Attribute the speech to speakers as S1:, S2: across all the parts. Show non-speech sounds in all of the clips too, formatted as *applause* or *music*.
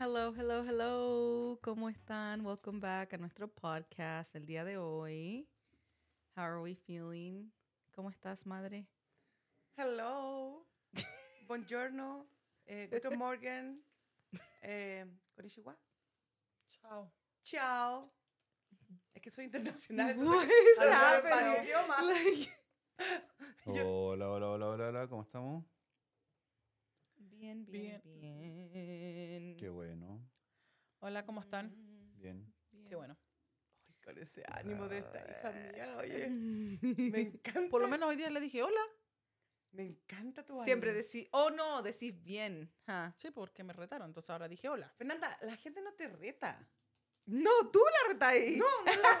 S1: Hello, hello, hello. ¿Cómo están? Welcome back a nuestro podcast el día de hoy. How are we feeling? ¿Cómo estás, madre?
S2: Hello. Buongiorno. Eh, guten Morgen. Eh, konnichiwa.
S3: Chao.
S2: Chao. Es que soy internacional.
S1: What
S2: Entonces,
S1: *laughs* is
S2: hablar
S1: happening?
S2: varios idiomas.
S1: Like-
S4: Hola, hola, hola, hola, hola, ¿cómo estamos?
S1: Bien, bien,
S3: Bien.
S1: bien.
S4: Qué bueno,
S3: Hola, ¿cómo
S1: Mm,
S3: están?
S4: Mm, bien.
S3: Qué bueno.
S2: Ay, Con ese ánimo de esta hija mía,
S1: *laughs*
S2: oye. Me encanta.
S3: Por lo menos hoy día le dije hola.
S2: Me encanta tu
S1: Siempre
S2: ánimo.
S1: decís, oh no, decís bien. ja.
S3: Sí, porque me retaron, entonces ahora dije hola.
S2: Fernanda, la gente no te reta.
S1: No, tú la retáis.
S2: No, no la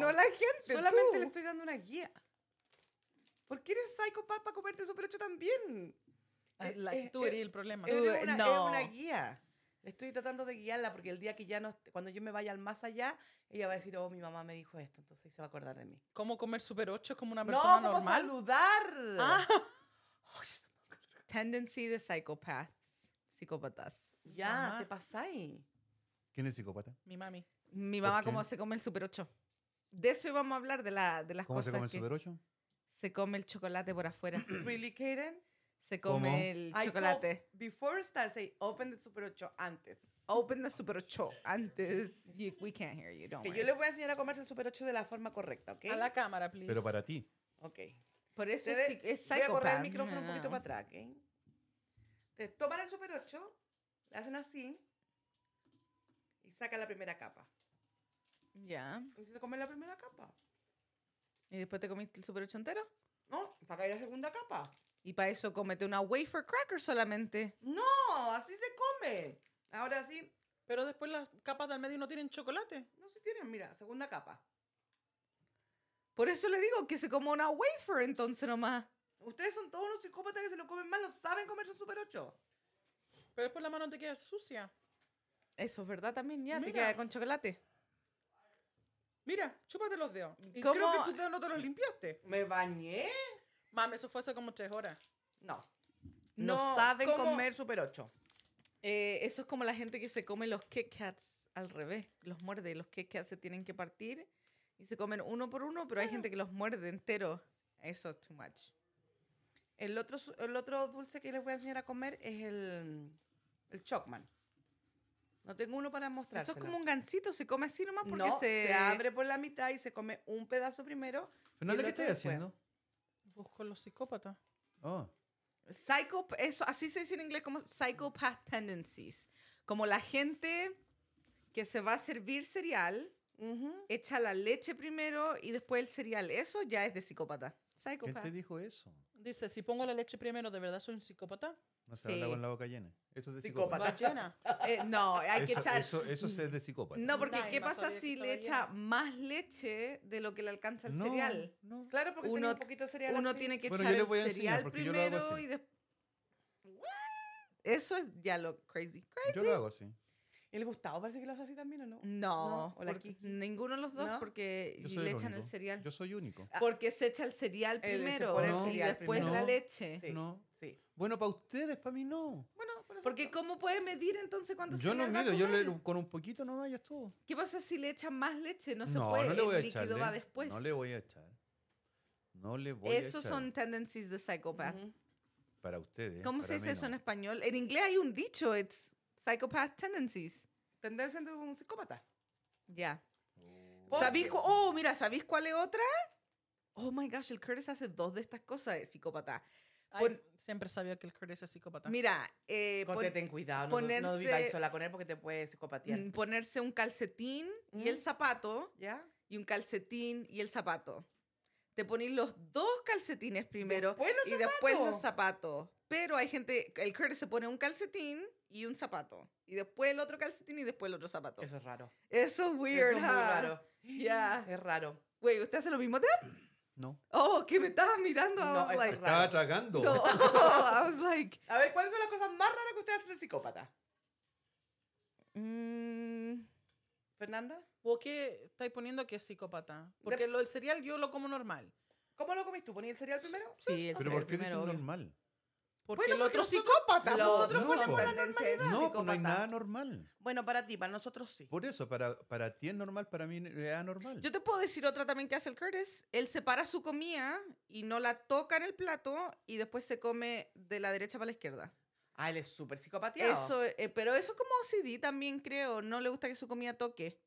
S1: *laughs* no la gente.
S2: Solamente
S1: tú.
S2: le estoy dando una guía. ¿Por qué eres psicopata para comerte el superocho también?
S3: Ah,
S2: Eh,
S3: la-
S2: eh,
S3: tú eres
S2: eh,
S3: el problema.
S1: Tú,
S2: Es
S1: eh,
S2: una, es
S1: no.
S2: una guía. Le Estoy tratando de guiarla porque el día que ya no, est- cuando yo me vaya al más allá, ella va a decir, oh, mi mamá me dijo esto, entonces se va a acordar de mí.
S3: ¿Cómo comer super 8 como una
S2: No,
S3: persona
S2: ¿cómo
S3: normal?
S2: saludar?
S3: Ah.
S2: Ay, se me acordó.
S1: Tendency de psychopaths. Psicópatas.
S2: ya,
S3: Ajá.
S2: te pasáis.
S4: ¿Quién es psicópata?
S3: Mi mami.
S1: Mi mamá,
S4: ¿Por qué?
S1: ¿cómo se come el super 8? De eso íbamos a hablar, de, la, de las
S4: ¿Cómo se
S1: cosas
S4: come el
S1: que
S4: Super 8?
S1: se come el chocolate por
S4: *coughs*
S1: afuera.
S2: Really, Kaden?
S1: Se come
S4: ¿Cómo?
S1: el
S2: I told-
S1: chocolate.
S2: before start, say, open the Super 8 antes.
S1: Open the super 8 antes. You- we can't hear you, don't
S2: Que
S1: worry.
S2: yo les voy a enseñar a comerse el Super 8 de la forma correcta, ¿ok?
S3: Oh, A la cámara, please.
S4: Pero para ti.
S2: Ok.
S1: Por eso
S2: Ustedes-
S1: es, psi- es
S2: Voy a correr el
S1: psychopath.
S2: micrófono un poquito
S1: No.
S2: para atrás, ¿ok? Te toman el Super 8, le hacen así y sacan la primera capa.
S1: Ya.
S2: Y se te comen la primera capa.
S1: Y después te comiste el super 8 entero.
S2: No, para caer la segunda capa.
S1: Y para eso comete una wafer cracker solamente.
S2: No, así se come. Ahora sí,
S3: Pero después las capas del medio no tienen chocolate.
S2: no se tienen, mira, segunda capa.
S1: Por eso le digo que se coma una wafer entonces nomás.
S2: Ustedes son todos unos psicópatas que se lo comen mal, no saben comerse un super 8.
S3: Pero después la mano te queda sucia.
S1: Eso es verdad también, ya te
S3: Mira.
S1: queda con chocolate.
S3: Mira, chúpate los dedos. Y
S1: ¿Cómo?
S3: creo que tus dedos no te los limpiaste.
S2: ¿Me bañé?
S3: Mami, eso fue hace como tres horas.
S2: No. No,
S1: No,
S2: saben
S1: ¿cómo?
S2: comer super 8.
S1: Eh, eso es como la gente que se come los Kit Kats al revés, los muerde. Los Kit Kats se tienen que partir y se comen uno por uno, pero hay gente que los muerde entero. Eso es too much.
S2: El otro, su- el otro dulce que les voy a enseñar a comer es el, el Chocman. No tengo uno para
S1: Eso
S2: mostrárselo.
S1: es como un gancito, se come así nomás porque
S2: No,
S1: se...
S2: se abre por la mitad y se come un pedazo primero.
S4: Fernanda,
S2: el
S4: ¿qué
S2: otro
S4: estás
S2: después.
S4: haciendo?
S3: Busco los psicópatas.
S4: Oh,
S1: Psycho, eso, así se dice en inglés como psychopath tendencies. Como la gente que se va a servir cereal,
S2: Ujú.
S1: echa la leche primero y después el cereal. Eso ya es de psicópata.
S4: ¿quién
S1: Psychopath.
S4: te dijo eso?
S3: Dice, si pongo la leche primero, ¿de verdad soy un psicópata?
S4: No se habla
S1: Sí.
S4: con la boca llena. Eso es de
S2: Psicópata.
S4: psicópata.
S3: Va llena.
S1: Eh, no, hay que
S4: Eso,
S1: echar...
S4: eso, eso sí es de psicópata.
S1: No, porque
S3: Nadie
S1: ¿qué
S3: más
S1: pasa
S3: sabía que
S1: si le
S3: estaba
S1: echa más leche de lo que le alcanza el
S4: No,
S1: cereal?
S4: no.
S2: Claro, porque
S1: Uno-
S2: tiene un poquito de cereal
S1: Uno
S2: así.
S1: tiene que
S4: Bueno, yo
S1: echar
S4: le
S1: el
S4: voy a enseñar,
S1: cereal
S4: porque yo lo hago
S1: primero
S4: así.
S1: y después... Eso es ya lo crazy. Crazy.
S4: Yo lo hago así.
S2: El Gustavo parece que lo hace así también, ¿o no?
S1: No,
S2: No, o la
S1: porque
S2: Kiki.
S1: ninguno de los dos
S2: No.
S1: porque
S4: Yo soy
S1: le
S4: el
S1: echan el
S4: único.
S1: cereal.
S4: Yo soy único.
S2: Ah,
S1: Porque se echa el cereal
S2: Eh, se
S1: primero
S2: pone
S4: el
S1: y
S2: cereal
S1: después
S4: primero.
S1: la
S4: No.
S1: leche.
S2: Sí.
S4: No.
S2: Sí.
S4: Bueno, para ustedes, para mí no.
S2: Bueno, por eso
S1: Porque ¿cómo puede medir entonces cuánto
S4: Yo no
S1: cereal va a
S4: mido, yo le-
S1: comer?
S4: con un poquito nomás ya estuvo.
S1: ¿Qué pasa si le echan más leche? No,
S4: No,
S1: se puede,
S4: no le voy a
S1: el
S4: echar. ¿eh?
S1: líquido va después.
S4: No le voy a echar. No le voy a
S1: Esos
S4: echar.
S1: son tendencies de psychopath.
S2: Ujú.
S4: Para ustedes.
S1: ¿Cómo
S4: para
S1: se dice
S4: mí
S1: eso en
S4: no.
S1: español? En inglés hay un dicho, it's psychopath tendencies.
S2: Tendencia de un psicópata.
S1: Ya.
S2: Porque-
S1: ¿Sabéis cu- oh, mira, ¿sabéis cuál es otra? Oh my gosh, el Curtis hace dos de estas cosas, es psicópata.
S3: Ay,
S1: Pon-
S3: siempre sabía que el Curtis es
S2: Ah.
S3: psicópata.
S1: Mira, eh,
S2: Conte,
S1: pon-
S2: ten cuidado, no, no
S1: ponerse-
S2: viváis sola con él porque te puede psicopatía.
S1: mm, ponerse un calcetín y
S2: Mm.
S1: el zapato,
S2: ¿Ya?
S1: y un calcetín y el zapato. Te ponéis los dos calcetines primero
S2: Después los
S1: y después los
S2: zapatos.
S1: zapatos. Pero hay gente, el Curtis se pone un calcetín y un zapato. Y después el otro calcetín y después el otro zapato. Eso,
S2: Eso es raro.
S1: es
S2: Eso
S1: weird,
S2: es muy
S1: huh?
S2: raro.
S1: Yeah.
S2: Es raro.
S1: Güey, ¿usted hace lo mismo? Ted?
S4: No.
S1: Oh, que me estabas mirando. I
S2: No,
S1: was
S2: eso es
S1: like,
S2: raro.
S4: Estaba tragando.
S1: no.
S4: *laughs*
S1: *laughs* I was like,
S2: A ver, ¿cuáles son las cosas más raras que ustedes hacen de psicópata?
S1: mm,
S2: ¿Fernanda?
S3: ¿Por qué estáis poniendo que es psicópata?
S2: De-
S3: Porque lo del cereal yo lo como normal.
S2: ¿Cómo lo comís tú? ¿Ponías el cereal primero?
S1: sí, el
S4: Pero ¿por qué
S1: primero,
S4: dicen
S1: obvio.
S4: normal?
S3: Porque
S2: Bueno,
S3: el
S2: porque
S3: otro
S2: nosotros-
S3: psicópata.
S1: Los
S2: nosotros
S1: otros son
S2: volvemos a la
S1: tendencias
S2: normalidad.
S1: psicópatas.
S4: No, pues no hay nada normal.
S2: Bueno, para ti, para nosotros sí.
S4: Por eso, para, para ti es normal, para mí es anormal.
S1: Yo te puedo decir otra también que hace el Curtis. Él separa su comida y no la toca en el plato y después se come de la derecha para la izquierda.
S2: Ah, él es súper psicopateado.
S1: Eso, eh, pero eso es como OCD también creo. No le gusta que su comida toque.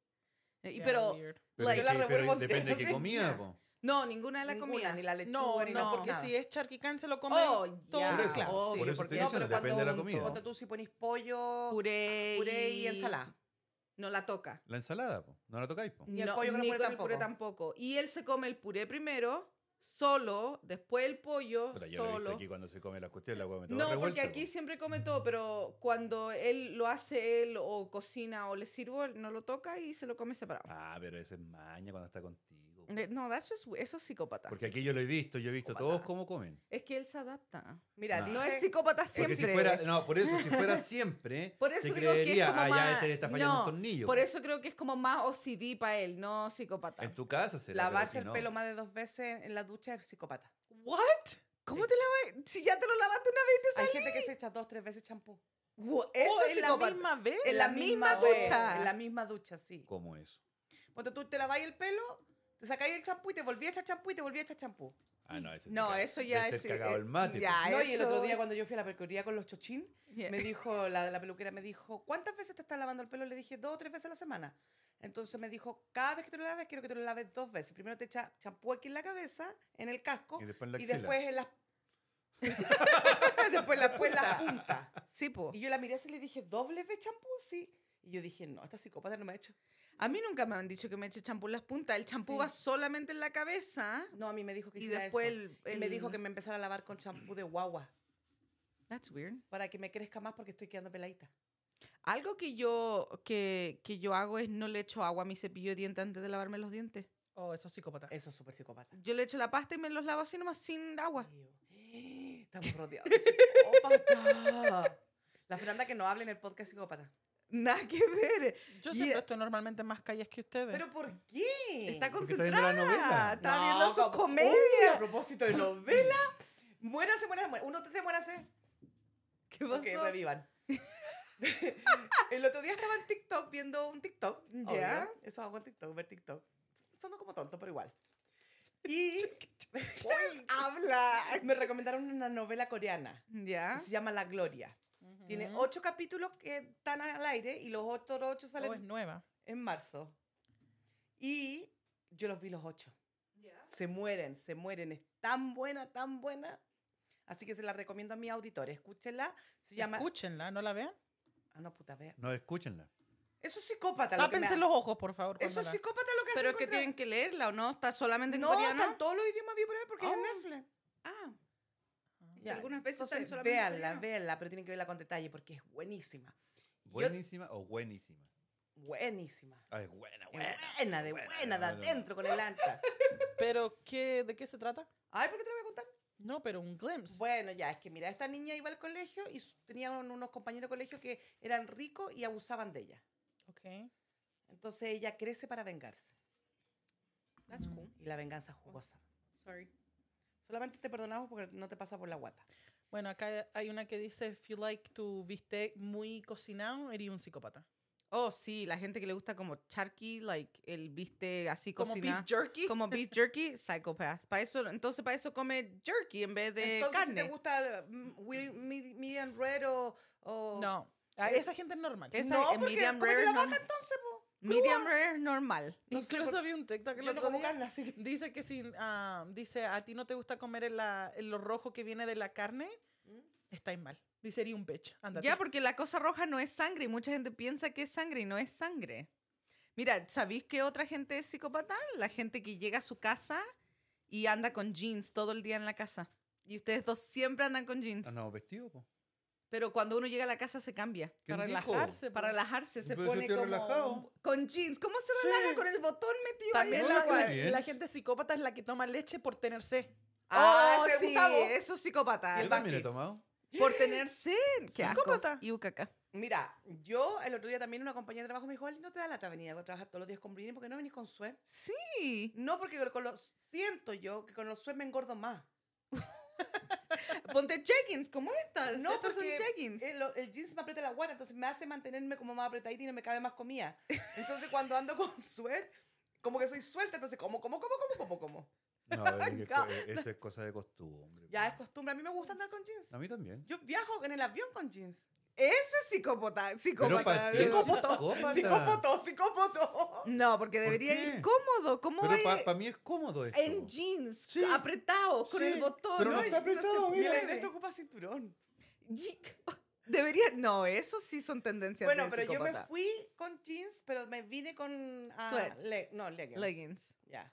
S1: Eh, y-
S3: Yeah,
S1: pero
S3: weird.
S4: pero,
S1: like-
S4: es
S2: yo la
S4: que- pero
S2: revuelvo
S4: depende de
S2: entera,
S4: qué
S2: sí.
S4: comida,
S2: Ya.
S4: po.
S1: no, ninguna de la
S2: Ninguna,
S1: comida.
S2: ni la lechuga,
S3: No,
S2: ni
S3: no,
S2: la
S3: porque
S2: nada.
S3: si es Charky Khan se lo come
S1: Oh,
S3: todo.
S1: ya,
S4: Por eso,
S1: claro,
S4: por
S1: obvio,
S4: eso
S1: porque
S4: te dicen,
S2: pero
S4: depende de la
S2: cuando-
S4: comida.
S2: Cuando tú si pones pollo,
S1: puré,
S2: puré y ensalada.
S1: No la toca.
S4: La ensalada, po. No la tocáis, po.
S2: Y el pollo con el
S1: ni
S2: puré
S1: con puré tampoco. Y él se come el puré primero, solo, después el pollo,
S4: Puta, yo lo he visto
S1: solo.
S4: aquí cuando se come las cuestiones, la hueá me toda
S1: No, porque
S4: revuelta,
S1: aquí
S4: po.
S1: siempre come todo, pero cuando él lo hace él o cocina o le sirvo, él no lo toca y se lo come separado.
S4: Ah, pero ese es maña cuando está contigo. po.
S1: Eh, No, that's just we- eso es psicópata.
S4: Porque aquí yo lo he visto, yo he visto
S2: Psicópata.
S4: todos cómo comen.
S1: Es que él se adapta.
S2: Mira,
S4: No.
S2: dice...
S1: No es psicópata
S4: Ah.
S1: siempre.
S4: Porque si fuera, no, por eso, si fuera siempre,
S1: *laughs* Por eso
S4: se
S1: digo que es
S4: creería,
S1: como
S4: ah, ya
S1: más-
S4: este le está fallando
S1: no,
S4: un tornillo.
S1: Por
S4: po".
S1: eso creo que es como más OCD para él, no psicópata.
S4: En tu casa será. pero aquí
S2: Lavarse el
S4: no.
S2: pelo más de dos veces en la ducha es psicópata.
S1: ¿What? ¿Cómo te lavas? Si ya te lo lavaste una vez,
S2: Hay gente que se echa dos, tres veces champú.
S1: te Gua-
S2: eh,
S3: Oh,
S1: Eso es
S3: en la
S1: psicópata.
S3: misma vez.
S1: En la misma
S2: vez,
S1: ducha.
S2: En la misma ducha, sí.
S4: ¿Cómo es?
S2: Cuando tú te laváis el pelo, te sacáis el champú y te volví a echar champú y te volví a echar champú.
S4: Ah, no, ese
S1: No,
S4: te ca-
S1: eso ya
S4: debe
S1: es.
S4: ser cagado
S1: eh,
S4: el mate.
S1: ya,
S2: No, y el otro
S1: eso
S2: día
S1: es-
S2: cuando yo fui a la peluquería con los chochín,
S1: Yeah. *laughs*
S2: me dijo, la, la peluquera me dijo, ¿cuántas veces te estás lavando el pelo? Le dije, dos o tres veces a la semana. Entonces me dijo, cada vez que te lo laves, quiero que te lo laves dos veces. Primero te echa champú aquí en la cabeza, en el casco,
S4: po. Y después en la
S2: y
S4: axila.
S2: después en las... *laughs* después, la- después en las puntas.
S1: Sí, po.
S2: Y yo la miré así y le dije, ¿doble vez champú? Sí. Y yo dije, no, esta psicópata no me ha hecho.
S1: A mí nunca me han dicho que me eche champú en las puntas. El champú
S2: Sí.
S1: va solamente en la cabeza
S2: No, a mí me dijo que
S1: y
S2: hiciera
S1: después
S2: eso.
S1: el,
S2: Y me
S1: el-
S2: dijo que me empezara a lavar con champú de guagua
S1: That's weird.
S2: para que me crezca más porque estoy quedando peladita.
S1: Algo que yo, que, que yo hago es no le echo agua a mi cepillo de dientes antes de lavarme los dientes.
S3: Oh, eso es psicópata.
S2: Eso es súper psicópata.
S1: Yo le echo la pasta y me los lavo así nomás sin agua.
S2: Dios. ¡Eh! Estamos rodeados de psicópatas. La Fernanda que no habla en el podcast psicópata.
S1: Nada que ver.
S3: Yo
S1: Y-
S3: siempre estoy normalmente en más calles que ustedes.
S2: ¿Pero por qué?
S1: Está
S4: Porque está viendo
S1: concentrada.
S4: la
S1: Está viendo,
S4: novela.
S2: No,
S1: sus
S2: como-
S1: comedias.
S2: Uy, a propósito de novela. Muérase, muérase, muérase. Uno, tres, muérase.
S1: ¿Qué pasó?
S2: Ok, *laughs* revivan. el otro día estaba en TikTok viendo un TikTok.
S1: Ya.
S2: Ya. Eso hago en TikTok, ver TikTok. Sonó como tonto, pero igual. *laughs* Y. habla! *laughs* ¿Ah? Me recomendaron una novela coreana. que
S1: ya.
S2: Se llama La Gloria.
S3: Ujú.
S2: Tiene ocho capítulos que están al aire y los otros ocho
S3: Oh, es
S2: salen
S3: nueva.
S2: en marzo. Y yo los vi los ocho. Se mueren, se mueren. Es tan buena, tan buena. Así que se la recomiendo a mis auditores. Escúchenla. Se llama.
S3: Escúchenla, no la vean.
S2: Ah, no, puta, vea.
S4: No, escúchenla.
S2: Eso es psicópata. lo que me
S3: Tápense
S2: ha-
S3: los ojos, por favor.
S2: Eso
S3: cuando
S2: es
S3: la-
S2: psicópata lo que hace.
S1: Pero que
S2: encontrar-
S1: tienen que leerla o no, está solamente en
S2: No,
S1: coreano.
S2: están todos los idiomas bien por ahí porque es
S3: Oh.
S2: en Netflix.
S1: Ah,
S2: Ya.
S1: algunas veces están
S2: Entonces,
S1: solamente en
S2: véanla,
S1: coreano.
S2: véanla, pero tienen que verla con detalle porque es buenísima. Yo-
S4: ¿Buenísima o buenísima?
S2: buenísima.
S4: Ah, es buena,
S2: Es
S4: buena.
S2: buena, de buena, de adentro con el ancha.
S3: Pero, ¿qué, ¿de qué se trata?
S2: Ay, ¿por qué te lo voy a contar?
S3: No, pero un glimpse.
S2: Bueno, ya, es que mira, esta niña iba al colegio y su- tenía un- unos compañeros de colegio que eran ricos y abusaban de ella.
S3: Ok.
S2: Entonces ella crece para vengarse.
S1: That's
S3: Mm.
S1: cool.
S2: Y la venganza es jugosa.
S1: Sorry.
S2: Solamente te perdonamos porque no te pasa por la guata.
S3: Bueno, acá hay una que dice, if you like tu bistec muy cocinado, eres un psicópata.
S1: Oh, sí, la gente que le gusta como charqui, like el viste así
S3: Como
S1: cocinado.
S3: beef jerky.
S1: Como beef jerky, psychopath. Para eso, entonces para eso come jerky en vez de
S2: Entonces,
S1: carne.
S2: si te gusta mm, wi- mi- medium red o... o-
S3: No, a esa gente es normal.
S1: Esa
S2: No,
S1: es
S2: porque
S1: medium
S2: ¿cómo te
S1: rare
S2: la
S1: norm-
S2: baja entonces, po?
S1: Medium rare es normal.
S2: No sé,
S3: Incluso
S2: por-
S3: vi un TikTok el
S2: Yo no
S3: otro
S2: como
S3: día.
S2: carne, así que...
S3: Dice que si, ah, dice, a ti no te gusta comer el, la- el lo rojo que viene de la carne,
S2: ¿Mm?
S3: estáis mal. Dice, eres un bitch. Ándate.
S1: Ya, porque la cosa roja no es sangre y mucha gente piensa que es sangre y no es sangre. Mira, ¿sabéis qué otra gente es psicópata? La gente que llega a su casa y anda con jeans todo el día en la casa. Y ustedes dos siempre andan con jeans.
S4: Ah, no, vestido, po.
S1: Pero cuando uno llega a la casa se cambia.
S3: Para
S4: ¿Quién dijo?
S3: relajarse.
S1: Para
S3: po.
S1: relajarse se
S4: Pero si
S1: pone
S4: estoy
S1: como
S4: relajado.
S1: con jeans. ¿Cómo se relaja con el botón metido ahí?
S3: También
S4: No,
S3: la,
S4: está
S3: la-
S4: bien.
S3: la gente psicópata es la que toma leche por tener sed.
S2: Ah,
S1: Oh,
S2: ese es
S1: sí,
S2: Gustavo.
S1: eso es psicópata.
S2: Y el
S4: Yo también he
S2: Basti.
S4: tomado.
S1: Por tener sed. Qué asco.
S3: Psicópata.
S1: Y ucaca.
S2: Mira, yo el otro día también una compañía de trabajo me dijo, Ali, ¿no te da lata venir a trabajar todos los días con Britney? porque no venís con Suez?
S1: Sí.
S2: No, porque con los, siento yo que con los Suez me engordo más.
S1: Ponte jeggings, ¿cómo estás?
S2: No,
S1: Estos son
S2: porque
S1: jeggings.
S2: El, el jeans me aprieta la guata, entonces me hace mantenerme como más apretadita y no me cabe más comida. Entonces cuando ando con suerte, como que soy suelta, entonces como, como, como, como, como, como.
S4: No, es que
S2: No.
S4: co- eh, esto es cosa de costumbre.
S2: Ya es
S4: po.
S2: costumbre, a mí me gusta andar con jeans.
S4: A mí también.
S2: Yo viajo en el avión con jeans.
S1: Eso es psicópata.
S4: Pero
S1: psicópata.
S4: para
S1: de-
S4: psicópata.
S2: Psicópoto,
S3: Oh,
S2: psicópoto.
S1: No, porque
S4: ¿Por
S1: debería
S4: qué?
S1: ir cómodo. ¿Cómo
S4: Pero
S1: va
S4: para mí es cómodo esto.
S1: en jeans,
S4: Sí.
S1: apretado, con
S4: Sí,
S1: el botón?
S4: pero no
S1: Y
S4: está
S1: se
S4: apretado,
S2: Y
S4: mira.
S2: el
S1: mueve.
S2: Ernesto ocupa cinturón.
S1: Yeek. Debería, no, eso sí son tendencias
S2: Bueno,
S1: de
S2: pero yo me
S1: psicópata.
S2: fui con jeans, pero me vine con... ah,
S1: Sweats.
S2: le- no, leggings.
S1: leggings.
S2: Ya.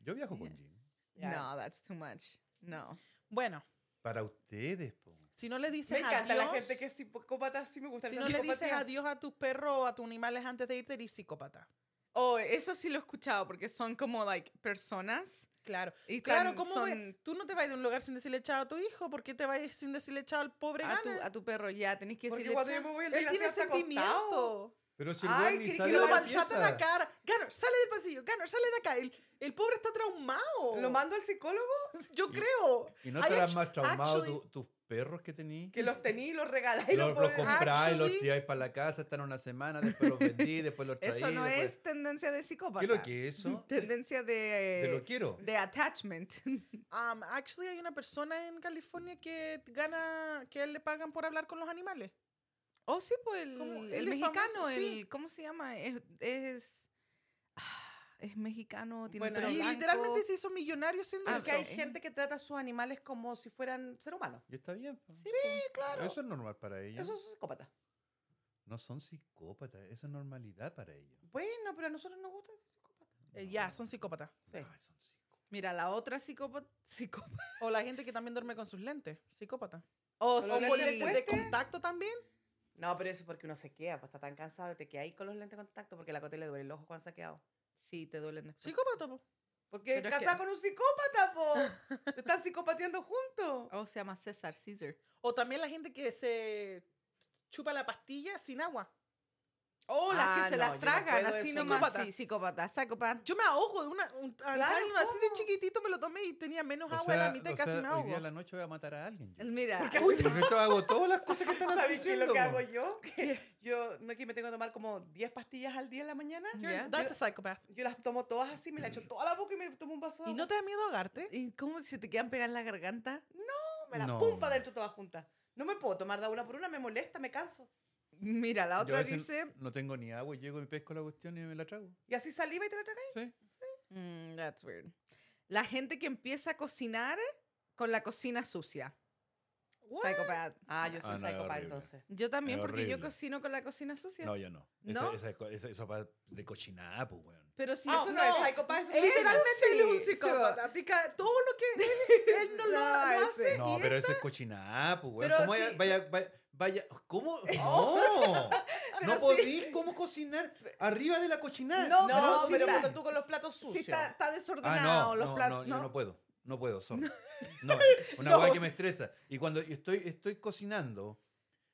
S4: Yo viajo con jeans.
S2: ya.
S1: No, that's too much. No.
S3: Bueno,
S4: Para ustedes, po.
S3: si no le
S2: Me
S3: dices
S2: encanta
S3: adiós,
S2: la gente que es psicópata, sí me gusta.
S3: si
S2: la
S3: no le dices
S2: psicopatía.
S3: adiós a tus perros o a tus animales antes de irte, eres psicópata.
S1: Oh, eso sí lo he escuchado porque son como, like, personas.
S3: Claro.
S1: Y
S3: Claro,
S1: tan-
S3: ¿cómo
S1: son
S3: ve- tú no te vas de un lugar sin decirle chao a tu hijo? ¿Por qué te vas sin decirle chao al pobre
S1: a tu,
S3: Gunner?
S1: a tu perro ya, tenés que
S2: Porque
S1: decirle
S2: cuando yo
S1: chao.
S2: me voy el
S3: Él tiene
S2: desgraciado está acostado.
S3: sentimiento.
S4: Pero si el
S2: Ay,
S4: weón
S2: que-
S4: ni
S2: que
S4: sale
S3: Y
S4: de
S3: lo
S2: la
S3: malchata
S4: pieza.
S3: la cara. Gunner, sale del pasillo. Gunner, sale de acá. El, el pobre está traumado.
S2: ¿Lo mando al psicólogo?
S3: Yo
S4: Y-
S3: creo.
S4: ¿Y no
S3: Ay,
S4: te
S3: actu-
S4: harás más traumado
S3: actually-
S4: tu- tus perros que tenías?
S2: Que los tení y los regaláis. y
S4: Los, los
S2: pones-
S3: compra-
S4: compráis, los
S3: actually-
S4: tiráis para la casa, están una semana, después los vendí, después los traí.
S1: Eso no
S4: después-
S1: es tendencia de psicópata.
S4: ¿Qué es lo que es eso?
S1: *laughs* Tendencia de,
S4: Te lo quiero.
S1: de attachment. *laughs*
S3: Um, actually, hay una persona en California que gana, que a él le pagan por hablar con los animales.
S1: Oh, sí, pues el,
S3: Como-
S1: el
S3: él es
S1: mexicano,
S3: famoso, sí.
S1: el, ¿cómo se llama? Es, es, ah, es mexicano, tiene
S2: Bueno,
S1: pelo
S3: y
S1: blanco.
S3: literalmente se hizo millonario siendo
S2: Ah,
S3: eso.
S2: que hay
S1: eso.
S2: gente que trata a sus animales como si fueran ser humanos.
S4: Y está bien. po.
S2: claro.
S4: Eso es normal para ellos.
S2: Eso es psicópata.
S4: No son psicópatas, eso es normalidad para ellos.
S2: Bueno, pero a nosotros nos gusta ser psicópatas.
S3: Eh,
S4: No,
S3: ya, son psicópatas.
S2: Sí.
S4: no, son psicópatas.
S1: Mira, la otra psicópata. psicópata.
S3: O la gente que también duerme con sus lentes. Psicópata.
S1: Oh,
S2: Con
S3: O
S2: los
S3: con
S1: sí.
S3: lentes de
S2: puestos.
S3: contacto también.
S2: No, pero eso es porque uno se queda, pues está tan cansado y te queda ahí con los lentes de contacto porque la cote le duele el ojo cuando se ha quedado.
S1: Sí, te duelen después.
S3: Psicópata, po.
S2: Porque
S1: Pero es que-
S2: casada con un psicópata, po. Te están psicopateando
S1: *laughs*
S2: juntos.
S1: Oh, se llama César, Caesar.
S3: O también la gente que se chupa la pastilla sin agua.
S1: Oh, las
S2: Ah,
S1: que se
S2: no, yo
S1: las
S2: no
S1: tragan
S2: puedo
S1: así
S2: eso.
S1: nomás.
S3: Psicópata.
S1: Sí, psicópata, psicópata.
S3: Yo me ahogo de una, un, al
S2: Claro,
S3: Tylenol así de
S2: ¿cómo?
S3: chiquitito me lo tomé y tenía menos
S4: O
S3: agua en
S4: sea,
S3: la mitad y
S4: o
S3: casi
S4: sea,
S3: me
S4: hoy día
S3: ahogo.
S4: en la noche voy a matar a alguien. yo.
S1: Mira, *laughs*
S2: Porque
S1: uy,
S4: Uy, con esto hago todas las cosas que
S2: *laughs*
S4: están
S2: ¿Sabes qué es
S4: haciendo.
S2: lo que
S4: po.
S2: hago yo? Que yo no es que me tengo que tomar como 10 pastillas al día en la mañana.
S1: Ya.
S3: You're- That's a psychopath.
S2: Yo las tomo todas así, me las echo toda la boca y me tomo un vaso de
S3: ¿Y no
S2: agua.
S3: te da miedo ahogarte?
S1: ¿y cómo se te quedan pegadas en la garganta?
S2: me la
S4: No.
S2: pumpa dentro todas juntas. No me puedo tomar de una por una, me molesta, me canso.
S1: Mira, la
S4: Yo a
S1: otra
S4: veces
S1: dice.
S4: No tengo ni agua y llego y pesco la cuestión y me la trago.
S2: Y así saliva y te la tragáis.
S4: Sí.
S1: Mm, that's weird. La gente que empieza a cocinar con la cocina sucia. Psicópata.
S2: Ah, yo soy
S4: Ah, no, es
S2: psicópata
S4: horrible.
S2: entonces.
S1: Yo también,
S4: Es
S1: porque yo
S4: horrible.
S1: cocino con la cocina sucia.
S4: No, yo no.
S1: ¿No?
S4: Eso, esa es co- eso, eso va de cochinada, pues, weón.
S1: Pero si
S2: Ah,
S1: eso
S2: eso
S1: no,
S2: no es psicópata, eso es
S3: Literalmente
S1: sí,
S3: él es un
S1: sí,
S3: psicópata. Pica todo lo que él, él no lo, lo
S1: No,
S3: hace.
S1: ese.
S3: y
S4: No,
S3: él-
S4: pero eso es cochinada, pues, weón.
S1: Pero
S4: ¿Cómo vaya,
S1: sí. Oh.
S4: vaya, vaya, vaya-
S1: *laughs*
S4: ¿Cómo? ¡No! no
S1: sí.
S4: podís cómo cocinar arriba de la cochinada.
S1: No,
S2: No,
S1: pero sí
S2: pero
S1: la-
S2: cuando tú con los platos
S1: Sí,
S2: sucios.
S1: está, está
S4: Ah,
S1: desordenado
S4: no,
S1: los
S4: no, no,
S1: platos.
S4: yo
S1: No,
S4: no puedo. No puedo, sorry. No,
S1: *laughs*
S4: una
S1: No.
S4: hueá que me estresa. Y cuando estoy, estoy cocinando,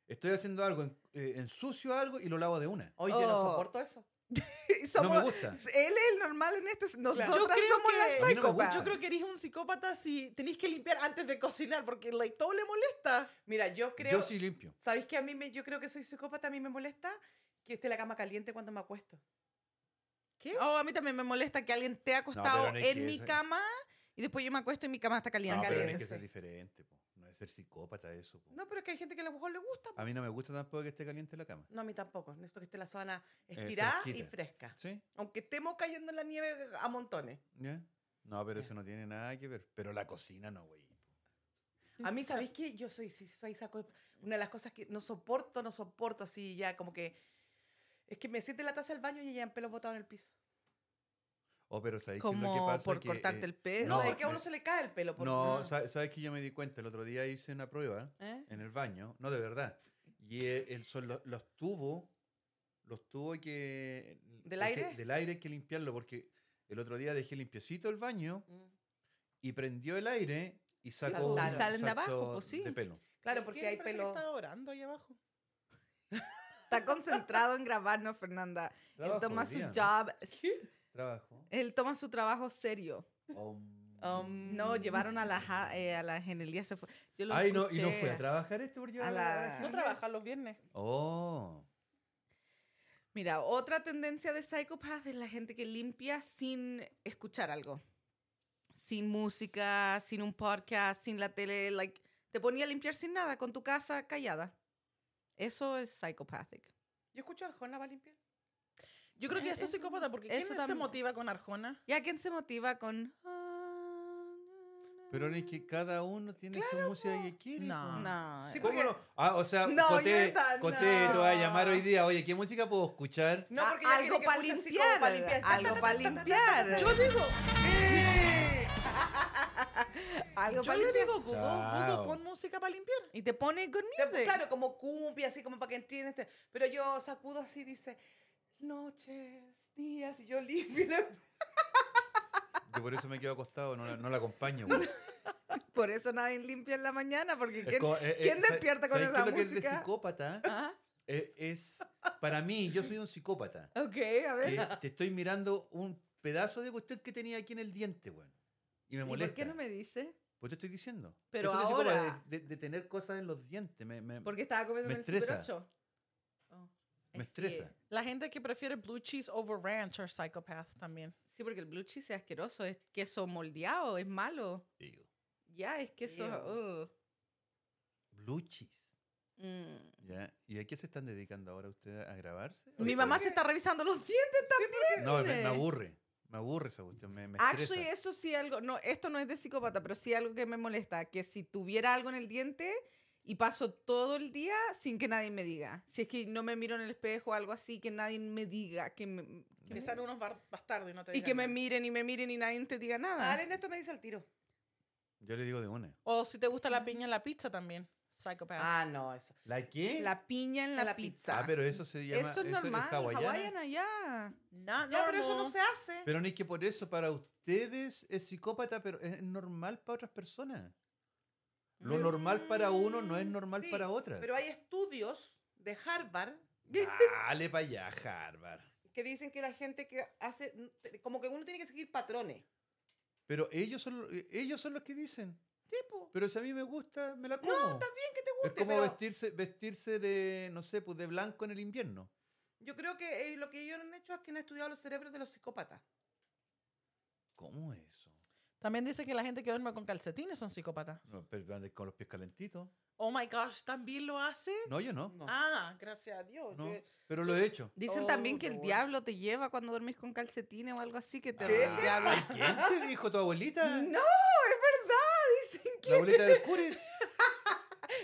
S4: estoy haciendo algo, en- eh, ensucio algo y lo lavo de una.
S2: Oye, yo
S1: Oh.
S2: no soporto eso.
S1: *laughs* Somos-
S4: no me gusta.
S1: Él es el normal en este. Nosotras
S3: Yo creo
S1: somos
S3: que- A mí
S1: las
S4: no me
S1: psicópatas.
S4: gusta.
S3: Yo creo que eres un psicópata si tenéis que limpiar antes de cocinar porque like, todo le molesta.
S2: Mira, yo creo.
S4: Yo sí limpio.
S2: ¿Sabéis que a mí me, yo creo que soy psicópata? A mí me molesta que esté la cama caliente cuando me acuesto.
S3: ¿Qué?
S1: Oh, a mí también me molesta que alguien te ha acostado
S4: no es
S1: en
S4: que
S1: mi
S4: eso-
S1: cama y después yo me acuesto y mi cama está
S4: No,
S1: caliente.
S4: pero
S2: caliente,
S4: es que
S2: sí.
S4: ser diferente, po. no es ser psicópata eso. po.
S2: No, pero es que hay gente que a lo mejor le gusta. po.
S4: A mí no me gusta tampoco que esté caliente la cama.
S2: No, a mí tampoco. Necesito que esté la sábana
S4: Eh,
S2: estirada y
S4: fresquita.
S2: fresca.
S4: ¿Sí?
S2: Aunque estemos cayendo en la nieve a montones.
S4: ¿Ya? No, pero
S2: Ya.
S4: eso no tiene nada que ver. Pero la cocina no, güey.
S2: A mí, ¿sabéis qué? Yo soy, sí, soy saco- Una de las cosas que no soporto, no soporto así ya, como que. Es que me siento en la taza del baño y ya en pelos botados en el piso.
S4: Oh, pero ¿sabes qué es lo que
S1: Como
S4: pasa?
S1: por
S4: Que,
S1: cortarte
S4: eh,
S1: el pelo.
S2: No,
S4: No,
S2: porque a uno
S4: me-
S2: se le cae el pelo. Por... ah.
S4: No, sa- ¿sabes que yo me di cuenta? El otro día hice una prueba
S2: ¿Eh?
S4: en el baño. No, de verdad. Y eh, el- son los, los tubos, los tubos que...
S2: ¿Del
S4: hay que-
S2: aire?
S4: del aire hay que limpiarlo porque el otro día dejé limpiecito el baño
S2: Mm.
S4: y prendió el aire y sacó...
S2: saltaron.
S4: un
S1: Salen de abajo,
S4: salto
S1: pues sí.
S4: De pelo.
S2: Claro, porque hay pelo.
S3: Está orando ahí abajo.
S1: Está concentrado en grabarnos,
S4: *laughs*
S1: Fernanda. Él
S4: Trabajo
S1: toma *laughs*
S4: hoy
S1: su
S4: día, ¿no?
S1: job.
S4: Trabajo.
S1: Él toma su trabajo serio.
S4: Om.
S2: Um,
S1: No, llevaron a las a, eh, a la Genelía se fue. Yo lo
S4: Ay, no, y no
S1: escuché.
S4: fue a trabajar este por llevar
S1: a
S4: a
S1: la-
S2: Ah.
S4: la
S3: No
S4: gente.
S3: trabaja los viernes.
S4: Oh.
S1: Mira, otra tendencia de psychopath es la gente que limpia sin escuchar algo. Sin música, sin un podcast, sin la tele, like te ponía a limpiar sin nada con tu casa callada. Eso es psychopathic.
S2: Yo escucho a Arjona va a limpiar. Ah,
S3: Yo creo que
S1: Eh,
S3: eso es
S1: eso-
S3: psicópata, porque
S1: eso
S3: ¿quién se
S1: también.
S3: motiva con Arjona?
S1: ¿Y a quién se motiva con "Ah,
S4: Pero es que ah. cada uno tiene su música que quiere.
S3: No.
S4: po.
S1: no,
S2: Sí,
S1: eh,
S4: ¿Cómo
S2: porque-
S4: no? Ah, o sea,
S1: No,
S4: Coté,
S1: Yolanda,
S4: Coté,
S1: no.
S4: te va a llamar hoy día. Oye, ¿qué música puedo escuchar?
S2: No,
S1: a-
S2: porque ella
S1: algo
S2: quiere que
S1: para
S2: escuche así
S1: limpiar,
S2: como Ah, pa' limpiar. Ta, ta,
S1: algo
S2: ta, *laughs*
S1: para
S2: ta, ta, ta, ta,
S1: limpiar.
S2: ta,
S3: Yo digo,
S1: algo
S3: yo
S1: para
S3: le
S1: limpiar.
S3: digo, Google,
S4: Chao.
S3: Google, pon música para limpiar.
S1: Y te pone good
S2: ta.
S1: music.
S2: pues, Claro, como cumbia, así como para que entiendan. Este. Pero yo sacudo así, dice, noches, días, y yo limpio.
S4: Yo por eso me quedo acostado, no la, no la
S1: *laughs*
S4: acompaño. güey.
S1: Por eso nadie limpia en la mañana porque
S4: Es
S1: ¿quién-
S4: como- eh, eh,
S1: quién
S4: ¿sabes-
S1: despierta con
S4: sabes qué
S1: esa
S4: es lo que es de
S1: música?
S4: psicópata?
S1: *laughs* Ah,
S4: Eh, es, para mí, yo soy un psicópata.
S1: ok, a ver.
S4: que te estoy mirando un pedazo de cuestión que tenía aquí en el diente, güey. Y me
S1: ¿Y ¿Por
S4: molesta.
S1: qué no me dice?
S4: Pues te estoy diciendo.
S1: Pero
S4: Eso es de psicópata,
S1: ahora-
S4: De, de- de tener cosas en los dientes. Me, me-
S1: Porque estaba comiendo
S4: Me
S1: en el Super
S4: estresa.
S1: 8. Oh,
S4: me
S1: eh, sí, eh.
S4: estresa.
S3: La gente que prefiere blue cheese over ranch or psychopath también.
S1: Sí, porque el blue cheese es asqueroso, es queso moldeado, es malo.
S4: Digo,
S1: Ya, es queso. uh.
S2: Ew.
S1: ugh.
S4: Blue cheese.
S1: Mm.
S4: ¿Ya? ¿Y a qué se están dedicando ahora ustedes a grabarse?
S1: Mi
S4: ¿O-
S1: mamá
S4: o-
S1: se está revisando los dientes también.
S4: No, me, me
S1: tiene.
S4: aburre. Me aburre esa cuestión. Me, me estresa.
S1: Actually, eso sí algo, no, esto no es de psicópata, pero sí algo que me molesta, que si tuviera algo en el diente y paso todo el día sin que nadie me diga. Si es que no me miro en el espejo o algo así, que nadie me diga, que me-
S4: Ya.
S3: Que sean unos bar- bastardos y no te
S1: y
S3: digan
S1: que me
S3: nada.
S1: miren y me miren y nadie te diga nada.
S2: Ale, esto me dice al tiro.
S4: Yo le digo de una.
S3: O si te gusta la piña en la pizza también. Psychopath.
S2: Ah, no, eso.
S4: ¿La qué?
S1: La piña en la,
S2: En la
S1: pizza.
S4: Ah, pero eso se llama.
S1: eso es normal,
S4: hawaiana.
S1: hawaiana ya.
S3: No,
S2: Ya, pero eso no se hace.
S4: Pero ni que por eso, para ustedes es psicópata, pero es normal para otras personas. Lo normal para uno no es normal
S2: Sí,
S4: para otras.
S2: Pero hay estudios de Harvard
S4: Dale para allá, Harvard.
S2: que dicen que la gente que hace, como que uno tiene que seguir patrones.
S4: Pero ellos son, eh, ellos son los que dicen.
S2: Tipo,
S4: Pero si a mí me gusta, me la como.
S2: bien que te
S4: es
S2: guste,
S4: como
S2: pero
S4: vestirse, vestirse de, no sé, pues de blanco en el invierno.
S2: yo creo que eh, lo que ellos han hecho es que han estudiado los cerebros de los psicópatas.
S4: ¿Cómo es eso?
S3: También dice que la gente que duerme con calcetines son psicópatas.
S4: No, pero ande con los pies calentitos.
S3: Oh my gosh, ¿también lo hace?
S4: No, yo no.
S2: No.
S3: Ah, gracias a Dios.
S4: no,
S3: yo-
S4: pero lo he hecho.
S1: Dicen
S3: Oh,
S1: también que el
S3: Lord.
S1: diablo te lleva cuando duermes con calcetines o algo así, que te
S4: ¿Qué
S1: el
S4: te
S1: Ah, diablo.
S4: ¿Ay, ¿Quién te dijo tu abuelita?
S1: No, es verdad, dicen
S4: La
S1: que
S4: abuelita del Cures.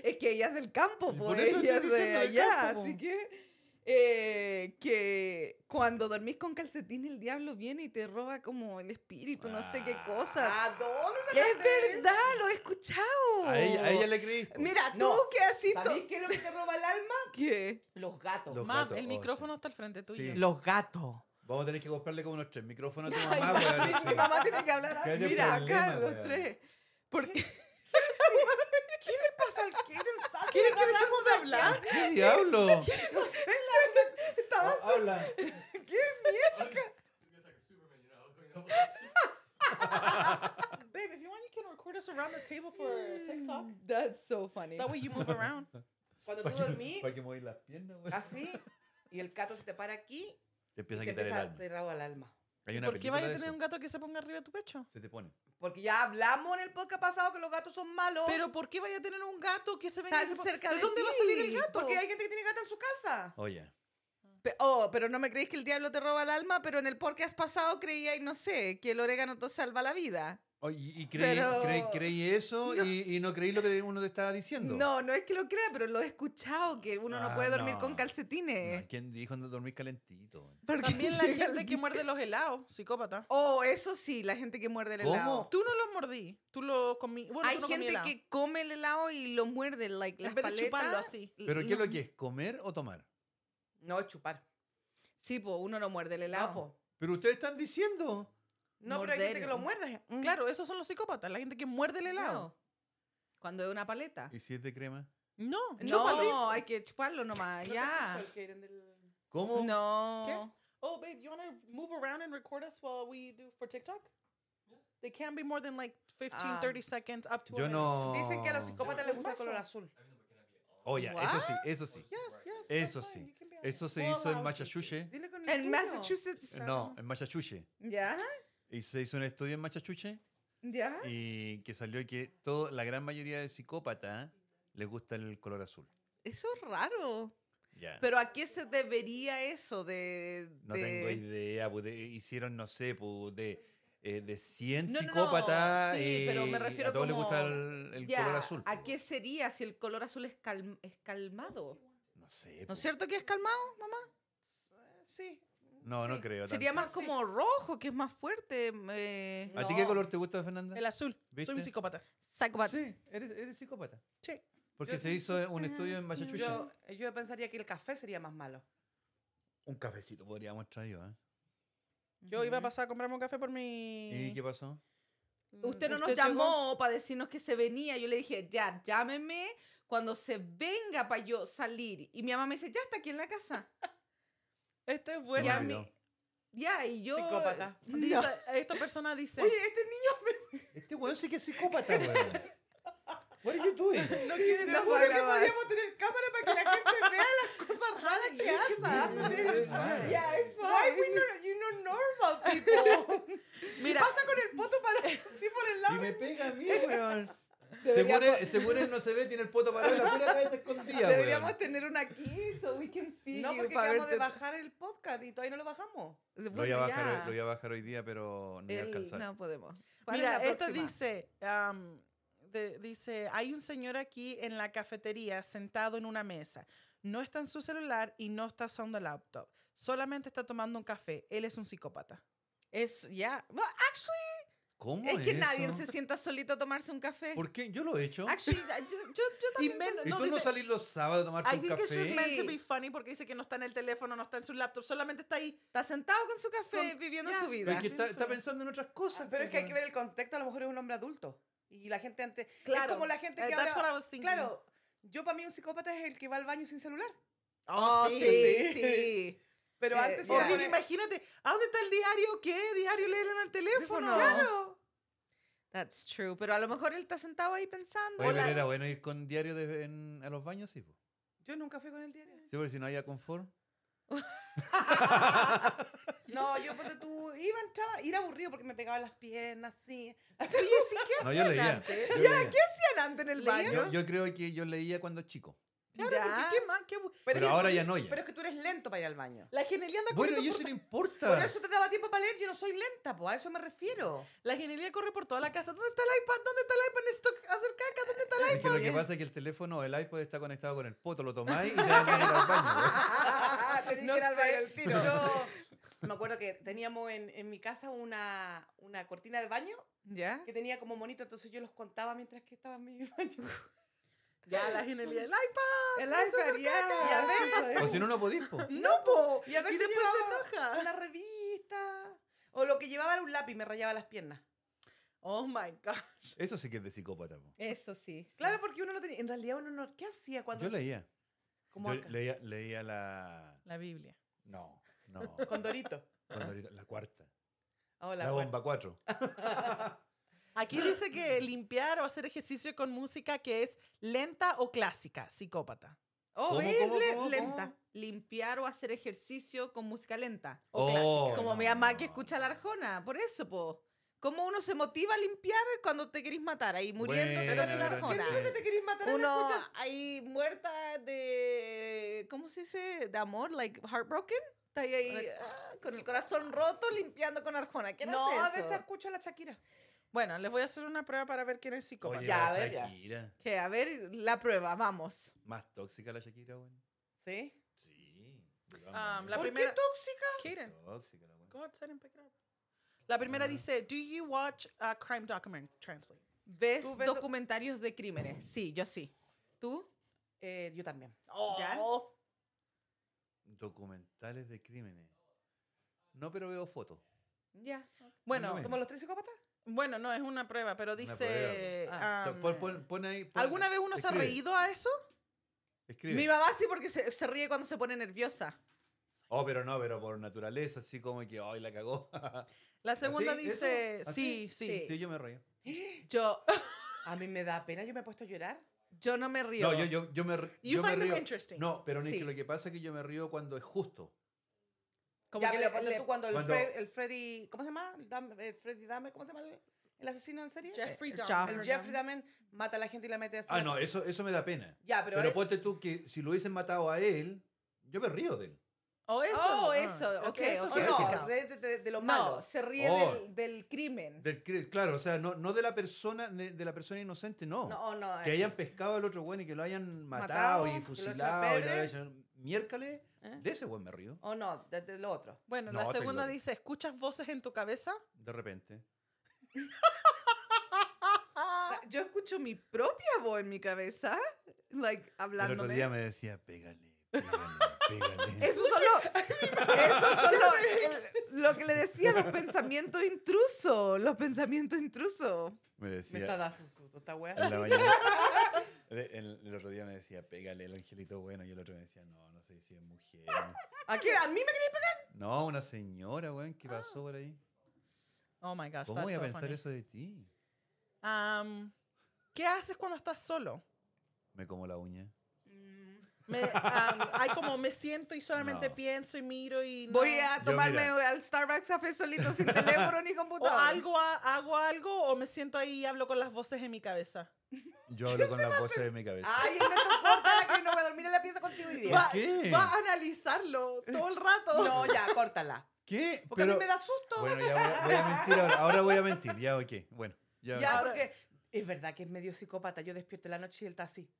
S1: es que ella es del campo,
S4: Y
S1: pues
S4: por eso
S1: ella es
S4: estoy
S1: de
S4: diciendo del
S1: allá,
S4: campo,
S1: así
S4: po.
S1: que eh, que cuando dormís con calcetines el diablo viene y te roba como el espíritu, no sé qué cosa.
S2: ¿A dónde
S1: es
S2: sacaste eso?
S1: verdad, lo he escuchado.
S4: Ah, A ella, a ella le creí.
S1: Mira,
S2: No,
S1: tú que así
S2: ¿Sabéis qué es lo que te roba el alma?
S1: ¿Qué?
S2: Los gatos.
S4: Los-
S3: Mam,
S4: gatos, oh,
S3: el
S4: sí.
S3: micrófono está al frente tuyo.
S4: Sí.
S2: Los gatos.
S4: Vamos a tener que comprarle como unos tres micrófonos a tu mamá, weón, sí.
S1: Mi mamá tiene que hablar
S4: Que
S1: así.
S4: haya
S1: Mira, acá
S4: problema,
S1: los
S4: weón.
S1: tres. Porque
S2: pasa al Kevin Sabe?
S3: ¿Qué, qué hablamos de hablar?
S4: ¿Qué diablo?
S1: estaba
S4: Ah, Habla.
S3: Babe, if you want, you can record us around the table for TikTok.
S1: *laughs* That's so funny.
S3: That way you move around.
S2: Cuando tú
S4: Para que-
S2: dormís
S4: Para que muevas las piernas, weón.
S2: así y el gato se te para aquí y
S4: Te empieza a
S2: te
S4: quitar el
S2: empieza a
S4: alma.
S2: te roba el alma.
S4: Hay una
S3: ¿Por qué
S4: película
S3: vaya a
S4: de
S3: tener
S4: eso.
S3: un gato que se ponga arriba de tu pecho?
S4: Se te pone.
S2: Porque ya hablamos en el podcast pasado que los gatos son malos.
S3: Pero ¿por qué vaya a tener un gato que se venga y
S1: Tan
S3: se po-
S1: cerca
S3: Oh. ¿De,
S1: de
S3: dónde va a salir el
S1: ti?
S3: gato?
S2: porque hay gente que tiene gato en su casa.
S4: Oye.
S1: Pe- Oh, pero no me creéis que el diablo te roba el alma, pero en el podcast pasado creía, y no sé, que el orégano te salva la vida.
S4: Oye, y y creí,
S1: Pero-
S4: creí, creí eso
S1: No
S4: y, y no creí lo que uno te estaba diciendo.
S1: No, no es que lo crea, pero lo he escuchado, que uno no
S4: Ah,
S1: puede dormir con
S4: no.
S1: calcetines.
S4: No, ¿Quién dijo no dormir calentito? weón?
S1: Porque
S3: También la
S1: llega el
S3: gente que
S1: día-
S3: muerde los helados, psicópata.
S1: Oh, eso sí, la gente que muerde el
S4: ¿Cómo?
S1: helado.
S3: Tú no los mordí, tú lo comí. Bueno, tú
S1: Hay
S3: no comí
S1: gente
S3: helado.
S1: que come el helado y lo muerde, like, las
S3: en vez de chuparlo
S1: paletas.
S3: así.
S4: ¿Pero qué es
S1: no.
S4: lo que es? ¿Comer o tomar?
S2: No, chupar.
S1: Sí, pues uno no muerde el
S2: No,
S1: helado.
S2: po.
S4: Pero ustedes están diciendo.
S2: no pero hay gente que
S1: Morder.
S2: lo muerde. Mm.
S3: Claro, esos son los psicópatas, la gente que muerde el helado.
S1: No. Cuando es una paleta.
S4: ¿Y si es de crema?
S3: No, chúpalo.
S1: No, hay que chuparlo nomás,
S2: No te
S1: ya.
S2: gusta el que eran del-
S4: ¿Cómo?
S1: No.
S3: Oh, babe, you want to move around and record us while we do for TikTok? They can't be more than like 15,
S2: Ah.
S3: 30 seconds up to a
S4: Yo
S3: minute.
S4: no.
S2: Dicen que a los psicópatas les gusta el color azul.
S4: Oye, eso sí, eso sí.
S3: Yes, yes.
S4: Eso
S3: that's fine,
S4: sí.
S3: you can be honest.
S4: Eso se
S3: Well,
S4: hizo en
S3: I'll
S4: Machachuche.
S2: Dile con el
S1: En
S2: tuyo.
S1: Massachusetts.
S4: No, en Machachuche.
S1: ¿Ya?
S4: Y se hizo un estudio en Machachuche
S1: ¿Ya?
S4: y que salió que todo, la gran mayoría de psicópatas les gusta el color azul.
S1: Eso es raro.
S4: Ya.
S1: Pero ¿a qué se debería eso de...?
S4: No
S1: de-
S4: tengo idea, pues, de- hicieron, no sé, pues, de, eh, de 100
S1: No, no, no,
S4: psicópatas.
S1: sí, pero me
S4: eh,
S1: refiero
S4: a todos les gusta
S1: como-
S4: el, el
S1: Ya,
S4: color azul.
S1: ¿A
S4: pues.
S1: qué sería si el color azul es, calm- es calmado?
S4: No sé.
S1: ¿No es
S4: pues.
S1: cierto que es calmado, mamá?
S2: Sí.
S4: No, no
S2: Sí.
S4: creo.
S1: Sería
S4: tanto.
S1: más como rojo, que es más fuerte. eh,
S4: ¿A ti qué
S2: No.
S4: color te gusta, Fernanda?
S3: El azul. Soy
S4: ¿Viste?
S3: un psicópata.
S1: psychopath.
S4: Sí, eres, eres psicópata.
S3: Sí.
S4: Porque
S2: Yo
S4: se hizo
S1: mm,
S4: un estudio en Massachusetts.
S2: Yo, yo pensaría que el café sería más malo.
S4: Un cafecito podríamos traer, ¿eh?
S3: Yo iba a pasar a comprarme un café por mi...
S4: ¿Y qué pasó?
S1: Usted no nos
S3: llegó.
S1: llamó para decirnos que se venía. Yo le dije, ya, llámeme cuando se venga para yo salir. Y mi mamá me dice, ya está aquí en la casa.
S3: Este es
S4: Se me
S3: bueno.
S1: Ya,
S4: olvidó.
S1: mi- ya, y yo...
S2: Psicópata.
S1: No.
S3: Dice- Esta persona dice...
S2: Oye, este niño
S4: Este weón sí que es psicópata, weón.
S1: *laughs*
S4: What are you doing?
S2: no quiere
S1: No
S2: Te
S1: va
S2: juro
S1: a
S2: que
S1: grabar.
S2: podríamos tener cámara para que la gente vea las cosas raras que
S4: *laughs*
S1: *laughs*
S2: hace.
S1: Yeah, Ah. it's fine.
S2: Why we not, you know *laughs* normal people?
S3: Mira,
S2: Pasa con el poto *laughs* para así por el
S4: Y
S2: lado.
S4: me pega a mí, weón.
S1: Deberíamos-
S4: Según él, según él no se ve, tiene el poto parado en la pura cabeza escondida,
S1: Deberíamos
S4: weón.
S1: tener una aquí, so we can see.
S2: No,
S1: you
S2: porque
S1: pa'
S2: acabamos de
S1: verte-
S2: bajar el podcast y todavía no lo bajamos.
S4: Lo
S1: Bueno,
S4: voy, a bajar, hoy-
S1: ya.
S4: lo voy a bajar hoy día, pero no voy a
S1: El-
S4: alcanzar.
S1: No podemos. ¿Cuál
S3: mira,
S1: es la
S3: esta
S1: próxima?
S3: dice... am, de- dice, hay un señor aquí en la cafetería sentado en una mesa. No está en su celular y no está usando laptop. Solamente está tomando un café. Él es un psicópata.
S1: Es, ya. Well, actually,
S4: ¿Cómo
S1: es que nadie
S4: eso?
S1: se sienta solito a tomarse un café.
S4: ¿Por qué? Yo lo he hecho.
S1: Actually, yo, yo, yo
S3: Y
S1: también.
S3: menos-
S4: ¿Y
S3: no,
S4: tú no
S3: dice-
S4: salís los sábados a tomarte
S3: I
S4: un
S3: think it's just
S4: café?
S3: meant to
S1: Sí.
S3: be funny porque dice que no está en el teléfono, no está en su laptop, solamente está ahí.
S1: Está sentado con su café
S3: Con-
S1: viviendo
S3: ya.
S1: su
S4: Pero
S1: vida.
S4: es que está,
S3: Pienso
S4: está
S3: yo.
S4: pensando en otras cosas.
S2: Ah, Pero es que hay que
S4: weón.
S2: ver el contexto, a lo mejor es un hombre adulto. Y la gente antes.
S3: Claro.
S2: Es como la gente
S3: Eh,
S2: que
S3: that's what I
S2: ahora.
S3: was thinking.
S2: Claro, yo para mí un psicópata es el que va al baño sin celular.
S1: Oh,
S2: sí,
S1: sí,
S2: sí.
S1: sí.
S2: Pero
S1: Eh,
S2: antes
S1: Sí,
S3: Oh,
S1: la-
S2: era.
S3: Lili, imagínate, ¿a dónde está el diario? ¿Qué diario leen en el
S1: Teléfono.
S3: teléfono?
S2: Claro.
S1: That's true. Pero a lo mejor él está sentado ahí pensando.
S4: Oye, pero
S1: Hola.
S4: era bueno ir con diario de- en- a los baños, sí. po.
S2: Yo nunca fui con el diario.
S4: Sí, porque si no había confort.
S2: No, yo ponte tú. Iba, entraba, ir aburrido porque me pegaba las piernas, así.
S3: Oye, sí, ¿qué
S4: *laughs* No,
S3: hacían
S4: yo leía.
S3: antes?
S4: Yo, leía.
S1: ¿Qué hacían antes en el
S3: ¿Leían?
S1: baño?
S4: Yo- yo creo que yo leía cuando chico.
S3: Claro,
S1: Ya.
S3: porque qué más, qué bu-
S4: Pero
S2: es que
S4: ahora
S2: tú-
S4: ya no, ya.
S2: Pero es que tú eres lento para ir al baño.
S3: La genialidad anda
S4: Bueno,
S3: corriendo
S4: y eso
S3: por-
S4: no
S2: Por
S4: importa.
S2: eso te daba tiempo para leer, yo no soy lenta, pues a eso me refiero.
S3: la genialidad corre por toda la casa. ¿Dónde está el iPad? ¿Dónde está el iPad? Necesito hacer caca. ¿Dónde está el iPad?
S4: Es que lo que pasa es que el teléfono o el iPod está conectado con el poto, lo tomáis y te dan ganas de ir al baño. weón.
S2: *laughs* Tenés
S1: No
S2: que ir al
S1: sé,
S2: baño.
S1: el tiro.
S2: Yo me acuerdo que teníamos en, en mi casa una, una cortina de baño
S1: ¿Ya?
S2: que tenía como monito, entonces yo los contaba mientras que estaba en mi *laughs* baño.
S3: Ya, la genialidad. El iPad.
S1: El
S3: Eso es
S1: iPad,
S3: el
S1: ya.
S3: caca.
S2: Y a veces-
S4: O si no, no podís, po.
S2: No, po. Y a
S3: Y
S2: veces
S3: después
S2: llevaba
S3: se
S1: Ah.
S3: enoja.
S2: una revista. O lo que llevaba era un lápiz, me rayaba las piernas.
S3: Oh my gosh.
S4: Eso sí que es de psicópata, po.
S1: Eso sí.
S2: Claro, porque uno no tenía. En realidad, uno no. ¿Qué hacía cuando.?
S4: Yo leía.
S2: como
S4: Yo
S2: acá,
S4: leía, leía la...
S3: La Biblia.
S4: No, no.
S2: Con Dorito.
S4: Bueno, ahorita- La cuarta.
S2: Oh, la
S4: La
S2: buena.
S4: bomba 4.
S3: Aquí dice que limpiar o hacer ejercicio con música que es lenta o clásica, psicópata.
S1: Oh,
S4: ¿Cómo,
S1: es
S4: cómo,
S1: le-
S4: cómo,
S1: lenta.
S4: cómo?
S1: Limpiar o hacer ejercicio con música lenta.
S3: O
S4: Oh,
S3: clásica.
S1: Como mi mamá que escucha la arjona. Por eso, po. ¿Cómo uno se motiva a limpiar cuando te querís matar? Ahí muriendo
S4: Buena,
S1: te la
S4: Arjona.
S1: arjona.
S2: ¿Qué es lo que te querís matar?
S1: Uno
S2: Uno.
S1: ahí muerta de. ¿Cómo se dice? De amor, like heartbroken. Está ahí,
S3: Eh,
S1: ahí ah, con el corazón roto limpiando con Arjona. ¿Qué
S2: No, a
S1: eso?
S2: veces escucho a la Shakira.
S3: Bueno, les voy a hacer una prueba para ver quién es psicópata.
S4: Oye,
S2: Ya,
S4: la
S2: a ver, ya.
S4: Shakira.
S1: Que a ver la prueba, vamos.
S4: Más tóxica la Shakira, weón.
S2: ¿Sí?
S4: Sí.
S3: Ah,
S4: digamos,
S3: la
S4: weón.
S2: ¿Por
S3: primera-
S2: qué tóxica?
S3: Kaden.
S4: Tóxica la weón.
S3: Go outside and pick it up. La primera
S4: Ah.
S3: dice, do you watch a crime document? Translate.
S1: ¿Ves
S2: Tú ves lo-
S1: documentarios de crímenes? Sí, yo sí. ¿Tú?
S2: Eh, yo también.
S3: Oh.
S1: ¿Ya?
S4: Documentales de crímenes. No, pero veo fotos.
S1: Ya.
S3: Bueno,
S4: Mándame.
S2: ¿Como los tres psicópatas?
S3: bueno, no, es una prueba, pero
S4: Una
S3: dice...
S4: prueba.
S2: Ah,
S4: O sea,
S3: um,
S4: pon- pon- pon ahí, pon-
S3: ¿Alguna vez uno se ha
S4: escribe,
S3: reído a eso?
S4: Escribe.
S1: Mi mamá sí porque se, se ríe cuando se pone nerviosa.
S4: Oh, pero no, pero por naturaleza, así como que, ay, la cagó.
S3: La segunda
S4: ¿Así?
S3: dice,
S4: ¿Ah, ¿Eso?
S3: sí,
S4: ¿Así?
S3: sí.
S4: sí, yo me reí.
S1: Yo,
S2: A mí me da pena, yo me he puesto a llorar.
S1: yo no me río.
S4: No, yo, yo, yo me, r-
S3: You
S4: yo me
S3: find them
S4: río.
S3: interesting.
S4: No, pero ni
S1: Sí.
S4: que lo que pasa es que yo me río cuando es justo.
S1: Como
S2: Ya,
S1: que
S2: pero
S1: le-
S2: ponte
S1: le-
S2: tú cuando, el,
S4: Cuando-
S2: Fre- el Freddy, ¿cómo se llama? El Dam- el Freddy Dahmer, ¿cómo se llama el, el asesino en serie?
S3: Jeffrey
S1: Eh,
S3: Dahmer.
S1: Jeffrey
S2: El Jeffrey Dahmer mata a la gente y la mete así.
S4: Ah, no, eso, eso me da pena.
S2: Ya, pero,
S4: Pero,
S2: él-
S4: ponte tú que si lo hubiesen matado a él, yo me río de él.
S3: Oh, eso.
S1: Oh,
S3: ah,
S1: eso,
S3: creo que
S1: ok,
S3: eso
S1: ok,
S2: Oh,
S3: es
S1: ok.
S2: no,
S3: complicado.
S2: de, de- de- de lo
S1: No,
S2: malo.
S1: se ríe
S4: Oh.
S1: del, del crimen.
S4: Del cri- claro, o sea, no, no de la persona, de, de la persona inocente, no.
S2: No, no. eso.
S4: que hayan pescado al otro güey y que lo hayan matado,
S2: que lo
S4: y
S2: echen a
S4: fusilado y
S2: pebre.
S4: la hayan- miércoles,
S2: ¿Eh?
S4: de ese güey me río,
S2: O no, de, de lo otro.
S3: Bueno,
S4: No,
S3: la
S4: estoy
S3: segunda
S4: loco.
S3: dice, ¿escuchas voces en tu cabeza?
S4: de repente.
S1: Ah, Yo escucho mi propia voz en mi cabeza, like
S4: El otro
S1: hablándome.
S4: día me decía, pégale, pégale, pégale.
S1: Eso solo, eso solo el- lo que le decía los pensamientos intrusos, los pensamientos intrusos.
S4: Me
S2: Me está
S4: decía,
S2: dando su susto esta wea.
S4: en la
S2: *laughs*
S4: mañana. de- el, el otro día me decía, pégale el angelito bueno, y el otro me decía, no, no sé si es mujer.
S2: ¿A quién? ¿A mí me
S4: No, una señora, weón, ¿qué pasó por ahí?
S3: Oh my gosh,
S4: ¿Cómo
S3: that's
S4: voy a
S3: so
S4: pensar
S3: funny.
S4: eso de ti?
S3: Am, ¿Qué haces cuando estás solo?
S4: Me como la uña.
S3: Me, am, hay como me siento y solamente
S4: No.
S3: pienso y miro y no-
S1: Voy a
S4: Yo,
S1: tomarme
S4: mira.
S1: al Starbucks café solito sin teléfono ni
S3: o
S1: computador.
S3: algo ha- hago algo o me siento ahí y hablo con las voces en mi cabeza.
S4: Yo hablo con las voces de mi cabeza.
S2: Ay, el neto córtala que no voy a dormir en la pieza contigo hoy
S4: *laughs*
S2: día.
S3: Va,
S4: qué?
S3: va a analizarlo todo el rato.
S2: No, ya, córtala.
S4: ¿Qué?
S2: Porque a mí me da susto.
S4: Bueno, ya voy a, voy a mentir ahora. Ahora voy a mentir. Ya, ok. Bueno. Ya.
S2: ya,
S3: ahora-
S2: porque es verdad que es medio psicópata. Yo despierto en la noche y él
S1: *laughs*
S2: está así.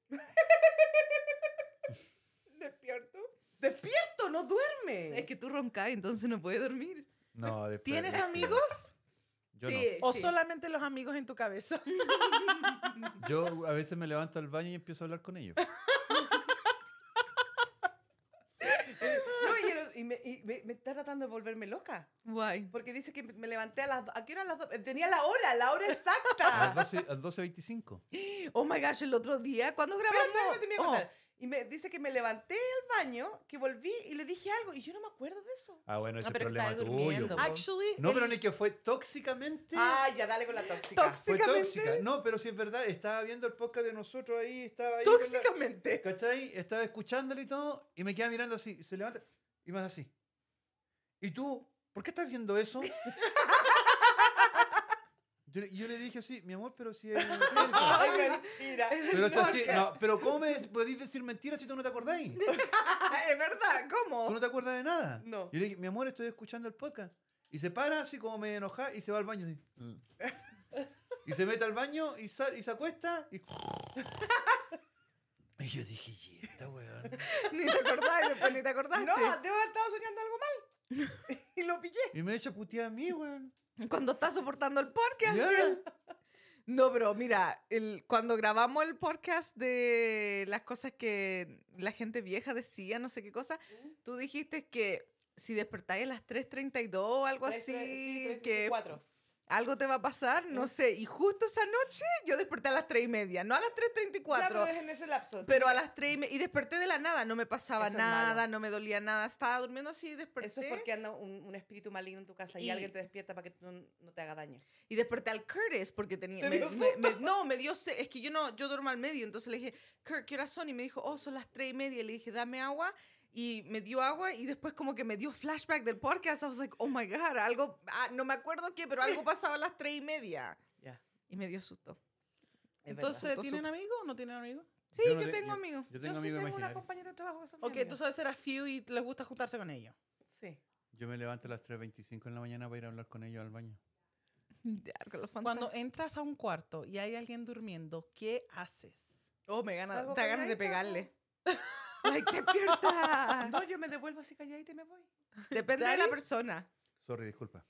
S1: Despierto.
S2: ¡Despierto! ¡No duerme!
S1: Es que tú roncas, entonces no puedes dormir.
S4: No, después-
S3: ¿Tienes
S4: después.
S3: amigos
S4: Yo
S3: o solamente los amigos en tu cabeza?
S4: no. Yo a veces me levanto al baño y empiezo a hablar con ellos.
S2: No, y, el- y me, y me- me está tratando de volverme loca. *laughs*
S1: Guay.
S2: Porque dice que me levanté a las... do- ¿A qué hora las do- Tenía la hora, la hora
S4: A *laughs* las
S2: exacta.
S4: 12 a las 12.25.
S1: Oh my gosh, el otro día, ¿cuándo grabamos?
S2: Espérate, déjame terminar de
S1: Oh,
S2: contar. Y me dice que me levanté al baño, que volví y le dije algo. Y yo no me acuerdo de eso.
S4: Ah, bueno, ese es
S1: pero
S4: problema
S1: estabas
S4: tuyo.
S1: durmiendo,
S4: po.
S1: po.
S3: Actually,
S4: No,
S3: el-
S4: pero ni que fue tóxicamente.
S2: Ah, ya, dale con la tóxica.
S4: fue
S1: tóxicamente.
S4: tóxica. No, pero sí es verdad. Estaba viendo el podcast de nosotros ahí. Estaba ahí. con la-
S1: *laughs* Tóxicamente.
S4: ¿Cachai? Estaba escuchándolo y todo, y me queda mirando así, se levanta y más así. ¿Y tú? ¿Por qué estás viendo eso? *laughs* Yo, le- yo le dije así, mi amor, pero si es mentira".
S2: Ay, mentira.
S4: Pero está así, no, pero ¿cómo me podéis decir mentiras si tú no te acordáis?
S1: Ah, es verdad,
S4: Tú
S1: ¿cómo?
S4: *laughs* no te acuerdas de nada.
S2: No.
S4: Yo le dije, mi amor, estoy escuchando el podcast. Y se para así como me enoja y se va al baño así. Y se mete al baño y, sal- y se acuesta y... *laughs* Y yo dije, "Y esta weón.
S1: Ni te acordás, después ni te acordaste.
S2: No, debo haber estado soñando algo mal.
S1: *laughs*
S2: y lo pillé.
S4: Y me echa puteada a mí, weón.
S1: Cuando está soportando el podcast.
S4: Ya.
S1: bien. No, pero mira, el, cuando grabamos el podcast de las cosas que la gente vieja decía, no sé qué cosa, tú dijiste que si despertáis a las 3.32 o algo
S2: Tres,
S1: así,
S2: tres, sí, tres,
S1: Pues que
S2: cuatro.
S1: algo te va a pasar, no sé. Y justo esa noche yo desperté a las 3 y media, no a las
S2: Ya,
S1: 3.34.
S2: pero es en ese lapso.
S1: Pero a las 3 y, me- y desperté de la nada, no me pasaba
S2: Eso es
S1: nada,
S2: malo.
S1: no me dolía nada, estaba durmiendo así y desperté.
S2: Eso es porque anda un, un espíritu maligno en tu casa y,
S1: Y-
S2: alguien te despierta para que tú no, no te haga daño.
S1: Y desperté al Curtis porque tenía...
S2: ¿Te
S1: me-
S2: dio
S1: me-
S2: susto?
S1: me- no, me dio... se- Es que yo no, yo duermo al medio, entonces le dije, Kurt, ¿qué horas son? Y me dijo, oh, son las tres y media. Y le dije, dame agua. Y me dio agua y después como que me dio flashback del podcast. I was like, oh my God, algo... ah, no me acuerdo qué, pero algo pasaba a las tres y media.
S2: Ya.
S1: Y me dio susto.
S2: es verdad.
S3: entonces,
S1: Justo,
S3: ¿tienen
S1: justo.
S3: amigos o no tienen amigos?
S1: Sí,
S4: Yo
S1: yo,
S4: no te-
S1: tengo
S4: yo-
S1: amigos.
S4: Yo
S2: Yo
S4: tengo
S2: sí
S4: amigos
S2: tengo una
S4: imaginarios.
S2: compañera de trabajo que son mis
S3: Ok,
S2: amigas.
S3: tú sabes eras few y les gusta juntarse con ellos.
S2: Sí.
S4: Yo me levanto a las 3.25 en la mañana para ir a hablar con ellos al baño.
S1: Ya, con los
S3: Cuando
S1: fantasmas.
S3: entras a un cuarto y hay alguien durmiendo, ¿qué haces?
S1: Oh, me gana,
S2: Salgo
S1: te da ganas de
S2: calladita, *laughs*
S1: pegarle. Ay, despierta.
S2: No, yo me devuelvo así calladita y me voy.
S1: Depende de la persona.
S4: Sorry, disculpa.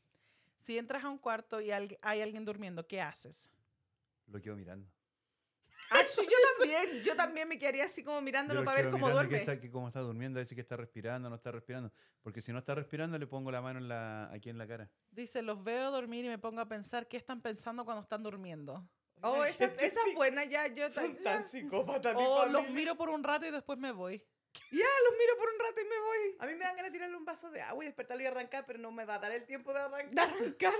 S3: Si entras a un cuarto y algu- hay alguien durmiendo, ¿qué haces?
S4: Lo quedo mirando.
S1: Actually,
S2: *laughs*
S1: yo también, yo también me quedaría así como mirándolo
S4: lo
S1: para ver
S4: quedo
S1: cómo
S4: mirando
S1: duerme.
S4: Que está, que cómo está durmiendo, a ver si que está respirando, no está respirando. Porque si no está respirando, le pongo la mano en la, aquí en la cara.
S3: Dice, los veo dormir y me pongo a pensar qué están pensando cuando están durmiendo.
S1: Oh,
S2: Ay, *laughs*
S1: esa,
S2: gente,
S1: esa
S2: sí,
S1: es buena ya, yo ta-
S2: Son tan psicópatas, mi
S1: Oh,
S3: O los
S2: familia.
S3: miro por un rato y después me voy.
S1: Ya, los miro por un rato y me voy.
S2: A mí me dan ganas de tirarle un vaso de agua y despertarlo y arrancar, pero no me va a dar el tiempo de
S1: De *laughs*
S2: arrancar.
S1: arrancar.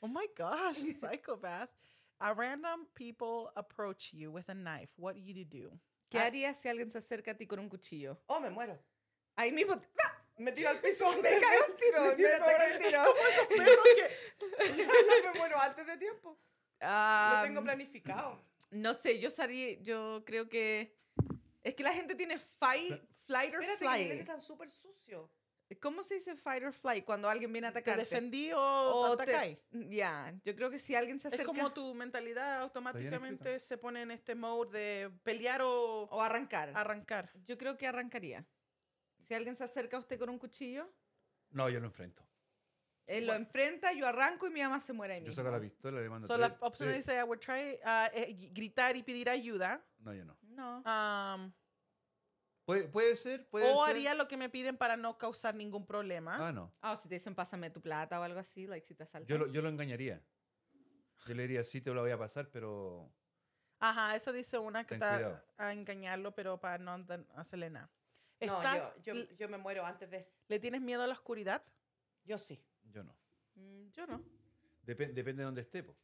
S3: Oh my gosh, psychopath. A random people approach you with a knife. What do you do?
S1: ¿Qué
S3: Ah.
S1: harías si alguien se acerca a ti con un cuchillo?
S2: Oh, me muero.
S1: Ahí mismo.
S2: Me tiro al piso.
S1: *laughs* Me cae un tiro,
S2: Me
S1: me
S2: dio un
S1: pegó
S2: ataque.
S1: el
S2: *laughs*
S1: tiro.
S3: Pero que-
S1: *laughs*
S2: no me muero antes de tiempo.
S1: Ah,
S2: Lo tengo planificado.
S1: No sé, yo salí, yo creo que... Es que la gente tiene fight, flight or
S2: Espérate, que
S1: fly.
S2: los están súper sucios.
S1: ¿Cómo se dice fight or fly cuando alguien viene a
S3: ¿Te
S1: atacarte?
S3: defendí o,
S1: O
S3: te
S1: te-
S3: atacáis?
S1: Ya, yo creo que si alguien se
S3: Es
S1: acerca
S3: como tu mentalidad automáticamente se pone en este mode de pelear o
S1: o arrancar.
S3: arrancar.
S1: yo creo que arrancaría. Si alguien se acerca a usted con un cuchillo,
S4: No, yo lo enfrento.
S1: él lo enfrenta, yo arranco y mi mamá se muere ahí
S4: Yo
S1: mismo.
S4: saco la pistola y le mando
S3: So,
S4: tres-
S3: la opción
S4: tres-
S3: dice, I would try, ah, eh, y- gritar y pedir ayuda.
S4: No, yo no.
S1: No.
S3: Um,
S4: Puede, puede ser, puede
S3: o
S4: ser.
S3: haría lo que me piden para no causar ningún problema.
S4: Ah, no.
S1: Ah, o si te dicen pásame tu plata o algo así, like si te asaltan.
S4: Yo lo, yo lo engañaría. Yo le diría, sí, te lo voy a pasar, pero...
S3: Ajá, esa dice una que
S4: Ten
S3: está
S4: cuidado.
S3: a engañarlo, pero para no andar- hacerle nada.
S2: No,
S3: Estás-
S2: yo, yo,
S3: l-
S2: yo me muero antes de...
S3: ¿Le tienes miedo a la oscuridad?
S2: Yo sí.
S4: Yo no.
S1: Mm, yo no.
S4: Depe- depende de dónde esté, po.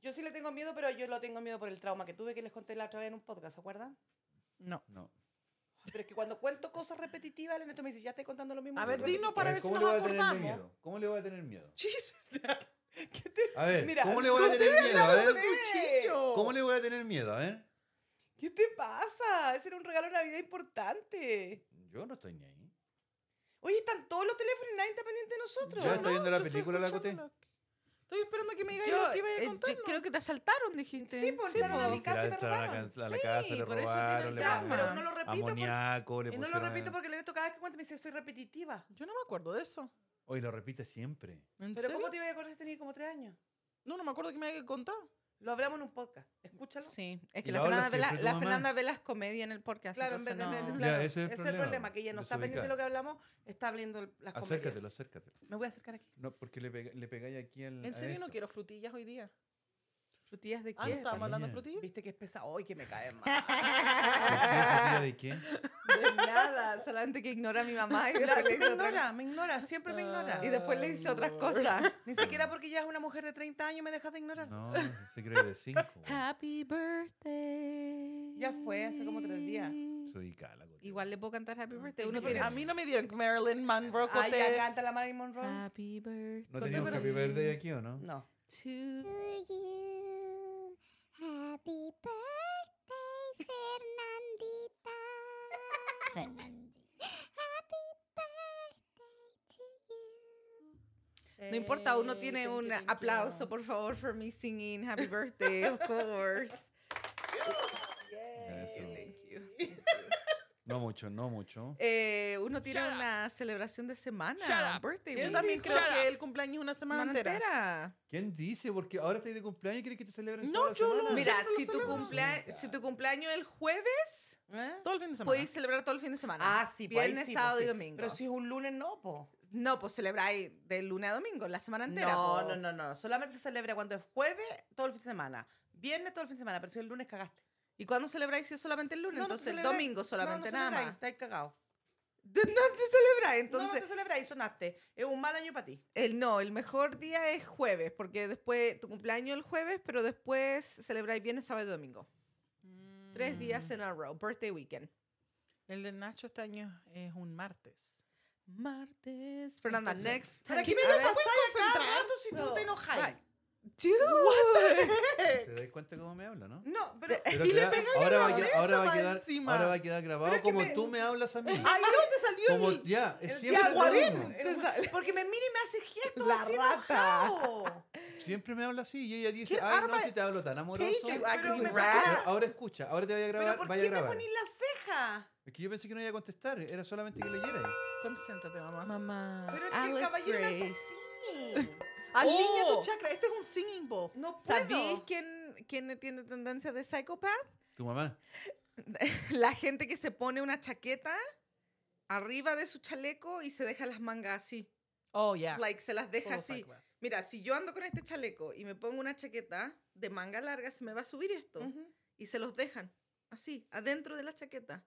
S2: Yo sí le tengo miedo, pero yo lo tengo miedo por el trauma que tuve que les conté la otra vez en un podcast, ¿se acuerdan?
S3: No.
S4: No.
S2: Pero es que cuando cuento cosas repetitivas, el neto me dice, ya estoy contando lo mismo.
S3: A
S2: otra
S3: ver,
S2: vez".
S3: dino para
S4: A
S3: ver si
S4: ¿cómo
S3: nos
S4: le voy a tener
S3: acordamos.
S4: miedo? ¿Cómo le voy a tener miedo?
S3: Jesus, *laughs*
S2: ¿Qué te,
S4: A ver,
S2: Mira,
S4: ¿cómo le voy a
S2: no
S4: tener miedo? A ver,
S3: cuchillo.
S4: ¿cómo le voy a tener miedo? A ver.
S2: ¿Qué te pasa? Ese era un regalo de Navidad importante.
S4: Yo no estoy ni ahí.
S2: Oye, están todos los teléfonos y nadie está pendiente de nosotros.
S4: Ya
S3: No,
S4: está viendo la
S3: yo estoy
S4: película, la Coté.
S3: escuchándola. Estoy esperando que me digas
S1: Yo,
S3: lo que iba
S1: eh,
S3: a
S1: yo
S3: contar.
S1: creo que te asaltaron, dijiste.
S2: Sí, pues, entraron a
S1: po.
S2: mi casa y me
S4: entraron a la
S2: robaron.
S4: ca- a la
S1: Sí,
S4: casa, le
S1: por eso tiene
S4: robaron, le
S1: Ya,
S4: pusieron
S1: pero
S2: no lo repito por-
S4: amoníaco, le
S2: Y no
S4: pusieron...
S2: lo repito porque el neto cada vez que cuento me dice, soy repetitiva.
S3: Yo no me acuerdo de eso.
S4: Hoy lo repite siempre.
S3: ¿En
S2: Pero
S3: serio?
S2: ¿cómo te iba a acordar si tenía como tres años?
S3: No, no me acuerdo que me haya contado.
S2: Lo hablamos en un podcast. Escúchalo.
S1: Sí, es
S4: Y
S1: que la,
S4: la habla
S1: Fernanda, ve la,
S4: siempre tu
S1: la
S4: mamá.
S1: Fernanda ve las comedias en el podcast.
S2: Claro, en vez de...
S1: entonces
S2: de-
S1: no.
S4: Ya,
S2: claro,
S4: ese es el problema,
S2: que ella no está pendiente de lo que hablamos, está abriendo el- las comedias.
S4: Acércatelo, acércatelo.
S2: Me voy a acercar aquí.
S4: No, porque le, pega- le pegáis aquí al.
S3: En
S4: a
S3: serio no
S4: Mm, esto.
S3: quiero frutillas hoy día.
S1: ¿Frutillas de
S3: Ah, no
S1: qué?
S3: estábamos hablando de
S4: Niña.
S3: frutillas.
S2: Viste que es pesado. Hoy que me cae
S1: *laughs*
S2: mal.
S4: ¿Pero qué es esa tía de qué?
S1: de nada, solamente que ignora a mi mamá. *laughs* Y,
S2: La-
S1: después le
S2: sí me
S1: dice otra-
S2: ignora, me ignora, siempre me ignora.
S4: Ah.
S1: y después le dice otras *laughs* cosas.
S2: Ni siquiera porque ya es una mujer de 30 años me dejas de ignorar.
S4: No, se cree de cinco. güey.
S1: Happy birthday.
S2: Ya fue, hace como tres días.
S4: Soy cala, güey.
S1: Igual le puedo cantar Happy birthday.
S3: Sí,
S1: Uno
S3: porque
S1: tiene-
S3: a mí no me dieron Marilyn Monroe.
S2: Ah, ya
S3: Coté.
S2: canta la Marilyn Monroe.
S1: Happy birthday.
S4: ¿No teníamos
S3: pero
S4: Happy
S3: sí.
S4: Birthday aquí o no?
S2: No.
S1: to-
S5: to you. Happy birthday, Fernandita. *laughs* Fernandita. Happy birthday to you.
S1: No importa, uno
S3: Eh,
S1: tiene
S3: thank you,
S1: un
S3: thank you.
S1: aplauso, por favor, for me singing Happy Birthday, of course.
S4: Ya, eso.
S1: Thank you.
S4: No mucho, no mucho.
S1: Eh, uno tiene
S3: Shut up.
S1: una celebración de semana.
S3: Shut up.
S1: Birthday
S3: Yo
S1: week.
S3: también
S1: Shut
S3: creo
S1: up.
S3: que el cumpleaños es una semana
S1: Semana
S3: entera.
S1: entera.
S4: ¿Quién dice? Porque ahora estáis de cumpleaños y quieres que te celebren.
S3: No,
S4: toda la
S3: yo no.
S4: semana.
S1: Mira,
S3: siempre lo
S1: si tu,
S3: celebro.
S1: cumplea- si tu cumpleaños es el jueves,
S2: ¿Eh?
S3: Todo el fin de semana.
S1: podéis celebrar todo el fin de semana.
S2: Ah, sí, pues, ahí
S1: Ah, Viernes,
S2: sí, pues,
S1: sábado
S2: sí.
S1: y domingo.
S2: Pero si es un lunes, no, po.
S1: No, pues celebráis de lunes a domingo, la semana entera.
S2: No,
S1: po.
S2: no, no, no. Solamente se celebra cuando es jueves, todo el fin de semana. Viernes, todo el fin de semana. Pero si el lunes cagaste.
S1: ¿Y cuándo celebráis si es solamente el lunes?
S2: No, no te
S1: entonces el
S2: celebráis.
S1: domingo solamente
S2: no, no
S1: nada
S2: celebráis,
S1: más. *laughs*
S2: Estáis cagados.
S1: No te celebráis,
S2: Entonces, no,
S1: entonces.
S2: te celebráis, sonaste. Es un mal año para ti.
S1: El no, el mejor día es jueves, porque después tu cumpleaños el jueves, pero después celebráis viernes, sábado y domingo. Tres días
S2: Mm.
S1: en a row, birthday weekend.
S3: Mm. El de Nacho este año es un martes.
S1: Martes. Fernanda,
S3: Entonces,
S1: next
S2: ¿Para qué
S1: time.
S2: me
S1: A
S2: lo
S1: ver.
S2: pasáis acá rato si tú
S1: No.
S2: te enojáis?
S1: Dude.
S4: ¿Te das cuenta cómo me
S2: *laughs*
S4: habla, no?
S2: No, pero...
S4: Pero
S3: Y le
S4: queda-
S3: pegáis a
S4: ahora,
S3: la
S4: va a quedar- ahora, va a
S3: mesa
S4: quedar,
S3: encima.
S4: ahora va a quedar grabado
S2: es que
S4: como
S2: me-
S4: tú me hablas a mí.
S3: Ahí dónde salió
S4: como
S3: el...
S4: ya,
S1: *laughs*
S2: el
S4: es siempre
S2: diablo,
S4: lo
S2: el-
S4: mismo.
S2: el- Porque me mira y me hace gestos
S1: La
S2: así
S1: rata.
S2: enojado.
S4: Siempre me habla así y ella dice,
S3: Quiero
S4: ay no,
S3: arma-
S4: si te hablo tan amoroso.
S3: Page you
S1: Ah,
S4: Pero
S3: ugly
S2: me-
S4: ahora-
S3: rat.
S4: Ahora escucha, ahora te voy a
S2: ¿Pero
S4: grabar,
S2: por
S4: vaya a
S2: qué me
S4: grabar.
S2: ponís la ceja?
S4: Es que yo pensé que no iba a contestar, era solamente que leyera.
S3: Concéntrate, mamá.
S1: Mamá.
S2: Pero es que el
S1: Alice
S2: caballero me hace
S1: Grace.
S2: así.
S3: Alinea
S1: Oh.
S3: tu chakra. Este es un singing bowl.
S1: *laughs*
S2: No
S1: ¿Sabéis
S2: puedo.
S1: quién, quién tiene tendencia de
S2: *laughs*
S1: psychopath?
S4: Tu mamá.
S1: La gente que se pone una chaqueta arriba de su chaleco y se deja las mangas así.
S3: Oh, yeah.
S1: Like, se las deja
S3: Total
S1: así.
S3: psychopath.
S1: Mira, si yo ando con este chaleco y me pongo una chaqueta de manga larga, se me va a subir esto.
S2: Ujú.
S1: Y se los dejan así, adentro de la chaqueta.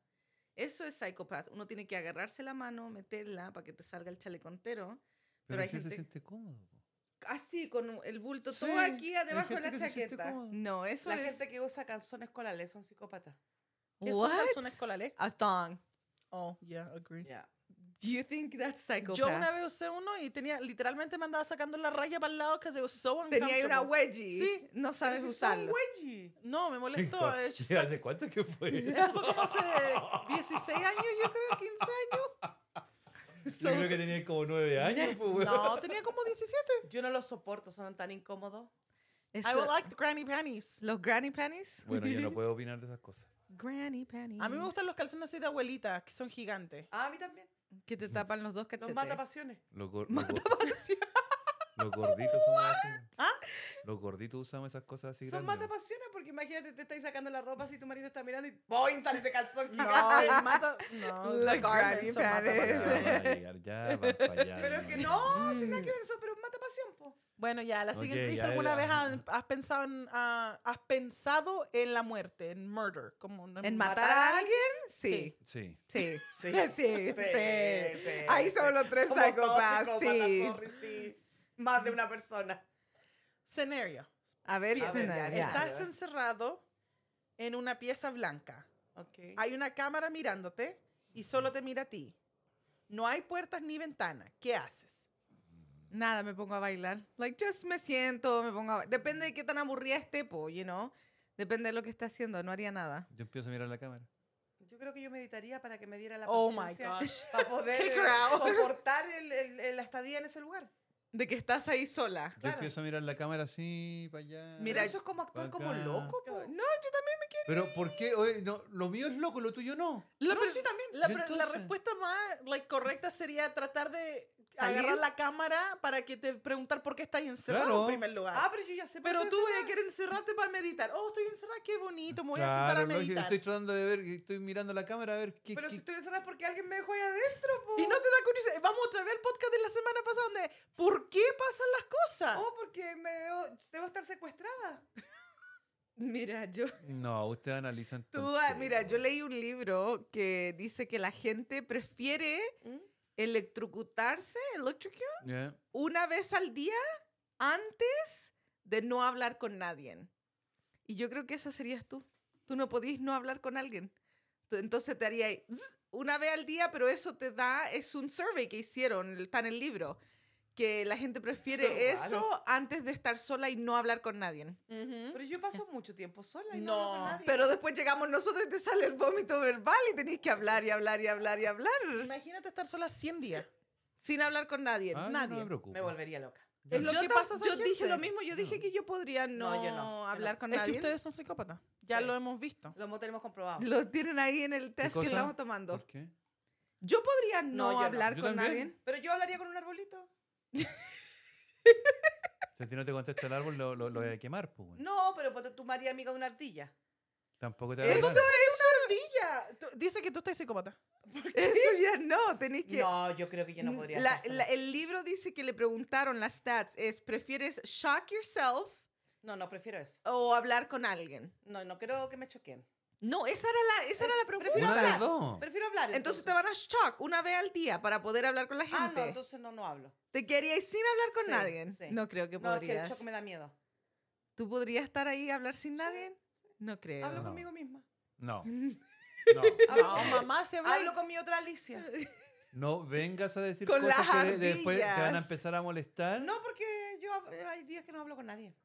S1: Eso es psychopath. Uno tiene que agarrarse la mano, meterla para que te salga el chalecontero.
S4: Pero
S1: Pero
S4: hay
S1: hay
S4: gente se
S1: gente-
S4: siente cómodo. po.
S1: Así, con el bulto
S4: Sí,
S1: todo aquí
S4: hay
S1: debajo de la
S4: gente que se siente
S1: chaqueta.
S4: cómoda.
S1: No, eso
S2: La
S1: es...
S2: gente que usa canciones colales son psicópatas.
S1: What?
S3: Son escolares.
S1: A thong.
S3: Oh, yeah, agree.
S2: Ya.
S1: Do you think that's psychopath?
S3: Yo una vez usé uno y tenía, literalmente me andaba sacando la raya para el lado que se was so
S1: Tenía ahí una
S3: uncomfortable.
S1: wedgie.
S3: Sí.
S1: No sabes
S2: Pero si son
S1: usarlo.
S2: güeyes.
S3: No, me
S4: *laughs*
S3: molestó.
S4: Hijo,
S3: eh,
S4: ¿y ¿Hace cuánto que fue?
S3: *laughs* Eso fue como hace 16 años, yo creo, 15 años.
S4: Yo creo que tenía como nueve años. po, weón.
S3: No, tenía como 17.
S2: Yo no los soporto, son tan incómodos.
S1: Eso-
S3: I would like the granny panties.
S1: ¿Los granny panties?
S4: *laughs*
S1: *laughs*
S4: Bueno, yo no puedo opinar de esas cosas.
S1: Granny panties.
S3: A mí me gustan los calzones así de abuelita, que
S1: *laughs*
S3: son gigantes.
S2: Ah, a mí también.
S1: Que te tapan los dos
S2: Los
S1: cachetes.
S2: mata pasiones.
S4: Los, gor- los gor- los gorditos
S2: *laughs*
S4: son así.
S3: ¿Ah?
S4: Los gorditos usamos esas cosas así
S2: Son mata
S4: grandes.
S2: pasiones porque imagínate, te estáis sacando la ropa si tu marido está mirando y ¡boing! sale ese calzón
S3: No,
S2: gigante.
S3: el mata. No,
S1: Los
S3: the garments
S1: granny
S3: son mata
S1: panties.
S4: Ya
S3: pasiones.
S4: van Ah, a llegar,
S2: *laughs*
S4: ya van para allá.
S2: Pero es que no, si no hay que ver eso, pero es mata pasión, po.
S3: Bueno, ya, la
S4: Ok,
S3: siguiente dice,
S4: ya,
S3: ¿alguna
S4: ya.
S3: vez han- has, pensado en, ah, has pensado en la muerte, en murder? Como en,
S1: ¿En
S3: matar
S1: matar a alguien? Sí.
S4: Sí.
S1: Sí.
S2: Sí,
S1: sí, sí. Ahí son los tres psicópatas, sí.
S2: Más de una persona.
S3: Escenario.
S1: A ver,
S2: A ver,
S1: Sena,
S2: Ah, ya,
S1: ya.
S3: Estás encerrado en una pieza blanca.
S2: Ok.
S3: Hay una cámara mirándote y solo te mira a ti. No hay puertas ni ventanas. ¿Qué haces?
S1: Nada, me pongo a bailar. Like, just me siento, me pongo a ba- Depende de qué tan aburrida esté, po, you know. Depende de lo que está haciendo, no haría nada.
S4: Yo empiezo a mirar la cámara.
S2: Yo creo que yo meditaría para que me diera la
S3: Oh my
S2: paciencia
S3: gosh.
S2: para
S3: *laughs*
S2: poder
S3: Kick her out.
S2: soportar el- el- el- la estadía en ese lugar.
S1: De que estás ahí sola.
S4: Yo
S2: Claro.
S4: empiezo a mirar la cámara así, para allá.
S1: Mira,
S2: Pero eso es como actuar como
S4: acá.
S2: loco, po.
S1: No,
S4: Pero ¿por qué? Oye, no, lo mío es loco, lo tuyo no.
S2: *laughs*
S3: La,
S2: No,
S3: pre-
S2: sí, también.
S3: la pre-
S4: ¿Y
S3: la
S4: entonces?
S3: respuesta más like, correcta sería tratar de
S1: ¿Salir?
S3: agarrar la cámara para que te preguntar por qué estás encerrado
S4: Claro.
S3: en primer lugar.
S2: Ah, pero yo ya sé. por
S3: Pero
S2: qué
S3: tú
S2: se
S3: vas
S2: va.
S3: a querer encerrarte para meditar. Oh, estoy encerrada, qué bonito, me voy a sentar a
S4: Claro, lógico,
S3: meditar.
S4: Estoy tratando de ver, estoy mirando la cámara a ver qué.
S2: Pero
S4: qué-
S2: si estoy encerrada es porque alguien me dejó ahí adentro, po.
S3: Y no te da curiosidad. Vamos otra vez al podcast de la semana pasada donde ¿por qué pasan las cosas?
S2: Oh, porque me debo, debo estar secuestrada.
S3: ¿Mm?
S1: mira, yo...
S4: No, ustedes analizan.
S1: Tú, ah, mira, yo
S4: tonteras.
S1: leí un libro que dice que la gente prefiere electrocutarse, electrocute,
S4: Ya.
S1: una vez al día antes de no hablar con nadie. Y yo creo que esa serías tú. Tú no podías no hablar con alguien. Tú- Entonces te haría ahí, zzz, una vez al día, pero eso te da, es un survey que hicieron, está en el libro, que la gente prefiere
S2: raro.
S1: eso antes de estar sola y no hablar con nadie.
S2: Pero yo paso mucho tiempo sola y no,
S3: No,
S2: hablo con nadie.
S1: Pero después llegamos nosotros y te sale el vómito verbal y tenés que hablar y hablar y hablar y hablar
S3: Imagínate estar sola 100 días.
S1: sin hablar con nadie.
S4: Ah, yo No
S3: nadie.
S4: me preocupo.
S2: me volvería loca.
S4: Yo
S3: Es
S4: no.
S3: lo
S1: yo
S3: que
S1: tam-
S3: pasa a esa
S1: yo dije
S3: gente.
S1: lo mismo, yo dije
S4: No.
S1: que yo podría no,
S2: No, yo no, yo
S1: hablar
S2: no.
S1: con
S3: Es
S1: nadie.
S3: que ustedes son psicópatas. Ya
S2: Sí.
S3: lo hemos visto.
S2: Lo mo- tenemos comprobado.
S1: *laughs* Lo tienen ahí en el test que
S4: cosa?
S1: estamos tomando.
S4: ¿Por qué?
S1: Yo podría no,
S2: No, yo no.
S1: hablar
S4: Yo
S1: con
S4: también.
S1: nadie.
S2: Pero yo hablaría con un arbolito.
S4: Si a ti no te contesta el árbol, lo, lo, lo voy a quemar, pues. weón.
S2: No, pero ponte tu María amiga de una *laughs* ardilla.
S4: Tampoco te va a
S1: Eso
S4: hablar.
S3: una ardilla. Tú- Dice que tú estás psicópata.
S2: *laughs*
S1: *laughs* Eso ya no, tenéis que...
S2: No, yo creo que Mm, yo no podría.
S1: La-
S2: estar sola.
S1: la- el libro dice que le preguntaron las stats, es ¿prefieres shock yourself
S2: No, no, prefiero eso.
S1: o hablar con alguien?
S2: No, no creo que me choquen.
S1: No, esa era la, esa era la pregunta.
S2: prefiero
S4: Una de
S2: hablar.
S4: las dos.
S2: Prefiero hablar.
S1: Entonces te van a shock una vez al día para poder hablar con la gente.
S2: Ah, no, entonces no, no hablo.
S1: Te quedarías sin hablar con
S2: Sí,
S1: nadie.
S2: sí.
S1: No creo que
S2: No, es que el
S1: podrías.
S2: choque me da miedo.
S1: ¿Tú podrías estar ahí y hablar sin
S2: Sí,
S1: nadie? No creo.
S2: Hablo
S4: No.
S2: conmigo misma.
S1: *laughs*
S4: No.
S2: Hablo,
S4: Ah,
S3: No,
S1: Ah,
S2: con-
S3: mamá se va.
S2: hablo con mi otra *laughs* Alicia.
S4: No vengas a decir
S1: Con
S4: cosas
S1: las
S4: que de- después te van a
S1: ardillas.
S4: empezar a molestar.
S2: No, porque yo hab- hay días que no hablo con nadie.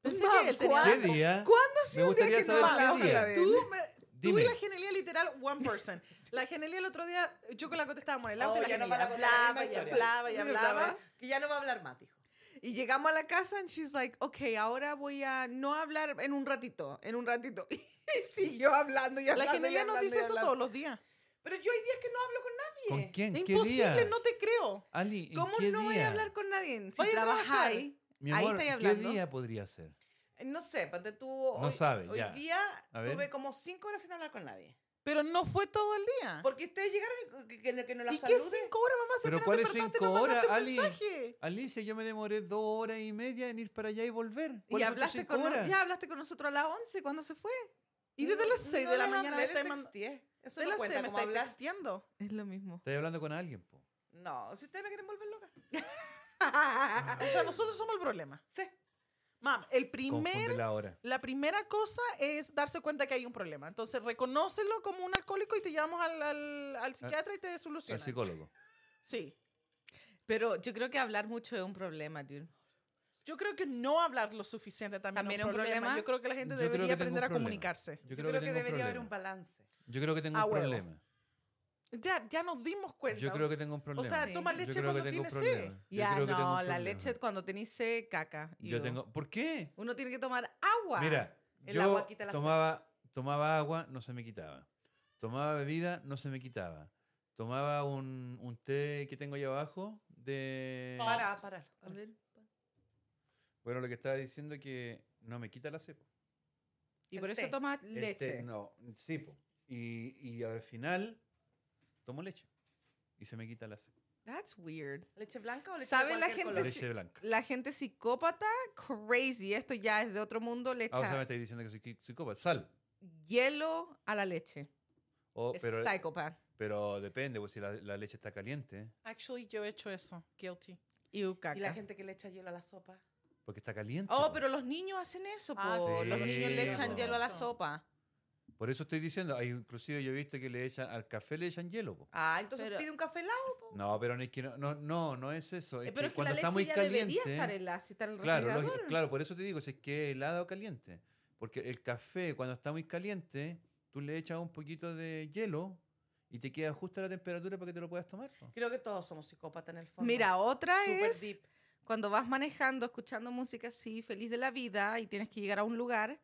S3: Pensé
S1: Mam,
S3: que él tenía
S4: ¿Qué
S1: ¿cuándo?
S3: algo.
S4: día?
S1: ¿Cuándo ha sido
S4: Me
S1: un día
S4: gustaría
S1: que no
S4: saber
S3: qué
S1: hablamos
S4: día.
S1: con nadie?
S3: Tú, me- tú
S4: Dime.
S3: y la genialidad literal, one person. La genialidad el otro día, yo con la contestábamos en el
S2: Oh,
S3: auto y la
S2: ya no
S3: genialidad
S2: van a contar la
S3: hablaba y
S2: misma historia.
S3: hablaba y hablaba.
S2: Que ya no va a hablar más, dijo.
S1: Y llegamos a la casa and she's like, ok, ahora voy a no hablar en un ratito, en un ratito. *laughs* Y siguió hablando y
S3: La
S1: hablando. y
S3: genialidad nos
S1: hablando y
S3: dice eso
S1: hablando.
S3: todos los días.
S2: Pero yo hay días que no hablo con nadie.
S4: ¿Con quién? ¿Qué día?
S3: Imposible, no te creo.
S4: Ali, ¿en
S1: ¿Cómo
S4: qué
S1: no voy
S4: día?
S1: a hablar con nadie? Si
S3: Voy a
S1: trabajas
S3: trabajar.
S1: ahí.
S4: Mi
S1: Ahí
S4: amor,
S1: estáis
S4: ¿qué
S1: hablando.
S4: día podría ser?
S2: Eh, No sé, ponte tú. Hoy,
S4: sabe,
S2: hoy
S4: ya.
S2: día
S4: A ver.
S2: tuve como cinco horas sin hablar con nadie.
S3: Pero no fue todo el día.
S2: Porque ustedes llegaron Ah. y que, que, que no la
S3: ¿Y qué
S2: saludé.
S3: cinco horas, mamá? Si
S4: ¿Pero
S3: apenas
S4: cuáles
S3: despertaste,
S4: cinco
S3: no mandaste
S4: horas,
S3: un
S4: Ali?
S3: mensaje.
S4: Alicia, yo me demoré dos horas y media en ir para allá y volver.
S1: Y
S4: ¿Cuáles son tus
S1: hablaste
S4: cinco
S1: con, no-
S4: horas?
S1: ya hablaste con nosotros a las 11 cuando se fue.
S3: Y desde las 6 de la
S2: les
S3: mañana
S2: hablé,
S3: me
S2: les
S3: estáis mandando.
S2: texteé. Eso
S3: De
S2: no
S3: las 6
S2: cuenta
S3: me
S2: como
S3: estáis
S2: hablar.
S3: texteando.
S1: Es lo *laughs* mismo.
S4: Estás hablando con alguien, po.
S2: No, si ustedes me quieren volver loca.
S1: Ah.
S3: O sea, nosotros somos el problema.
S2: Sí.
S3: Mam, el
S4: Confunde
S3: primer,
S4: la hora.
S3: la primera cosa es darse cuenta que hay un problema. Entonces, reconócelo como un alcohólico y te llevamos al, al, al psiquiatra y te
S4: El
S3: soluciona.
S4: Ah, psicólogo.
S3: Sí.
S1: Pero yo creo que hablar mucho es un problema, dude.
S3: Yo creo que no hablar lo suficiente también,
S1: También
S3: es un problema. Yo creo que la gente
S4: Yo creo
S3: debería
S4: que tengo un
S3: aprender a
S4: problema.
S3: comunicarse.
S4: Yo creo, que, tengo un
S2: debería haber
S4: problema.
S2: un balance.
S4: Yo creo que tengo
S3: Ah,
S4: un
S3: huevo.
S4: problema.
S3: Ya, ya nos dimos cuenta.
S4: Yo creo que tengo un problema.
S3: sea,
S1: toma
S4: Yo
S3: leche
S4: creo que
S3: cuando
S4: tengo un
S3: tienes sed.
S4: problema. Yo
S1: Ya,
S4: creo que tengo
S1: no,
S4: un
S1: la
S4: problema.
S1: leche cuando tenés sed, caca.
S4: Yo
S1: Ew.
S4: tengo. ¿Por qué?
S1: Uno tiene que tomar agua.
S4: Mira,
S2: El
S4: yo
S2: agua quita la sed.
S4: tomaba, tomaba agua, no se me quitaba. Tomaba bebida, no se me quitaba. Tomaba un, un té que tengo ahí abajo de...
S2: Para, para.
S1: A ver.
S4: Bueno, lo que estaba diciendo es que no me quita la cepa.
S1: Y
S2: El
S1: por eso
S2: té.
S1: tomas
S4: El
S1: leche.
S4: té, este, no, sí, po. Y, y al final tomo leche y se me quita la cepa.
S1: That's weird.
S2: ¿Leche blanca o leche
S1: ¿Sabe
S2: de
S1: la
S2: cualquier
S1: gente
S2: color?
S4: La
S1: sí-
S4: leche blanca.
S1: La gente psicópata, crazy. Esto ya es de otro mundo. Le
S4: Ah, o sea, me
S1: echa
S4: estáis diciendo que soy qui- psicópata. Sal.
S1: hielo a la leche.
S4: O,
S1: Es
S4: Oh, pero,
S1: psychopath.
S4: pero depende, pues si la, la leche está caliente,
S3: Actually, yo he hecho eso. Guilty.
S1: Ew,
S2: Y la
S1: caca.
S2: gente que le echa hielo a la sopa.
S4: porque está caliente.
S1: Oh,
S4: po.
S1: pero los niños hacen eso,
S3: Ah,
S1: po.
S4: sí,
S1: los niños le
S4: sí,
S1: echan
S4: po.
S1: hielo a la
S3: Eso.
S1: sopa.
S4: Por eso estoy diciendo, hay, inclusive yo he visto que le echan, al café le echan hielo. po.
S2: Ah, entonces
S1: Pero-
S2: pide un café helado. po.
S4: No, pero no es que no, no, no, no es eso. Es
S1: Eh, pero
S4: que
S1: es que
S4: cuando
S1: la
S4: está
S1: leche
S4: muy
S1: ya
S4: caliente.
S1: debería estar helada, si está en el
S4: claro, lógico-
S1: refrigerador.
S4: claro, por eso te digo, si es que es helado o caliente. Porque el café, cuando está muy caliente, tú le echas un poquito de hielo y te queda justo la temperatura para que te lo puedas tomar. po.
S2: Creo que todos somos psicópatas en el fondo.
S1: Mira, otra
S2: Super
S3: pues,
S1: es
S2: deep.
S1: cuando vas manejando, escuchando música así, feliz de la vida, y tienes que llegar a un lugar,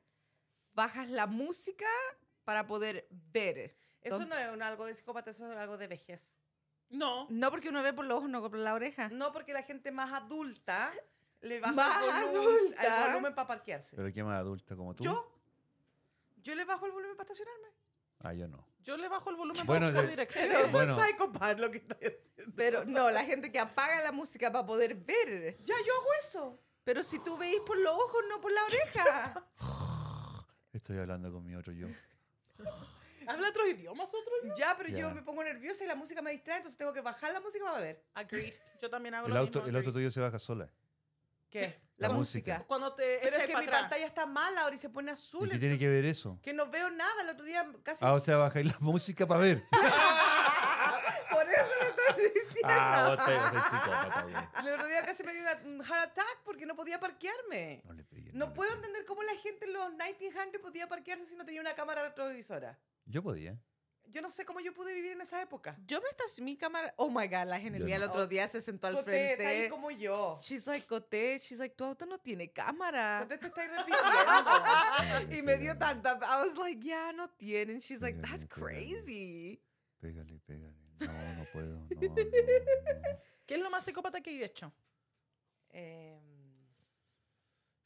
S1: bajas la música para poder ver.
S2: Eso no es un algo de psicópata, eso es algo de vejez.
S3: No.
S1: No porque uno ve por los ojos, no por la
S4: *laughs*
S1: oreja.
S2: No porque la gente más adulta le baja
S1: Más
S2: el volumen, el
S1: adulta.
S2: volumen para parquearse.
S4: Pero qué más adulta como tú.
S2: Yo, yo le bajo el volumen para estacionarme.
S4: Ah, yo no.
S3: Yo le bajo el volumen
S4: Bueno,
S3: para buscar
S4: yo-
S3: direcciones.
S2: Eso
S4: bueno.
S2: es psicopata lo que estoy haciendo.
S1: Pero no, la gente que apaga la música para poder ver.
S4: *laughs*
S2: Ya, yo hago eso.
S1: Pero si tú veis por los ojos, no por la oreja.
S4: Estoy hablando con mi otro yo.
S3: *laughs* ¿Habla otros idiomas otro?
S2: Ya, pero yo
S4: Ya.
S2: me pongo nerviosa y la música me distrae, entonces tengo que bajar la música para ver.
S3: Agreed. Yo también
S1: Ah,
S3: hago
S4: El
S3: lo
S4: auto,
S3: mismo.
S4: el auto
S3: agreed.
S4: tuyo se baja sola.
S2: ¿Qué?
S1: La,
S4: La música.
S1: música.
S3: Cuando te
S2: *laughs* Pero
S3: echas
S2: es que
S3: pa'
S2: mi
S3: atrás.
S2: pantalla está mala ahora y se pone azul.
S4: ¿Y qué tiene
S2: entonces-
S4: que ver eso?
S2: que no veo nada. El otro día casi.
S4: Ah, o sea, bajáis la *laughs* música para ver.
S1: Por eso lo estás diciendo.
S4: ah,
S2: *laughs*
S4: vos estáis- vos estáis psicópata, güey.
S2: El otro día casi me dio una- un heart attack porque no podía parquearme.
S4: No le pegué,
S2: No
S4: le
S2: puedo
S4: pegué.
S2: entender cómo la gente en los 1900 podía parquearse si no tenía una cámara retrovisora.
S4: Yo podía.
S2: Yo no sé cómo yo pude vivir en esa época.
S1: Yo me estacioné mi cámara. Oh my god, la Genelia
S4: Yo
S1: el
S4: no.
S1: otro día se sentó al
S2: Coté, está ahí
S1: frente.
S2: como yo.
S1: She's like, Coté, she's like, tu auto no tiene cámara.
S2: Coté, te estáis repitiendo.
S4: *laughs*
S1: Y me dio tanta. I was like, yeah, no tienen. She's like,
S4: Pégale,
S1: that's
S4: pégale.
S1: crazy.
S4: Pégale, pégale. No, no puedo. No, no, no.
S3: ¿Qué es lo más psicópata que yo he hecho?
S2: Eh,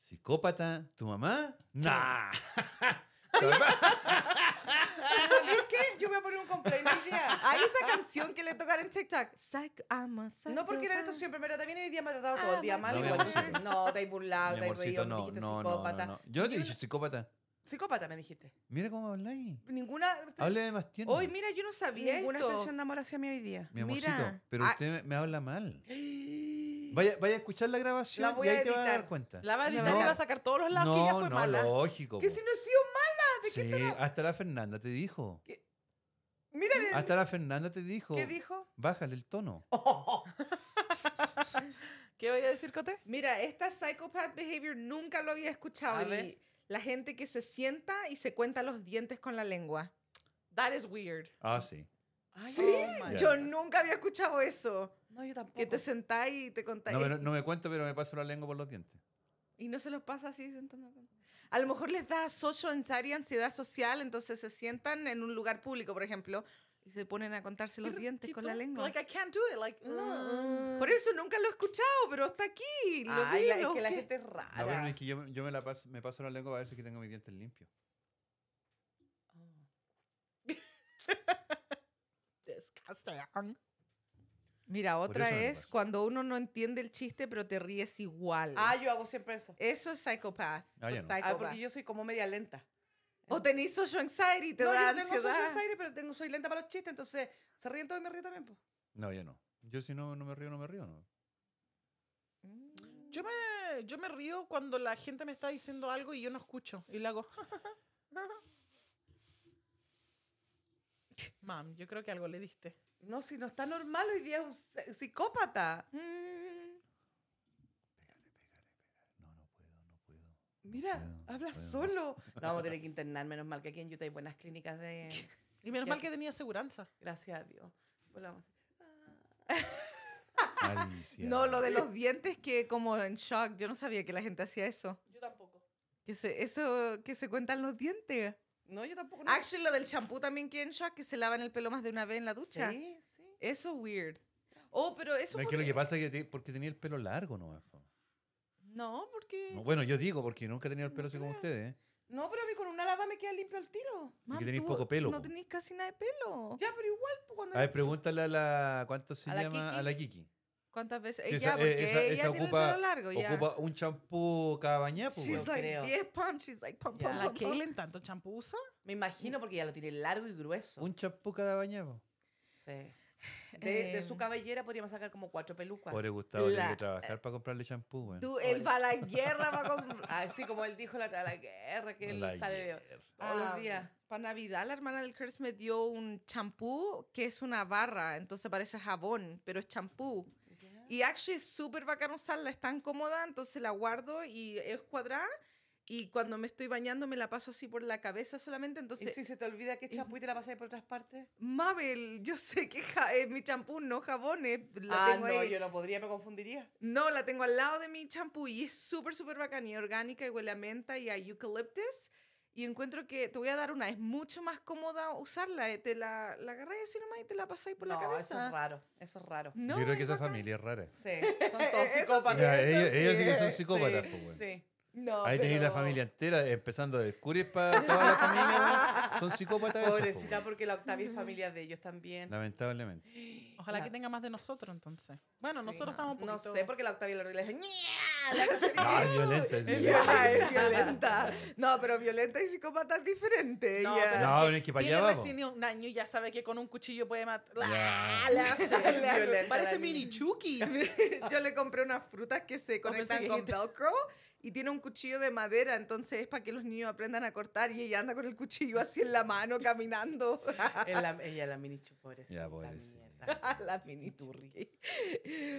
S4: ¿Psicópata? ¿Tu mamá? ¡Nah!
S2: ¿Sabes qué? Yo voy a poner un complaint hoy día.
S1: Hay esa canción que le tocan en TikTok. Psych, I'm a
S2: No porque era esto
S1: psychopath.
S2: siempre, pero también hoy día me ha tratado todo el día
S1: my
S2: mal.
S4: No, mi
S2: igual.
S4: amorcito.
S2: no, te he burlado,
S4: Mi
S2: te he reído,
S4: amorcito,
S2: me
S4: no,
S2: dijiste
S4: no, no,
S2: psicópata.
S4: no, no. Yo no te
S2: Y
S4: dije psicópata.
S2: Psicópata me dijiste.
S4: Mira cómo habláis.
S2: Ninguna,
S4: Habla de más tiempo.
S1: Hoy, mira, yo no sabía
S2: ninguna
S1: esto.
S2: expresión de amor hacia mí hoy día.
S4: Mi amorcito,
S1: mira.
S4: pero
S1: Ah.
S4: usted me, me habla mal. Vaya, vaya a escuchar la grabación
S2: La voy
S4: y
S2: a
S4: ahí te va a dar
S2: editar.
S4: cuenta.
S3: La va a
S1: No.
S3: editar y va a sacar todos los lados que ella fue
S4: no,
S3: mala.
S4: lógico.
S2: Que
S4: po.
S2: si no he sido mala. ¿De qué
S4: sí, hasta la Fernanda te dijo.
S2: Mira,
S4: Hasta Ah, la Fernanda te dijo.
S2: ¿qué dijo?
S4: Bájale el tono.
S3: ¿Qué voy a decir, Cote?
S1: Mira, esta psychopath behavior nunca lo había escuchado.
S2: A
S1: y
S2: ver.
S1: La gente que se sienta y se cuenta los dientes con la lengua.
S3: That is weird.
S4: Ah, sí.
S2: Ay,
S1: Sí.
S2: oh my
S4: Ya.
S1: Yo
S2: God.
S1: nunca había escuchado eso.
S2: No, yo tampoco.
S1: Que te sentás y te contás.
S4: No, me- no me cuento, pero me paso la lengua por los dientes.
S1: Y no se los pasa así sentando. acá. A lo mejor les da social anxiety, ansiedad social, entonces se sientan en un lugar público, por ejemplo, y se ponen a contarse los dientes con la lengua.
S3: Like, I can't do it. Like,
S2: Mm.
S1: Por eso nunca lo he escuchado, pero está aquí. Lo
S2: Ay,
S1: vi,
S2: la-
S1: lo
S2: es que la
S1: busqué.
S2: gente es
S4: No, pero
S2: rara.
S4: es que yo, yo me, la paso, me paso la lengua para ver si que tengo mis dientes limpios.
S3: Disgusting.
S1: Mira,
S4: Por
S1: otra
S4: eso me
S1: es
S4: pasa.
S1: cuando uno no entiende el chiste, pero te ríes igual.
S2: Ah, yo hago siempre eso.
S1: eso es psychopath.
S4: Ah, yo no.
S2: Ah,
S1: Psychopath.
S2: porque yo soy como media lenta.
S1: O tenéis social anxiety, te
S2: no,
S1: da
S2: yo no tengo
S1: ansiedad.
S2: social anxiety, pero tengo, soy lenta para los chistes, entonces se ríen todos y me río también. po.
S4: No, yo no. Yo si no, no me río, no me río. No.
S3: Yo me, eh, yo me río cuando la gente me está diciendo algo y yo no escucho. Y le hago. *laughs* Mam, yo creo que algo le diste.
S2: No, si no está normal, hoy día es un se- psicópata.
S1: Mm.
S4: No, no puedo, no puedo.
S2: Mira,
S4: puedo, no
S2: habla
S4: puedo. *laughs*
S2: solo. No, vamos a tener que internar, menos mal que aquí en Utah hay buenas clínicas de...
S3: Y menos
S2: Ya.
S3: mal que tenía aseguranza.
S2: Gracias a Dios. Pues Volvamos.
S4: Alicia.
S1: No, lo de los dientes que como en shock. Yo no sabía que la gente hacía eso.
S3: Yo tampoco.
S1: Que se, eso que se cuentan los dientes.
S2: No, yo tampoco. no.
S1: Actually, lo del champú también que en shock, que se lavan el pelo más de una vez en la ducha.
S2: Sí, sí.
S1: Eso es weird. Oh, pero eso...
S4: No, es que lo
S1: podría-
S4: que pasa es que te- porque tenía el pelo largo nomás. po.
S1: No, porque...
S4: No, bueno, yo digo porque nunca he tenido el pelo así como ustedes. ¿eh?
S2: No, pero a mí con una lava me queda limpio al tiro.
S4: Y
S1: Mam,
S4: que tenéis
S1: tú
S4: poco pelo.
S1: No
S4: po.
S1: tenéis casi nada de pelo.
S2: Ya, pero igual, pues, cuando...
S4: A ver, pregúntale a la. ¿Cuánto se
S2: A la
S4: llama?
S2: Kiki.
S4: A la Kiki.
S1: ¿Cuántas veces?
S4: Sí,
S1: ella,
S4: esa- eh,
S1: porque
S4: esa-
S1: ella
S4: esa
S1: tiene el
S4: ocupa-
S1: pelo largo. ya.
S4: Ocupa un champú cada bañada, pues,
S1: She's
S4: weón.
S2: Yo
S1: like
S2: creo.
S1: 10 pumps. She's like pum, pum,
S2: Ya.
S3: ¿A la
S1: pum, pum.
S3: Kaylin tanto champú usa?
S2: Me imagino porque ya lo tiene largo y grueso.
S4: Un champú cada bañada, po.
S2: Sí. De, de
S1: Eh,
S2: su cabellera podríamos sacar como cuatro pelucas.
S4: Pobre Gustavo, tiene
S1: La- eh,
S4: que trabajar para comprarle champú, weón.
S1: Tú, el va a la guerra va a
S2: *laughs*
S1: comprar.
S2: Así Ah, como él dijo la otra, la guerra que él
S4: La
S2: sale
S4: hierba.
S2: todos los
S1: Ah,
S2: días.
S1: Para Navidad, la hermana del Chris me dio un champú que es una barra, entonces parece jabón, pero es champú. Y actually es súper bacán usarla, es tan cómoda, entonces la guardo y es cuadrada. Y cuando me estoy bañando me la paso así por la cabeza solamente,
S2: ¿Y
S1: entonces...
S2: si se te olvida que
S1: y-
S2: champú y te la pasas por otras partes?
S1: Mabel, yo sé que ja- eh, mi champú no jabón, es- la
S2: ah,
S1: tengo
S2: no,
S1: ahí.
S2: yo no podría, me confundiría.
S1: No, la tengo al lado de mi champú y es súper, súper bacán y orgánica y huele a menta y a eucaliptus. Y encuentro que te voy a dar una, es mucho más cómoda usarla. eh, Te la, la agarré así nomás y te la pasáis por
S2: no,
S1: la
S2: eso es
S1: cabeza.
S2: raro, eso es raro.
S1: No,
S4: Yo creo que
S1: es
S4: esa
S1: bacán.
S4: familia es rara.
S2: Sí, *laughs* son todos psicópatas.
S4: Mira, ellos,
S1: sí
S4: ellos sí que son
S1: es,
S4: psicópatas, pues, po,
S2: sí,
S4: weón.
S2: sí.
S1: No,
S4: Ahí tenéis la
S1: pero-
S4: familia entera, empezando de Curies para toda la familia, weón. Son psicópatas esos, po,
S2: Pobrecita,
S4: weón.
S2: porque la Octavia es familia de ellos también.
S4: Lamentablemente.
S3: Ojalá
S2: La-
S3: que tenga más de nosotros entonces. Bueno,
S2: Sí.
S3: nosotros estamos un
S2: No
S3: poquito...
S2: sé, porque la Octavia le dice
S4: *laughs*
S2: "Ñea", le hace así.
S4: Ah, es violenta, es
S1: Ya,
S4: violenta.
S1: Ah, es violenta. No, pero violenta y psicópata es diferente.
S3: No,
S1: ya.
S3: pero
S4: No,
S3: que
S4: es que para
S3: tiene
S4: allá vamos.
S3: recién un año y ya sabe que con un cuchillo puede matar.
S4: *laughs*
S1: Ah,
S4: Ya.
S1: *laughs*
S3: Le hace,
S2: Le hace.
S3: violenta
S2: Parece
S3: la niña.
S2: mini
S1: Yo le compré unas frutas que se
S3: Oh, pensé
S1: conectan
S3: que
S1: con
S3: dijiste-
S1: Velcro y tiene un cuchillo de madera, entonces es para que los niños aprendan a cortar y ella anda con el cuchillo así en la mano caminando.
S2: En la- ella, la mini pobrecita.
S4: Ya, pobrecita.
S2: *laughs* mierda.
S1: la mini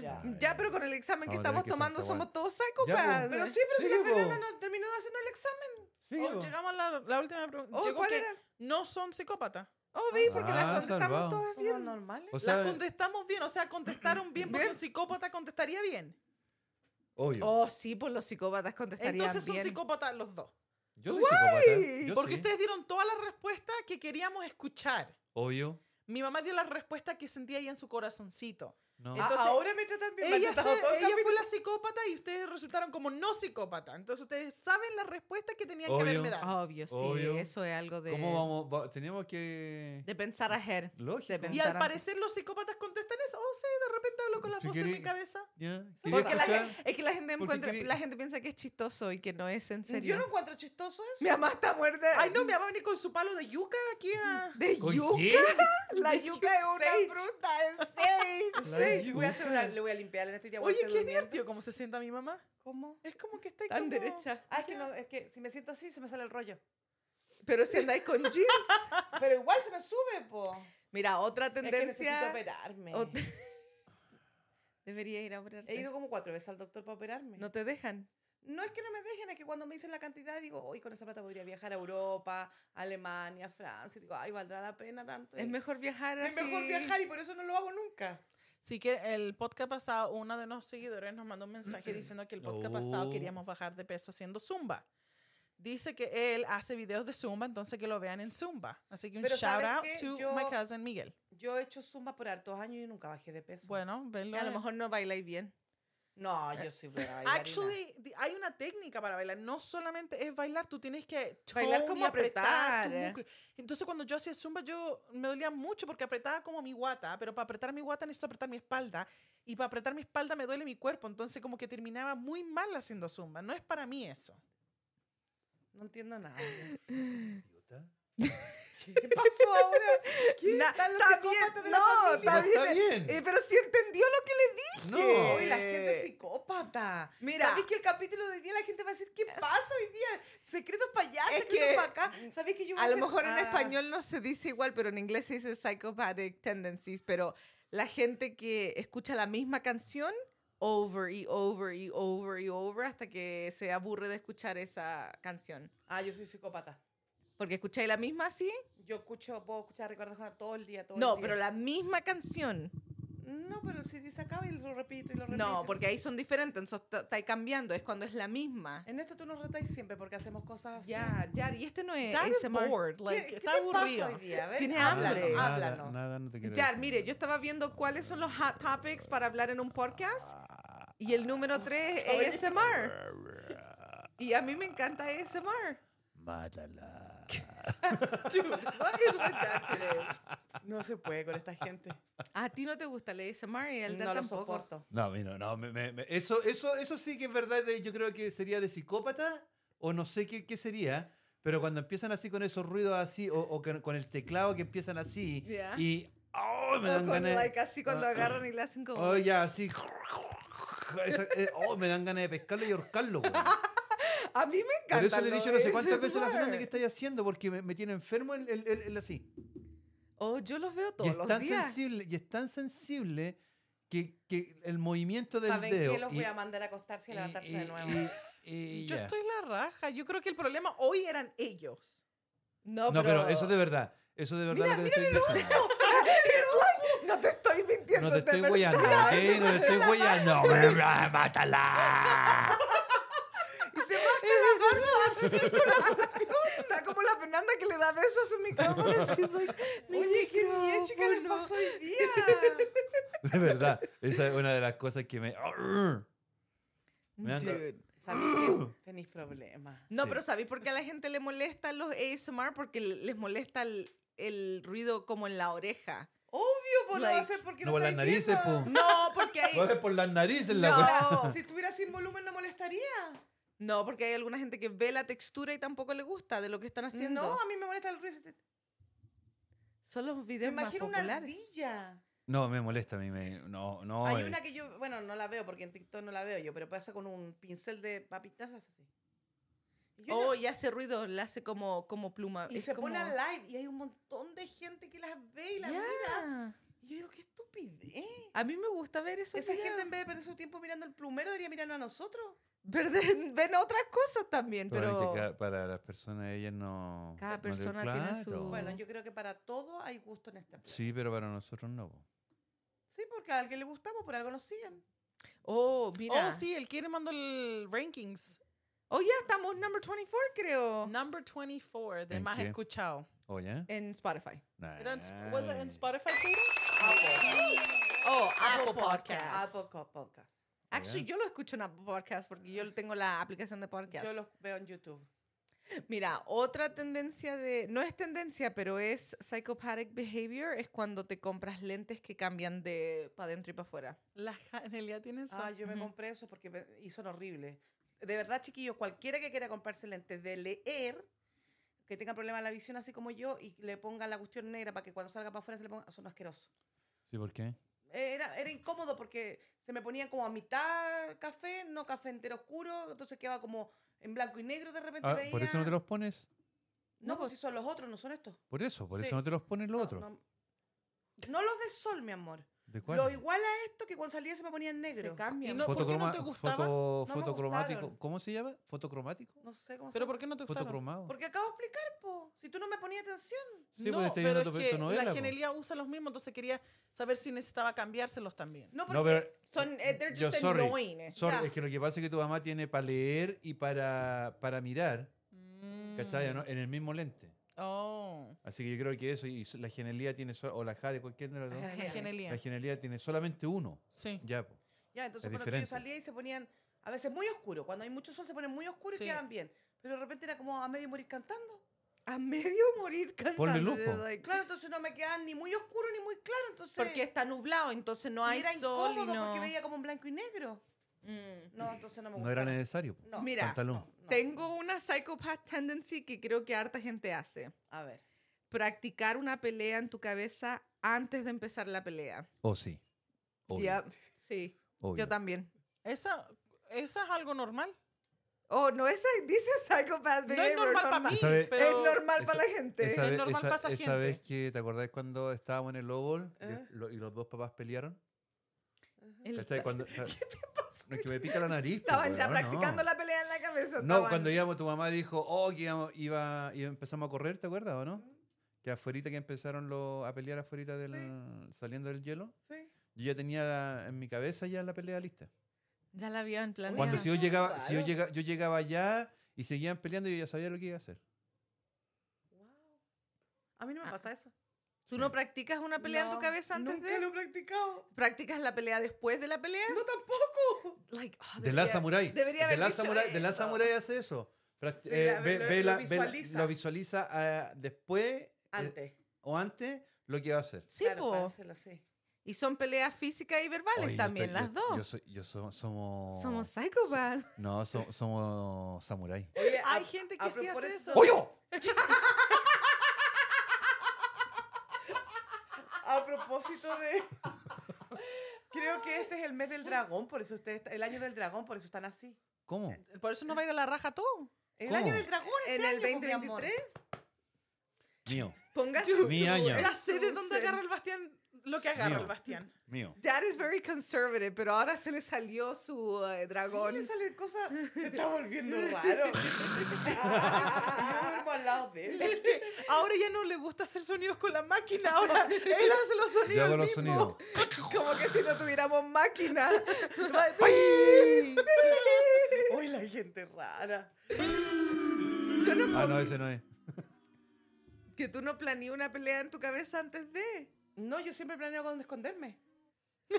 S2: Ya.
S1: Ya, pero con el examen que
S4: Vamos
S1: estamos
S4: a tener que
S1: tomando
S4: Santa Juan.
S1: somos todos
S4: Ya,
S1: sacopas.
S4: pues.
S2: Pero sí, pero si
S4: Sí,
S2: la
S4: po.
S2: Fernanda no terminó de hacernos el examen.
S4: Sí,
S3: Oh,
S4: po.
S3: llegamos a la, la última pregunta.
S1: Oh,
S3: Llegó
S1: ¿cuál
S3: que
S1: era?
S3: no son pópatas.
S1: Oh, vi, porque
S4: Ah,
S1: las contestamos
S4: salvado.
S1: todas
S2: Somos
S1: bien.
S2: normales.
S4: O
S3: Las
S4: sea,
S3: contestamos bien, o sea, contestaron bien porque
S1: Bien.
S3: un psicópata contestaría bien.
S4: obvio.
S1: Oh, sí, pues los psicópatas contestarían
S3: Entonces son
S1: bien.
S3: psicópatas los dos.
S4: Yo soy psicópata.
S1: Guay.
S4: Yo
S3: porque
S4: sí.
S3: ustedes dieron toda la respuesta que queríamos escuchar.
S4: Obvio.
S3: Mi mamá dio la respuesta que sentía ella en su corazoncito.
S4: No.
S3: Entonces,
S2: Ah, ahora me tratan bien. me han
S3: Ella,
S2: tratado
S3: se-
S2: todo el
S3: ella
S2: capítulo.
S3: fue la psicópata y ustedes resultaron como no psicópata. Entonces ustedes saben la respuesta que tenían que
S4: Obvio.
S3: haberme dado.
S1: Ah, Obvio, sí,
S4: Obvio.
S1: eso es algo de,
S4: ¿Cómo vamos? Va- tenemos que.
S1: de pensar ahead.
S4: Lógico.
S1: de
S3: Y
S1: pensar
S3: al
S1: antes.
S3: parecer los psicópatas contestan eso. Oh, sí, de repente hablo con las
S4: Si
S3: voces en mi
S4: querí-
S3: cabeza.
S4: Ya, quería
S1: Porque la
S4: escuchar.
S1: gen- es que la gente,
S4: Porque
S1: encuentra,
S4: quería-
S1: la gente piensa que es chistoso y que no es en serio.
S2: Yo no encuentro chistoso eso.
S1: Mi mamá está muerta.
S3: Ay, no, mi mamá venía con su palo de yuca aquí
S1: *laughs*
S3: a...
S1: De
S4: ¿Con
S1: yuca.
S4: quién?
S1: La yuca es
S2: Sage.
S1: una fruta en sage.
S4: La
S2: Sí, voy a
S4: yuca.
S2: hacer una, le voy a limpiar en este día.
S3: Oye,
S2: vuelta
S3: qué
S2: durmiendo.
S3: divertido cómo se sienta mi mamá.
S2: ¿Cómo?
S3: Es como que está ahí
S1: Tan
S3: como-
S1: derecha.
S2: Ah, es que, no, es que si me siento así se me sale el rollo.
S1: Pero si andáis con jeans.
S2: Pero igual se me sube, po.
S1: Mira, otra
S2: Es que necesito
S1: tendencia.
S2: operarme.
S1: ot- Debería ir a operarte. *laughs*
S2: He ido como cuatro veces al doctor para operarme.
S1: No te dejan.
S2: No es que no me dejen, es que cuando me dicen la cantidad digo, hoy con esa plata podría viajar a Europa, a Alemania, a Francia. Y digo, ay, valdrá la pena tanto.
S1: Es mejor viajar
S2: Es
S1: así.
S2: mejor viajar y por eso no lo hago nunca.
S3: Sí que el podcast pasado, uno de nuestros seguidores nos mandó un mensaje diciendo que el podcast pasado
S4: Oh.
S3: queríamos bajar de peso haciendo zumba. Dice que él hace videos de zumba, entonces que lo vean en zumba. Así que un
S2: Pero
S3: shout
S2: ¿sabes
S3: out
S2: qué?
S3: to
S2: Yo-
S3: my cousin Miguel.
S2: Yo he hecho zumba por hartos años y nunca bajé de peso.
S3: Bueno, verlo.
S1: A lo
S3: en-
S1: mejor no bailáis bien.
S2: No, yo
S1: *laughs*
S2: soy buena bailarina.
S3: Actually, di- hay una técnica para bailar. No solamente es bailar, tú tienes que
S1: Bailar
S3: tone
S1: como
S3: y apretar. tu
S1: apretar.
S3: músculo. Entonces, cuando yo hacía zumba, yo me dolía mucho porque apretaba como mi guata, pero para apretar mi guata necesito apretar mi espalda. Y para apretar mi espalda me duele mi cuerpo. Entonces, como que terminaba muy mal haciendo zumba. No es para mí eso.
S2: No entiendo nada.
S4: gusta?
S2: ¿Qué pasó
S1: *laughs*
S2: ahora? ¿Qué
S1: Na-
S2: están los
S1: está
S2: psicópatas
S1: bien,
S2: de la
S1: no,
S2: familia?
S1: está bien.
S4: Está bien.
S1: eh, pero sí entendió lo que le dije.
S4: No.
S2: Uy, la gente
S1: Eh,
S2: es psicópata.
S1: mira. Eh.
S2: ¿Sabéis que el capítulo de hoy día la gente va a decir qué pasa hoy día? Secretos para allá,
S1: Es
S2: secretos
S1: que- mm,
S2: para acá. ¿Sabéis que yo voy *laughs*
S1: A lo
S2: hacer-
S1: mejor en
S2: Ah,
S1: español no se dice igual, pero en inglés se dice psychopathic tendencies, pero la gente que escucha la misma canción over y over y over y over hasta que se aburre de escuchar esa canción.
S2: Ah, yo soy psicópata.
S1: Porque escucháis la misma así?
S2: Yo escucho, puedo escuchar Ricardo Arjona todo el día, todo
S1: No,
S2: el día.
S1: pero la misma canción.
S2: No, pero el CD se acaba y lo repito y lo repito.
S1: No, porque ahí son diferentes, entonces está- está ahí cambiando, es cuando es la misma.
S2: En esto tú nos retáis siempre porque hacemos cosas así.
S1: Ya, ya, y este no es
S3: Jar is
S1: ASMR.
S3: bored,
S2: ¿Qué,
S3: like,
S2: qué
S3: está
S2: te
S3: aburrido.
S2: pasa hoy día? A ver,
S1: Tiene
S4: Nada,
S2: háblanos,
S1: hambre.
S4: nada,
S2: háblanos.
S4: Nada, no te quiero
S1: Jar,
S4: decir.
S1: mire, yo estaba viendo cuáles son los hot topics para hablar en un podcast y el número *laughs* 3
S2: Oye.
S1: es ASMR. Y a mí me encanta ASMR.
S4: Mátala.
S1: Dude, what is with that today?
S2: No se puede con esta gente.
S1: A ti no te gusta el ASMR y al Dan
S2: no lo
S1: tampoco.
S2: soporto.
S4: No, mira, no, me- me- me- eso, eso, eso sí que es verdad. de- yo creo que sería de psicópata o no sé qué, qué sería. Pero cuando empiezan así con esos ruidos así o, o con, con el teclado que empiezan así
S1: Ya.
S4: y ¡ay! me
S1: O
S4: dan
S1: con,
S4: ganas.
S1: like, así cuando
S4: Ah,
S1: agarran y le hacen como...
S4: oh, ya, así. Esa- eh, oh, me dan ganas de pescarlo y ahorcarlo.
S1: *laughs*
S4: weón.
S1: A mí me encanta.
S4: Por eso le he
S1: lo
S4: dicho no sé cuántas veces a la
S1: ASMR. *laughs*
S4: Fernanda que estáis haciendo porque me, me tiene enfermo el, el- el- el así.
S1: Oh, yo los veo
S4: y
S1: todos
S4: es
S1: los
S4: tan
S1: días.
S4: sensible y es tan sensible que, que el movimiento del
S2: ¿Saben
S4: dedo
S2: qué? Los
S4: y-
S2: voy a mandar a acostarse y a
S4: y-
S2: levantarse
S4: y-
S2: de nuevo.
S4: y- *laughs* y
S3: Yo
S4: ya.
S3: estoy la raja. Yo creo que el problema hoy eran ellos.
S1: No,
S4: No, pero eso de verdad. Eso de verdad no te estoy diciendo.
S1: *laughs* No te estoy mintiendo.
S4: No te
S1: de
S4: estoy
S1: verdad. *laughs*
S4: guayando, ¿ok? No te estoy guayando. ¡Mátala!
S1: Y se parte la barba así con la- Está como la Fernanda que le da besos a su micrófono. y she's like, "Mi
S2: Oye, qué bien, chica, les
S1: micrófono".
S2: pasó hoy día.
S4: *laughs* De verdad. Esa es una de las cosas que me. Me dan-
S1: Dude.
S2: Sabéis que tenéis problemas.
S1: No,
S4: Sí.
S1: pero ¿sabéis por qué a la gente le molesta los ASMR? Porque le- les molesta el, el ruido como en la oreja.
S2: Obvio, pues lo va a
S1: Like-
S2: hacer porque no,
S4: No, por las
S2: estáis viendo.
S4: narices, pum.
S1: No, porque
S4: Lo haces
S1: hay...
S4: por las narices, la
S1: No.
S4: wea.
S1: po.
S2: Si estuviera sin volumen no molestaría.
S1: No, porque hay alguna gente que ve la textura y tampoco le gusta de lo que están haciendo.
S2: No, a mí me molesta el ruido.
S1: Son los
S2: Me
S1: videos más
S2: imagino una
S1: populares.
S2: ardilla.
S4: No, me molesta a mí. me- No, no.
S2: Hay
S4: eh.
S2: una que yo, bueno, no la veo porque en TikTok no la veo yo, pero pasa con un pincel de papitazas así. Y yo
S1: Oh,
S2: no-
S1: y hace ruido, le hace como, como pluma.
S2: y
S1: es
S2: se pone a
S1: como-
S2: live y hay un montón de gente que las ve y las mira.
S1: Ya.
S2: Y yo digo, qué estupidez.
S1: A mí me gusta ver eso.
S2: Esa gente en vez de perder su tiempo mirando el plumero debería mirarnos a nosotros.
S1: Ver de- ven otras cosas también,
S4: Pero es que
S1: pero...
S4: cada- para las personas, ellas no.
S1: Cada
S4: no le-
S1: persona tiene su-
S4: claro.
S2: Bueno,
S1: Mm.
S2: yo creo que para todo hay gusto en este planeta.
S4: Sí, pero para nosotros no. po.
S2: Sí, porque a alguien le gustamos, por algo nos siguen.
S1: Oh, mira.
S3: Oh, sí, el quiere mandó el rankings.
S1: Oh, ya estamos number 24, creo.
S3: Number 24, de
S4: ¿En
S3: más
S4: qué?
S3: escuchado.
S4: Oye.
S1: En Spotify.
S3: Era en Sp- was it in Spotify, Katie?
S1: Oh,
S3: Apple Podcast.
S2: Apple Co- Podcast.
S1: Actually, yo lo escucho en Apple Podcast porque yo tengo la aplicación de podcast.
S2: Yo los veo en YouTube.
S1: Mira, otra tendencia de. No es tendencia, pero es psychopathic behavior. Es cuando te compras lentes que cambian de para adentro y para afuera.
S3: La Janelia tiene eso.
S2: Ah, yo me
S1: Ujú.
S2: compré eso porque me- y son horribles. De verdad, chiquillos, cualquiera que quiera comprarse lentes de leer, que tenga problemas en la visión así como yo y le pongan la cuestión negra para que cuando salga para afuera se le ponga, son asquerosos.
S4: Sí, ¿por qué?
S2: Era, era incómodo porque se me ponían como a mitad café, no café entero oscuro, entonces quedaba como en blanco y negro de repente.
S4: Ah,
S2: veía-
S4: ¿Por eso no te los pones?
S2: No, pues si son los otros, no son estos.
S4: Por eso, por
S2: Sí.
S4: eso no te los pones los
S2: No,
S4: otros.
S2: No, no los de sol, mi amor.
S4: ¿De cuál?
S2: Lo igual a esto que cuando salía se me ponía en negro.
S1: Se cambian.
S3: Y no- ¿por qué no te gustaban?
S2: No
S4: foto-
S2: me gustaron.
S4: fotocromático. ¿Cómo se llama? ¿Fotocromático?
S2: No sé cómo se
S3: ¿Pero
S2: llama.
S3: por qué no te gustaron?
S4: Fotocromado.
S2: Porque acabo de explicar, po. Si tú no me ponías atención.
S4: Sí,
S3: no,
S4: pues está
S3: pero
S4: lleno
S3: es
S4: tu, tu
S3: que la
S4: novela. pues. po.
S3: Janelia usa los mismos, entonces quería saber si necesitaba cambiárselos también.
S2: No, porque
S4: No, pero
S1: Son. eh, they're
S4: Yo,
S1: just
S4: sorry.
S1: annoying.
S4: sorry,
S2: Ya.
S4: es que lo que pasa es que tu mamá tiene para leer y para, para mirar, Mm. ¿cachai?
S3: Mm.
S4: ¿no? En el mismo lente.
S3: Oh.
S4: Así que yo creo que eso, y so- la genialidad tiene, so- o la Jade, cualquier de las dos,
S2: Ajá.
S3: La
S2: Ya.
S3: Janelia.
S4: la genialidad tiene solamente uno.
S3: Sí.
S4: Ya, po.
S2: Ya, entonces
S4: Es
S2: cuando yo
S4: diferente.
S2: salía y se ponían, a veces muy oscuro. Cuando hay mucho sol se ponen muy oscuro
S3: Sí.
S2: y quedan bien. Pero de repente era como a medio morir cantando.
S1: A medio morir cantando.
S4: Ponle luz,
S1: it's
S4: po.
S1: like,
S2: Claro, entonces no me quedaban ni muy oscuro ni muy claro. Entonces
S1: Porque está nublado, entonces no
S2: y
S1: hay
S2: era
S1: sol. y
S2: incómodo
S1: no-
S2: porque veía como en blanco y negro.
S1: Mm.
S2: No, entonces no me gusta.
S4: No era necesario. po.
S2: No,
S1: Mira,
S4: Pantalón.
S2: no, no.
S1: Tengo una psychopath tendency que creo que harta gente hace.
S2: A ver.
S1: Practicar una pelea en tu cabeza antes de empezar la pelea.
S4: Oh, sí. Obvio,
S1: Yep, Sí, ah,
S4: obvio.
S1: yo también.
S3: Esa, esa es algo normal.
S1: Oh, no, esa dice psychopath
S3: No es
S1: behavior,
S3: normal para
S1: Tomás.
S3: mí,
S4: ¿Sabe?
S3: pero
S1: es normal para la
S4: esa-
S1: gente.
S4: Esa,
S3: Es
S4: ve-
S3: normal
S4: esa-
S3: pasa
S4: esa
S3: gente.
S4: vez que, ¿te acordás cuando estábamos en el Obol y-
S2: ¿Eh?
S4: lo- y los dos papás pelearon?
S1: El-
S4: ¿Cachai? Cuando, No, es que me pica la nariz. po,
S1: Estaban ya
S4: weón,
S1: practicando
S4: no.
S1: la pelea en la cabeza.
S4: No,
S1: estaban-
S4: cuando íbamos, tu mamá dijo, oh, que íbamos- iba, iba- empezamos a correr, ¿te acuerdas o no? Que afuera que empezaron los- a pelear afuera del, saliendo del hielo,
S2: Sí.
S4: yo ya tenía la- en mi cabeza ya la pelea lista.
S1: Ya la habían planeado.
S4: Cuando
S2: Mira.
S4: si yo
S2: Eso es
S4: llegaba, si yo
S2: raro.
S4: llegaba, yo llegaba allá y seguían peleando, yo ya sabía lo que iba a hacer.
S2: Wow. A mí no me
S1: Ah.
S2: pasa eso.
S1: ¿Tú no practicas una pelea en tu
S2: No,
S1: cabeza antes
S2: nunca
S1: de...?
S2: lo he practicado.
S4: Eh,
S1: ¿Practicas la pelea después de la pelea?
S2: No tampoco.
S1: Like, oh,
S4: De la
S1: debería-
S4: Samurai.
S1: debería haber
S4: de la
S1: dicho
S4: Samurai, de la
S1: eso.
S4: Samurai hace eso. Pract-
S2: Sí,
S4: eh,
S2: a
S4: ve-
S2: ver, lo-
S4: ve
S2: lo
S4: la- ve la-
S2: visualiza.
S4: lo visualiza ah, después eh,
S2: Antes.
S4: o antes lo que va a hacer.
S1: Sí,
S2: Claro,
S1: po.
S2: para hacerlo así.
S1: Y son peleas físicas y verbales
S4: Oye, yo
S1: también,
S4: estoy-
S1: las
S4: yo-
S1: dos.
S4: Yo, soy- yo so- somos.
S1: Somos psychopaths.
S4: No, so- somos samuráis.
S2: Oye, a-
S3: Hay gente
S2: a
S3: que sí hace
S2: propósito-
S3: Ah, eso.
S2: A propósito de. Creo que este es el mes del dragón, por eso ustedes. El año del dragón, por eso están así.
S4: ¿Cómo?
S3: Por eso no va a ir a la raja todo.
S2: El
S4: ¿Cómo?
S2: año del dragón,
S1: En
S2: este
S1: el
S2: año, pues, mi amor.
S1: 2023,
S4: Mío,
S1: póngase
S4: Mi año.
S3: Ya sé de dónde agarra el Bastián lo que agarra
S4: Sí.
S3: el Bastián.
S4: mío.
S1: Dad is very conservative, pero ahora se le salió su eh, dragón.
S2: Sí, le salen cosas. Me está volviendo *laughs* raro. Yo duermo al lado de él.
S3: Ahora ya no le gusta hacer sonidos con la máquina, *laughs* ahora él hace los sonidos.
S4: Yo hago
S3: él
S4: los
S3: mismo.
S4: sonidos.
S1: Como que si no tuviéramos
S2: *laughs*
S1: máquina. *laughs*
S3: Va de-
S2: *laughs* Uy, la gente rara.
S1: Yo no
S4: Ah,
S1: puedo-
S4: no, ese no es.
S1: Que tú no planeas una pelea en tu cabeza antes de.
S2: No, yo siempre planeo dónde esconderme.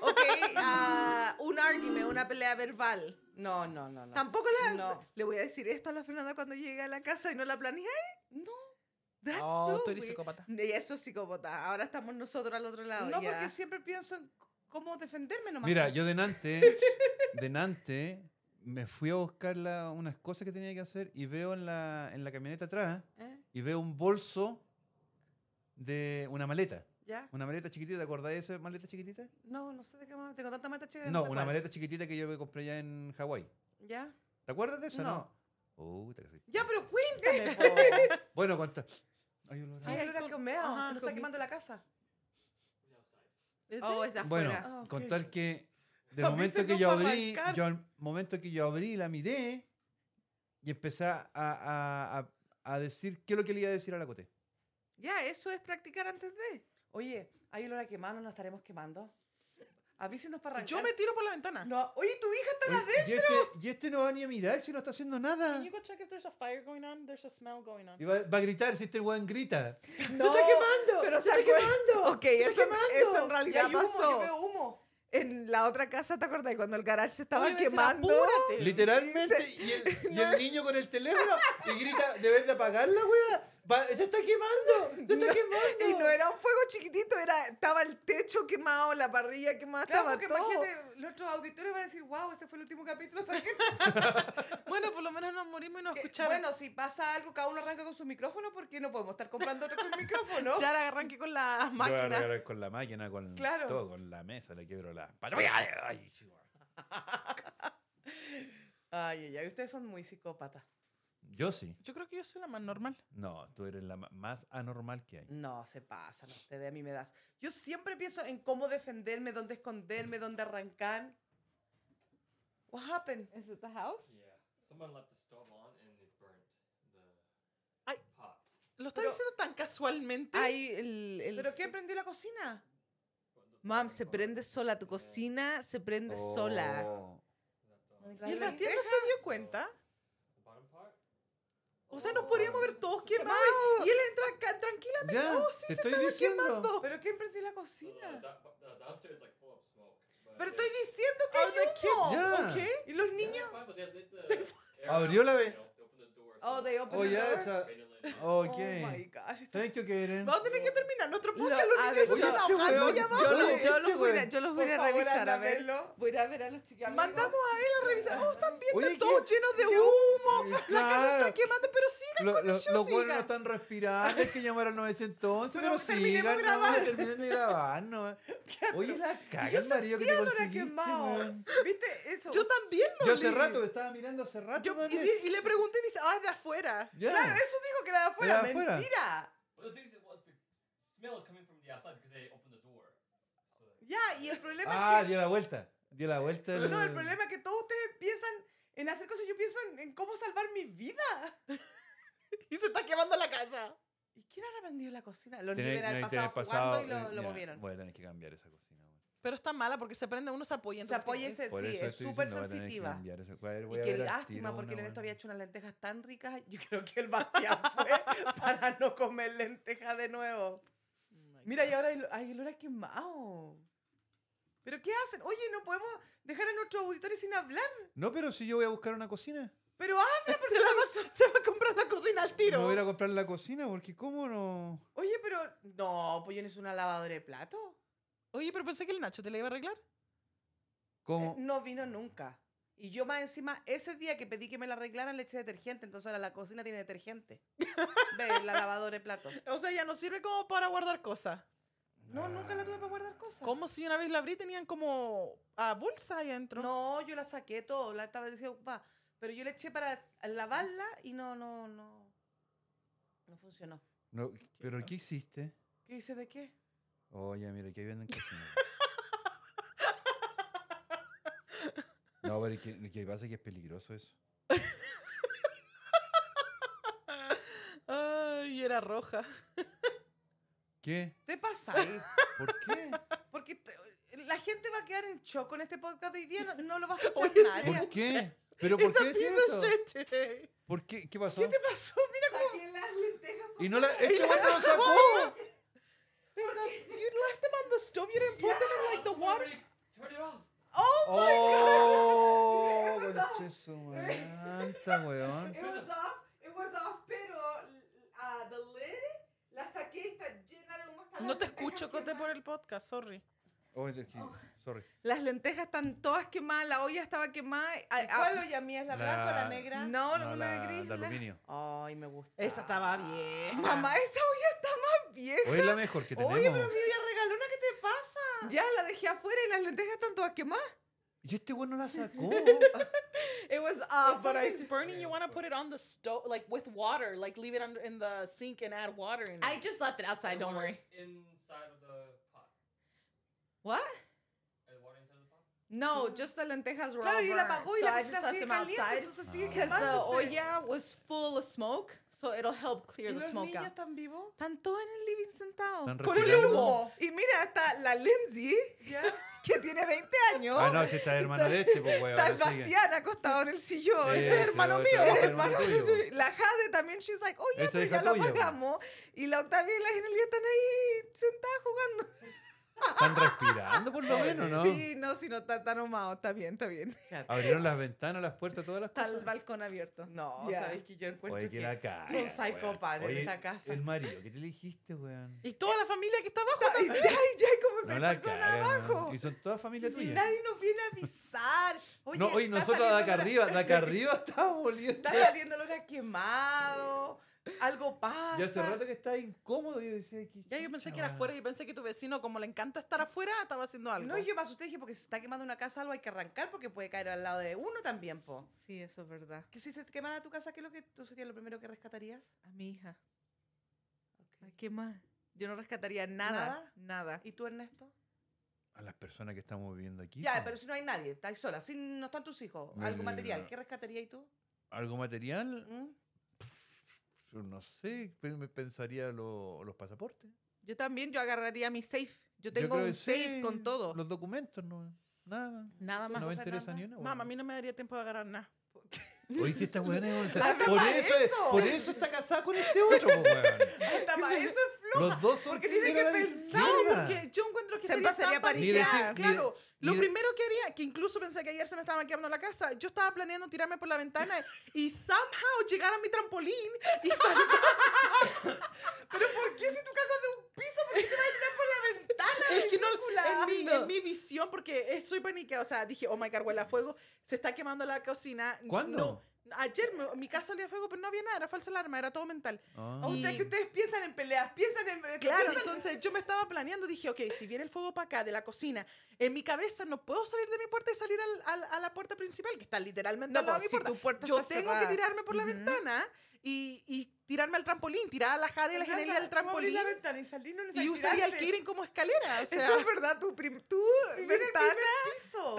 S1: Ok,
S2: *laughs*
S1: ah, un argument, una pelea verbal.
S2: No, no, no, no.
S1: Tampoco la...
S2: No.
S1: Le voy a decir esto a la Fernanda cuando llegue a la casa y no la planeé.
S2: No.
S1: That's
S3: Oh,
S1: so
S3: tú eres
S1: weird.
S3: psicópata.
S1: Ella eso es psicópata. Ahora estamos nosotros al otro lado.
S2: No,
S1: ya.
S2: porque siempre pienso en cómo defenderme nomás.
S4: Mira, yo delante, delante, me fui a buscar la- unas cosas que tenía que hacer y veo en la, en la camioneta atrás
S2: ¿Eh?
S4: y veo un bolso de una maleta.
S2: ¿Ya?
S4: Una maleta chiquitita, ¿te acordás de esa maleta chiquitita?
S2: No, no sé de qué más. Tengo tanta maleta chica. que
S4: No,
S2: Eh, sé
S4: una
S2: cuál.
S4: maleta chiquitita que yo me compré ya en Hawái.
S2: ¿Ya?
S4: ¿Te acuerdas de eso?
S2: No.
S4: No. Puta que sí.
S2: Ya, pero
S3: *laughs*
S2: cuéntame, po.
S4: Bueno, cuenta. Ay, olor a-
S2: Ay,
S3: hay
S2: ahora
S3: con-
S2: que humea,
S3: ajá,
S2: se nos
S3: con-
S2: está quemando la casa.
S3: ¿Ese?
S1: Oh, es de
S4: Bueno,
S1: afuera.
S2: Ah, ok.
S4: con
S2: *laughs*
S4: tal que del
S2: Avisen
S4: momento que
S2: no
S4: yo
S2: pa'
S4: abrí,
S2: arrancar.
S4: yo al momento que yo abrí la miré y empecé a, a- a- a decir qué es lo que le iba a decir a la Cote.
S1: Ya, eso es practicar antes de.
S2: Oye, hay olor a quemado, nos estaremos quemando. Avísenos para arrancar.
S3: Yo me tiro por la ventana.
S2: No, oye, tu hija está...
S4: Oye, Y este, y este no va ni a mirar si no está haciendo nada.
S3: go check if there's a fire going on? There's a smell going on.
S4: Y va, va a gritar si este weón grita.
S1: *laughs* ¡No! ¡Está quemando! ¡Pero está quemando! *laughs* Ok, eso, eso en realidad
S2: Ya hay humo, yo
S1: pasó.
S2: veo humo.
S1: En la otra casa, ¿te acordás? Cuando el garage se estaba
S3: Oye, me decía,
S1: quemando.
S3: "Apúrate".
S4: Literalmente, y el, y el niño con el teléfono y grita, debes de apagarla, weá. Va- se está quemando, se está quemando.
S1: Y no era un fuego chiquitito, era, estaba el techo quemado, la parrilla quemada,
S2: Claro,
S1: estaba
S2: porque
S1: todo.
S2: imagínate, los otros auditores van a decir, wow, este fue el último capítulo. ¿sabes qué?
S3: *laughs* Bueno, por lo menos nos morimos y nos
S2: Que,
S3: escucharon.
S2: bueno, si pasa algo, cada uno arranca con su micrófono, porque no podemos estar comprando otro con micrófono.
S3: ya la arranqué con la
S4: Yo voy a
S3: máquina.
S4: regalar con la máquina, con
S2: Claro.
S4: todo, con la mesa, le quiebro la espalda. Ay, chihuahua.
S2: Ay, ay, ay, ustedes son muy psicópatas.
S4: Yo sí.
S3: Yo creo que yo soy la más normal.
S4: No, tú eres la ma- más anormal que hay.
S2: No, se pasan ustedes, a mí me das. Yo siempre pienso en cómo defenderme, dónde esconderme, dónde arrancar. What happened?
S1: ¿Es it the house?
S6: Yeah. Someone left the stove on and it burnt the
S3: Ay.
S6: pot.
S3: Lo está
S2: Pero-
S3: diciendo tan casualmente.
S1: Hay el, el-
S2: ¿Pero qué prendió la cocina?
S1: Mam, se prende sola. Tu cocina se prende sola.
S4: Oh.
S2: La
S3: y el
S2: lenteja.
S3: Bastián no se dio cuenta.
S6: The bottom part?
S3: O sea, nos podríamos ver todos quemados. Y él entra ca- tranquilamente.
S4: Ya,
S3: Oh, sí,
S4: te
S3: se
S4: estoy
S3: estaba
S4: diciendo.
S3: quemando.
S2: ¿Pero qué prendió la
S6: So the,
S2: cocina?
S6: da- the downstairs is like full of smoke. But
S2: Pero
S6: they-
S2: estoy diciendo que
S3: Are the
S2: hay humo.
S4: Ya.
S3: ¿Ok?
S2: ¿Y los
S6: Yeah,
S2: niños?
S6: it's fine, but they lit the air
S4: *laughs* Abrió la
S6: out,
S4: ve-
S6: you know, they opened the door
S1: Oh, they open
S4: Oh,
S1: the
S4: yeah,
S1: door.
S4: it's a...
S6: Congratulations.
S4: Ok.
S2: Oh my gosh. está-
S4: Thank you, Karen.
S3: Vamos a tener que terminar nuestro
S1: Lo-
S3: podcast.
S1: a
S3: Los niños
S1: ver,
S3: se
S1: yo-
S3: están
S4: este
S3: ahogando ya
S4: weón-
S1: Yo,
S3: abajo.
S1: lo-
S4: Oye,
S1: yo
S4: este
S1: los voy a,
S4: weón.
S1: yo los voy
S2: Por
S1: a
S2: favor,
S1: revisar,
S2: anda
S1: a
S2: a
S1: ver.
S2: verlo.
S1: Voy a ir a ver a los chicos.
S3: Mandamos a él a revisar. Oh, también
S4: Oye,
S3: está todo
S4: ¿qué?
S3: lleno de
S4: Yo-
S3: humo.
S4: Sí,
S3: La casa está
S4: claro.
S3: quemando, pero sigan
S4: Lo-
S3: con
S4: lo-
S3: el show,
S4: los buenos
S3: sigan.
S4: no están respirando, hay que llamar al 911,
S2: Pero
S4: pero,
S2: pues terminemos
S4: sigan,
S2: de
S4: no,
S2: grabar.
S4: terminen de
S2: *laughs*
S4: grabar, no. Oye, la
S2: Y
S4: caga
S2: yo
S4: el marido que
S2: sentía
S4: te
S2: el olor a
S4: conseguiste,
S2: quemado.
S4: weón.
S2: ¿Viste eso?
S3: Yo también lo
S4: Yo hace
S3: leí.
S4: rato, estaba mirando hace rato.
S3: Yo- y,
S4: también.
S3: di- y le pregunté y dice, ah, es de afuera.
S4: Ya.
S2: Claro, eso dijo que era de afuera.
S4: Era de afuera.
S2: Mentira.
S6: Well, the thing is, that, well, the smell is coming from the outside because they opened the door. So,
S2: Ya, y el problema
S4: Ah,
S2: es que.
S4: dio la vuelta. Dio la vuelta.
S2: No, el problema es que todos ustedes piensan en hacer cosas. Yo pienso en, en cómo salvar mi vida.
S3: Y se está quemando la casa.
S2: ¿Y quién habrá vendido la cocina? Los
S4: Tener-
S2: niños eran pasado,
S4: tener- tener
S2: jugando y
S4: pasado,
S2: lo,
S4: eh,
S2: lo
S4: ya,
S2: movieron.
S4: Voy a tener que cambiar esa cocina. weón.
S3: Pero está mala porque se prende, uno se apoya.
S2: Se
S3: entonces
S2: apoya
S3: tiene-
S2: ese,
S4: Por
S2: sí,
S4: eso
S2: es
S4: estoy
S2: súper
S4: diciendo, voy a tener que
S2: sensitiva.
S4: cambiar esa- voy a ver- voy
S2: Y
S4: a
S2: que
S4: ver al
S2: lástima,
S4: tiro
S2: porque
S4: una,
S2: Ernesto
S4: weón.
S2: había hecho unas lentejas tan ricas. Yo creo que el Bastián
S4: *laughs*
S2: fue para no comer lentejas de nuevo.
S3: Oh
S2: Mira, y ahora el, ay, el olor a quemado. ¿Pero qué hacen? Oye, no podemos dejar a nuestros auditores sin hablar.
S4: No, pero si yo voy a buscar una cocina.
S2: Pero ah, habla, porque
S3: Se, la va, se va a comprar la cocina al tiro.
S4: No voy a ir a comprar la cocina porque cómo no...
S2: Oye, pero. No, pues yo no es una lavadora de plato.
S3: Oye, pero pensé que el Nacho te la iba a arreglar.
S4: ¿Cómo?
S2: Eh, No vino nunca. Y yo más encima, ese día que pedí que me la arreglaran, leche detergente. Entonces ahora la cocina tiene
S4: *laughs*
S2: detergente. Ve, la lavadora de plato.
S3: O sea, ya no sirve como para guardar cosas.
S2: No, nunca la tuve para guardar cosas.
S3: Como si una vez la abrí tenían como ah, bolsa ahí adentro.
S2: No, yo la saqué todo, la estaba diciendo ocupada. Pero yo le eché para lavarla y no, no, no. No funcionó.
S4: No, ¿Pero qué hiciste?
S2: ¿Qué dices de qué?
S4: Oye, mira, que venden cocina. No, pero es que, lo que pasa es que es peligroso eso.
S3: Ay, era roja.
S4: ¿Qué?
S2: ¿Te pasa *laughs* ahí?
S4: ¿Por qué?
S2: Porque te- la gente va a quedar en shock con este podcast de hoy día. No, no lo va a escuchar
S3: Oye,
S2: nadie.
S4: ¿Por qué? ¿Pero por
S3: Esa
S4: qué decir
S3: pizza
S4: eso?
S3: chete.
S4: ¿Por qué? ¿Qué pasó?
S2: ¿Qué te pasó? Mira cómo...
S4: Y no la... ¡Este weón no la sacó!
S3: Pero that- you left them on the stove. You didn't put them in like the
S6: Stop
S3: water.
S6: already. Turn it off.
S4: ¡Oh! Conche su manta, weón.
S1: It was off, it was off, pero
S2: ah,
S1: uh, the lid la saqué y está llena de humo. hasta
S3: No
S1: las
S3: te
S1: lentejas
S3: escucho, Cote,
S1: quemadas.
S3: por el podcast, sorry.
S4: Oh, es que- sorry.
S1: Las lentejas están todas quemadas, la olla estaba quemada. a- a-
S2: ¿Cuál olla mía es la, blanca o ah, la
S4: La-
S2: negra?
S1: no,
S4: No,
S1: una
S4: la,
S1: gris.
S4: de
S1: la-
S4: aluminio.
S2: Ay, me gusta.
S3: Esa estaba bien.
S1: Mamá, esa olla está más vieja.
S4: Hoy es la mejor que tenemos.
S2: Oye, pero mi olla regalona, ¿qué te pasa?
S1: Ya la dejé afuera y las lentejas están todas quemadas.
S4: Y este weón no la sacó.
S1: It was
S3: If
S1: off, but I,
S3: something's burning, you want to put it on the stove, like with water, like leave it under in the sink and add water in it.
S1: I just left it outside,
S6: The
S1: don't
S6: water
S1: worry.
S6: Inside of the pot.
S1: What?
S6: Uh, The water inside of the pot.
S1: No, just the lentejas were
S2: Claro,
S1: all
S2: y la
S1: burned,
S2: apagó y
S1: so
S2: la
S1: I
S2: cocina
S1: just left
S2: sigue
S1: them
S2: caliente,
S1: outside.
S2: entonces sigue
S1: because the
S2: quemándose.
S3: Oh,
S1: olla was full of smoke, so it'll help clear
S2: ¿Y
S1: the
S2: los
S1: smoke
S2: niños
S1: out.
S2: están *laughs* vivos?
S1: Están todos en el living sentados.
S4: Están
S1: Con el
S4: respirando.
S1: humo. Y mira, está la Lindsay,
S2: ¿Ya?
S1: que tiene 20 años.
S4: Ah, no, si esta es hermana de este, pues, weón.
S1: Está el
S4: así que-
S1: Bastián acostado en el sillón.
S4: Eh,
S1: Ese es
S4: sí,
S1: hermano
S4: otro
S1: mío.
S4: hermano
S1: es
S4: hermano
S1: hermano
S4: tuyo.
S1: de- La Jade también, she's like, oye,
S4: Esa
S1: pero
S4: hija
S1: ya lo
S4: tuya, weón.
S1: apagamos. Y la Octavia y la Genelia están ahí sentadas jugando.
S4: Están respirando por lo menos, Ah, ¿no?
S1: Sí, no, si no está tan ahumado, está bien, está bien.
S4: Abrieron las ventanas, las puertas, todas las
S1: Está el
S4: cosas.
S1: balcón abierto.
S2: No,
S1: Ya.
S2: sabéis que yo encuentro
S4: Oye, que
S2: que
S4: la cara.
S2: son psicopatas en esta casa.
S4: El marido, ¿qué te le dijiste, weón?
S3: y toda la familia que está abajo
S1: Y ya, y ya hay como
S4: No
S1: seis
S4: la
S1: personas
S4: cagas, weón.
S1: abajo.
S4: Y son toda familia
S2: y
S4: tuya.
S2: nadie nos viene a avisar. Oye,
S4: no, oye,
S2: está
S4: nosotros de
S2: saliendo
S4: acá
S2: olor a-
S4: arriba, de acá arriba estamos volviendo.
S2: Está saliendo olor a quemado. Algo pasa.
S4: Y hace rato que estaba incómodo. Yo decía, ¿qué
S3: Ya yo pensé
S4: chucha,
S3: que era
S4: weón?
S3: afuera y pensé que tu vecino, como le encanta estar afuera, estaba haciendo algo.
S2: No, yo me asusté dije, porque se está quemando una casa, algo hay que arrancar porque puede caer al lado de uno también, po.
S1: Sí, eso es verdad.
S2: Que si se te quemara tu casa, ¿qué es lo que tú sería lo primero que rescatarías?
S1: A mi hija. Ay, ¿Qué más? Yo no rescataría
S2: ¿Nada?
S1: nada. Nada.
S2: ¿Y tú, Ernesto?
S4: A las personas que estamos viviendo aquí.
S2: Ya,
S4: po.
S2: pero si no hay nadie, estás sola, si no están tus hijos,
S4: No,
S2: algo
S4: no, no,
S2: material,
S4: no.
S2: ¿qué rescatarías tú?
S4: ¿Algo material?
S1: *laughs*
S2: ¿Mm?
S4: Yo no sé, pe- me pensaría lo- los pasaportes.
S1: Yo también, yo agarraría mi safe. Yo tengo
S4: creo
S1: un
S4: que
S1: safe
S4: sí,
S1: con todo.
S4: Los documentos, no. Nada.
S1: Nada
S2: No
S1: más.
S4: No me interesa
S2: Fernanda.
S4: ni una. weón.
S3: Mamá, a mí no me daría tiempo de agarrar nada.
S4: Oye, si esta weona es una-
S2: Hasta
S4: por
S2: para
S4: eso, es-
S2: eso.
S4: por eso está casada con este otro, po, weón.
S2: Hasta para eso es floja.
S4: Los dos son
S2: porque tiene
S4: cero
S2: que
S4: a la
S2: pensar,
S4: izquierda.
S3: Porque yo encuentro que
S1: Se
S3: estaría
S1: pasaría
S3: tan
S1: para
S4: Ni decir-
S3: paniqueada,
S4: ni-
S3: claro. Lo
S4: Y-
S3: primero que haría, que incluso pensé que ayer se me estaba quemando la casa, yo estaba planeando tirarme por la ventana y somehow llegar a mi trampolín y salir. *laughs*
S2: ¿Pero por qué si tu casa es de un piso? ¿Por qué te vas a tirar por la ventana?
S3: Es que no-
S2: ridícula?
S3: en, mi, en mi visión, porque estoy paniqueada. O sea, dije, oh my god, huele a fuego. Se está quemando la cocina.
S4: ¿Cuándo?
S3: No, ayer me- mi casa olía a fuego, pero no había nada. Era falsa alarma, era todo mental.
S4: Ah.
S2: A usted que ustedes piensan en peleas, piensan en...
S3: Claro,
S2: piensan-
S3: entonces yo me estaba planeando. Dije, ok, si viene el fuego para acá, de la cocina, en mi cabeza no puedo salir de mi puerta y salir al- al- a la puerta principal, que está literalmente
S1: No,
S3: al lado
S1: pues,
S3: de mi
S1: si
S3: puerta.
S1: tu puerta
S3: Yo tengo
S1: está cerrada.
S3: que tirarme por la
S1: Ujú.
S3: ventana y, y tirarme al trampolín, tirar a la jade de la
S2: Nada,
S3: genialidad del
S2: tú abrís
S3: trampolín.
S2: la ventana y salí, no
S3: Y
S2: necesitas
S3: usaría el
S2: tirarte. *laughs*
S3: clearing como escalera. O sea,
S1: Eso es verdad, tu, prim- tu
S2: Vivir en el
S1: ventana.
S2: primer piso.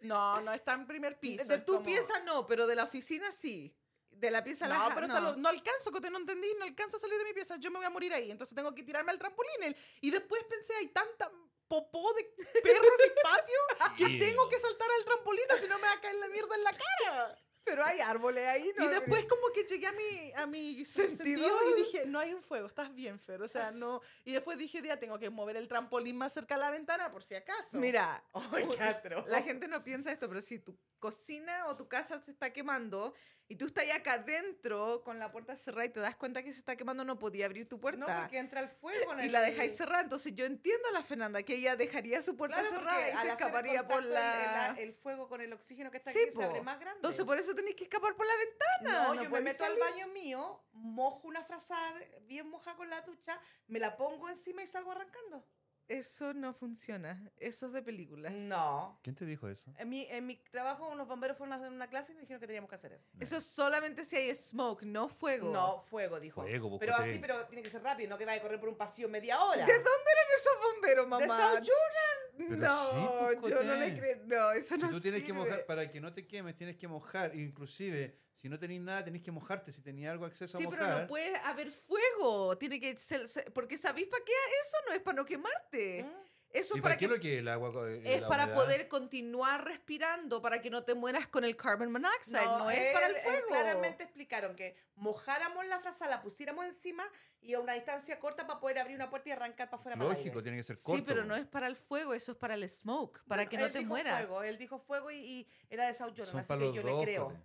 S3: No, no está en primer piso.
S1: De
S3: es
S1: tu
S3: como-
S1: pieza no, pero de la oficina sí. De la pieza a la
S3: No,
S1: ja-
S3: pero esta lo- no. alcanzo, que no entendí, no alcanzo a salir de mi pieza, yo me voy a morir ahí, entonces tengo que tirarme al trampolín. el- Y después pensé, hay tanta popó de perro en mi *laughs* patio que
S4: Ew.
S3: tengo que saltar al trampolín, o si no me va a caer la mierda en la cara.
S1: Pero hay árboles ahí, ¿no?
S3: Y después como que llegué a mi, a mi sentido.
S1: Sentido.
S3: y dije, no hay un fuego, estás bien, Fer, o sea, no. Y después dije, ya tengo que mover el trampolín más cerca a la ventana por si acaso.
S1: Mira,
S2: Ay, qué atro.
S1: la gente no piensa esto, pero si tu cocina o tu casa se está quemando y tú estás ahí acá adentro con la puerta cerrada y te das cuenta que se está quemando, no podía abrir tu puerta.
S2: No, porque entra el fuego en
S1: y
S2: el-
S1: la dejáis cerrada. Entonces yo entiendo a la Fernanda que ella dejaría su puerta
S2: Claro, porque
S1: cerrada y
S2: al
S1: se
S2: hacer
S1: escaparía
S2: contacto
S1: por
S2: el-
S1: la...
S2: El, el fuego con el oxígeno que está
S1: Sí,
S2: aquí se
S1: po.
S2: abre más grande.
S1: Entonces por eso tenéis que escapar por la ventana.
S2: No, yo me
S1: podéis
S2: meto
S1: salir.
S2: al baño mío, mojo una frazada de- bien moja con la ducha, me la pongo encima y salgo arrancando.
S1: Eso no funciona. Eso es de películas.
S2: Mm. No.
S4: ¿Quién te dijo eso?
S2: En mi, en mi trabajo unos bomberos fueron a hacer una clase y nos dijeron que teníamos que hacer eso.
S1: Eso es solamente si hay smoke, no fuego.
S2: No, fuego, dijo.
S4: Fuego, pues,
S2: pero
S4: cuate.
S2: así, pero tiene que ser rápido, no que vaya a correr por un pasillo media hora.
S1: ¿De dónde eran esos bomberos,
S2: De
S1: mamá?
S2: South Jordan.
S4: Pero
S1: no,
S4: sí, pues,
S1: yo no
S4: Coté.
S1: le creo. No, eso
S4: Si
S1: no
S4: tú tienes que
S1: sirve.
S4: mojar, para que no te quemes, tienes que mojar. Inclusive, si no tenés nada, tenés que mojarte. Si tenías algo acceso a
S1: Sí,
S4: mojar.
S1: pero no puede haber fuego. Tiene que ser- ser- porque ¿sabéis para qué eso? No es para no quemarte.
S2: Mm.
S1: Eso
S4: ¿Y
S1: es para
S4: qué
S1: que
S4: lo que el agua? co- eh,
S1: es
S4: la
S1: para
S4: humedad?
S1: poder continuar respirando para que no te mueras con el carbon monoxide, no, es
S2: él-
S1: para el
S2: él
S1: fuego.
S2: Claramente explicaron que mojáramos la frazada, la pusiéramos encima y a una distancia corta para poder abrir una puerta y arrancar para afuera. para el
S4: Lógico,
S2: aire.
S4: tiene que ser corto.
S1: Sí, pero no
S4: pues.
S1: es para el fuego, eso es para el smoke, para
S2: Bueno,
S1: que no
S2: él
S1: te
S2: dijo
S1: mueras.
S2: Fuego, él dijo fuego y, y era de South Jordan,
S4: Son
S2: así
S4: para
S2: que
S4: los
S2: yo
S4: dos.
S2: le creo.
S4: Cote.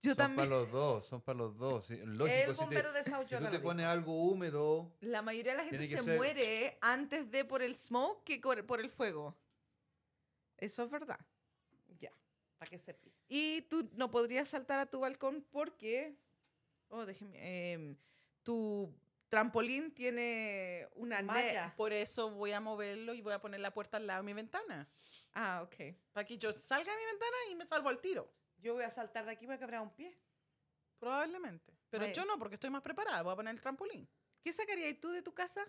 S1: Yo
S4: son
S1: también.
S4: para los dos, son para los dos. sí, Lógico,
S2: el
S4: si te,
S2: bombero de South
S4: si tú
S2: Jordan.
S4: te
S2: lo dijo.
S4: pones algo húmedo,
S1: La mayoría de la gente
S4: Tiene que
S1: se
S4: ser-
S1: muere antes de por el smoke que cor- por el fuego. Eso es verdad.
S2: Ya, para que sepa.
S1: Y tú no podrías saltar a tu balcón porque. Oh, déjeme. em, tu trampolín tiene una net.
S2: Malla.
S3: Por eso voy a moverlo y voy a poner la puerta al lado de mi ventana.
S1: Ah, ok.
S3: Para que yo salga de mi ventana y me salvo al tiro.
S2: Yo voy a saltar de aquí y me voy a quebrar un pie.
S3: Probablemente. Pero
S1: Bueno.
S3: yo no, porque estoy más preparada. Voy a poner el trampolín.
S1: ¿Qué sacarías tú de tu casa?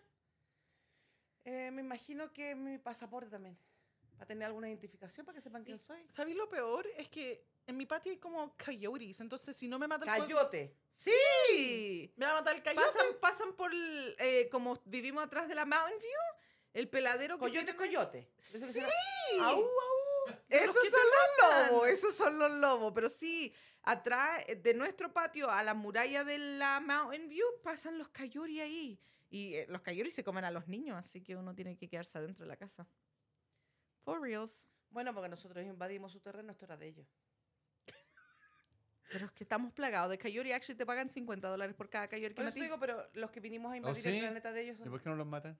S2: Eh, me imagino que mi pasaporte también. Para tener alguna identificación, para que sepan quién
S3: Y-
S2: soy.
S3: ¿Sabéis lo peor? Es que en mi patio hay como coyotes. Entonces, si no me mata el fuego,
S2: Cayote.
S1: ¡Sí!
S3: me va a matar el coyote.
S1: Pasan, pasan por. el, eh, como vivimos atrás de la Mountain View, el peladero que.
S2: Coyote,
S1: tienen-
S2: coyote. De eso que se llama-
S1: Sí.
S2: Au,
S1: Esos
S3: que te
S1: son los
S3: matan.
S1: lobos, esos son los lobos. Pero sí, atrás eh, de nuestro patio a la muralla de la Mountain View pasan los cayuri ahí. Y eh, los cayuri se comen a los niños, así que uno tiene que quedarse adentro de la casa. For reals.
S2: Bueno, porque nosotros invadimos su terreno, esto era de ellos.
S1: Pero es que estamos plagados de cayuri. Actually, te pagan 50 dólares por cada cayuri que
S2: Por eso te
S1: matís.
S2: digo, pero los que vinimos a invadir
S4: sí?
S2: el planeta de ellos
S4: ¿y
S2: son...
S4: por qué no los matan?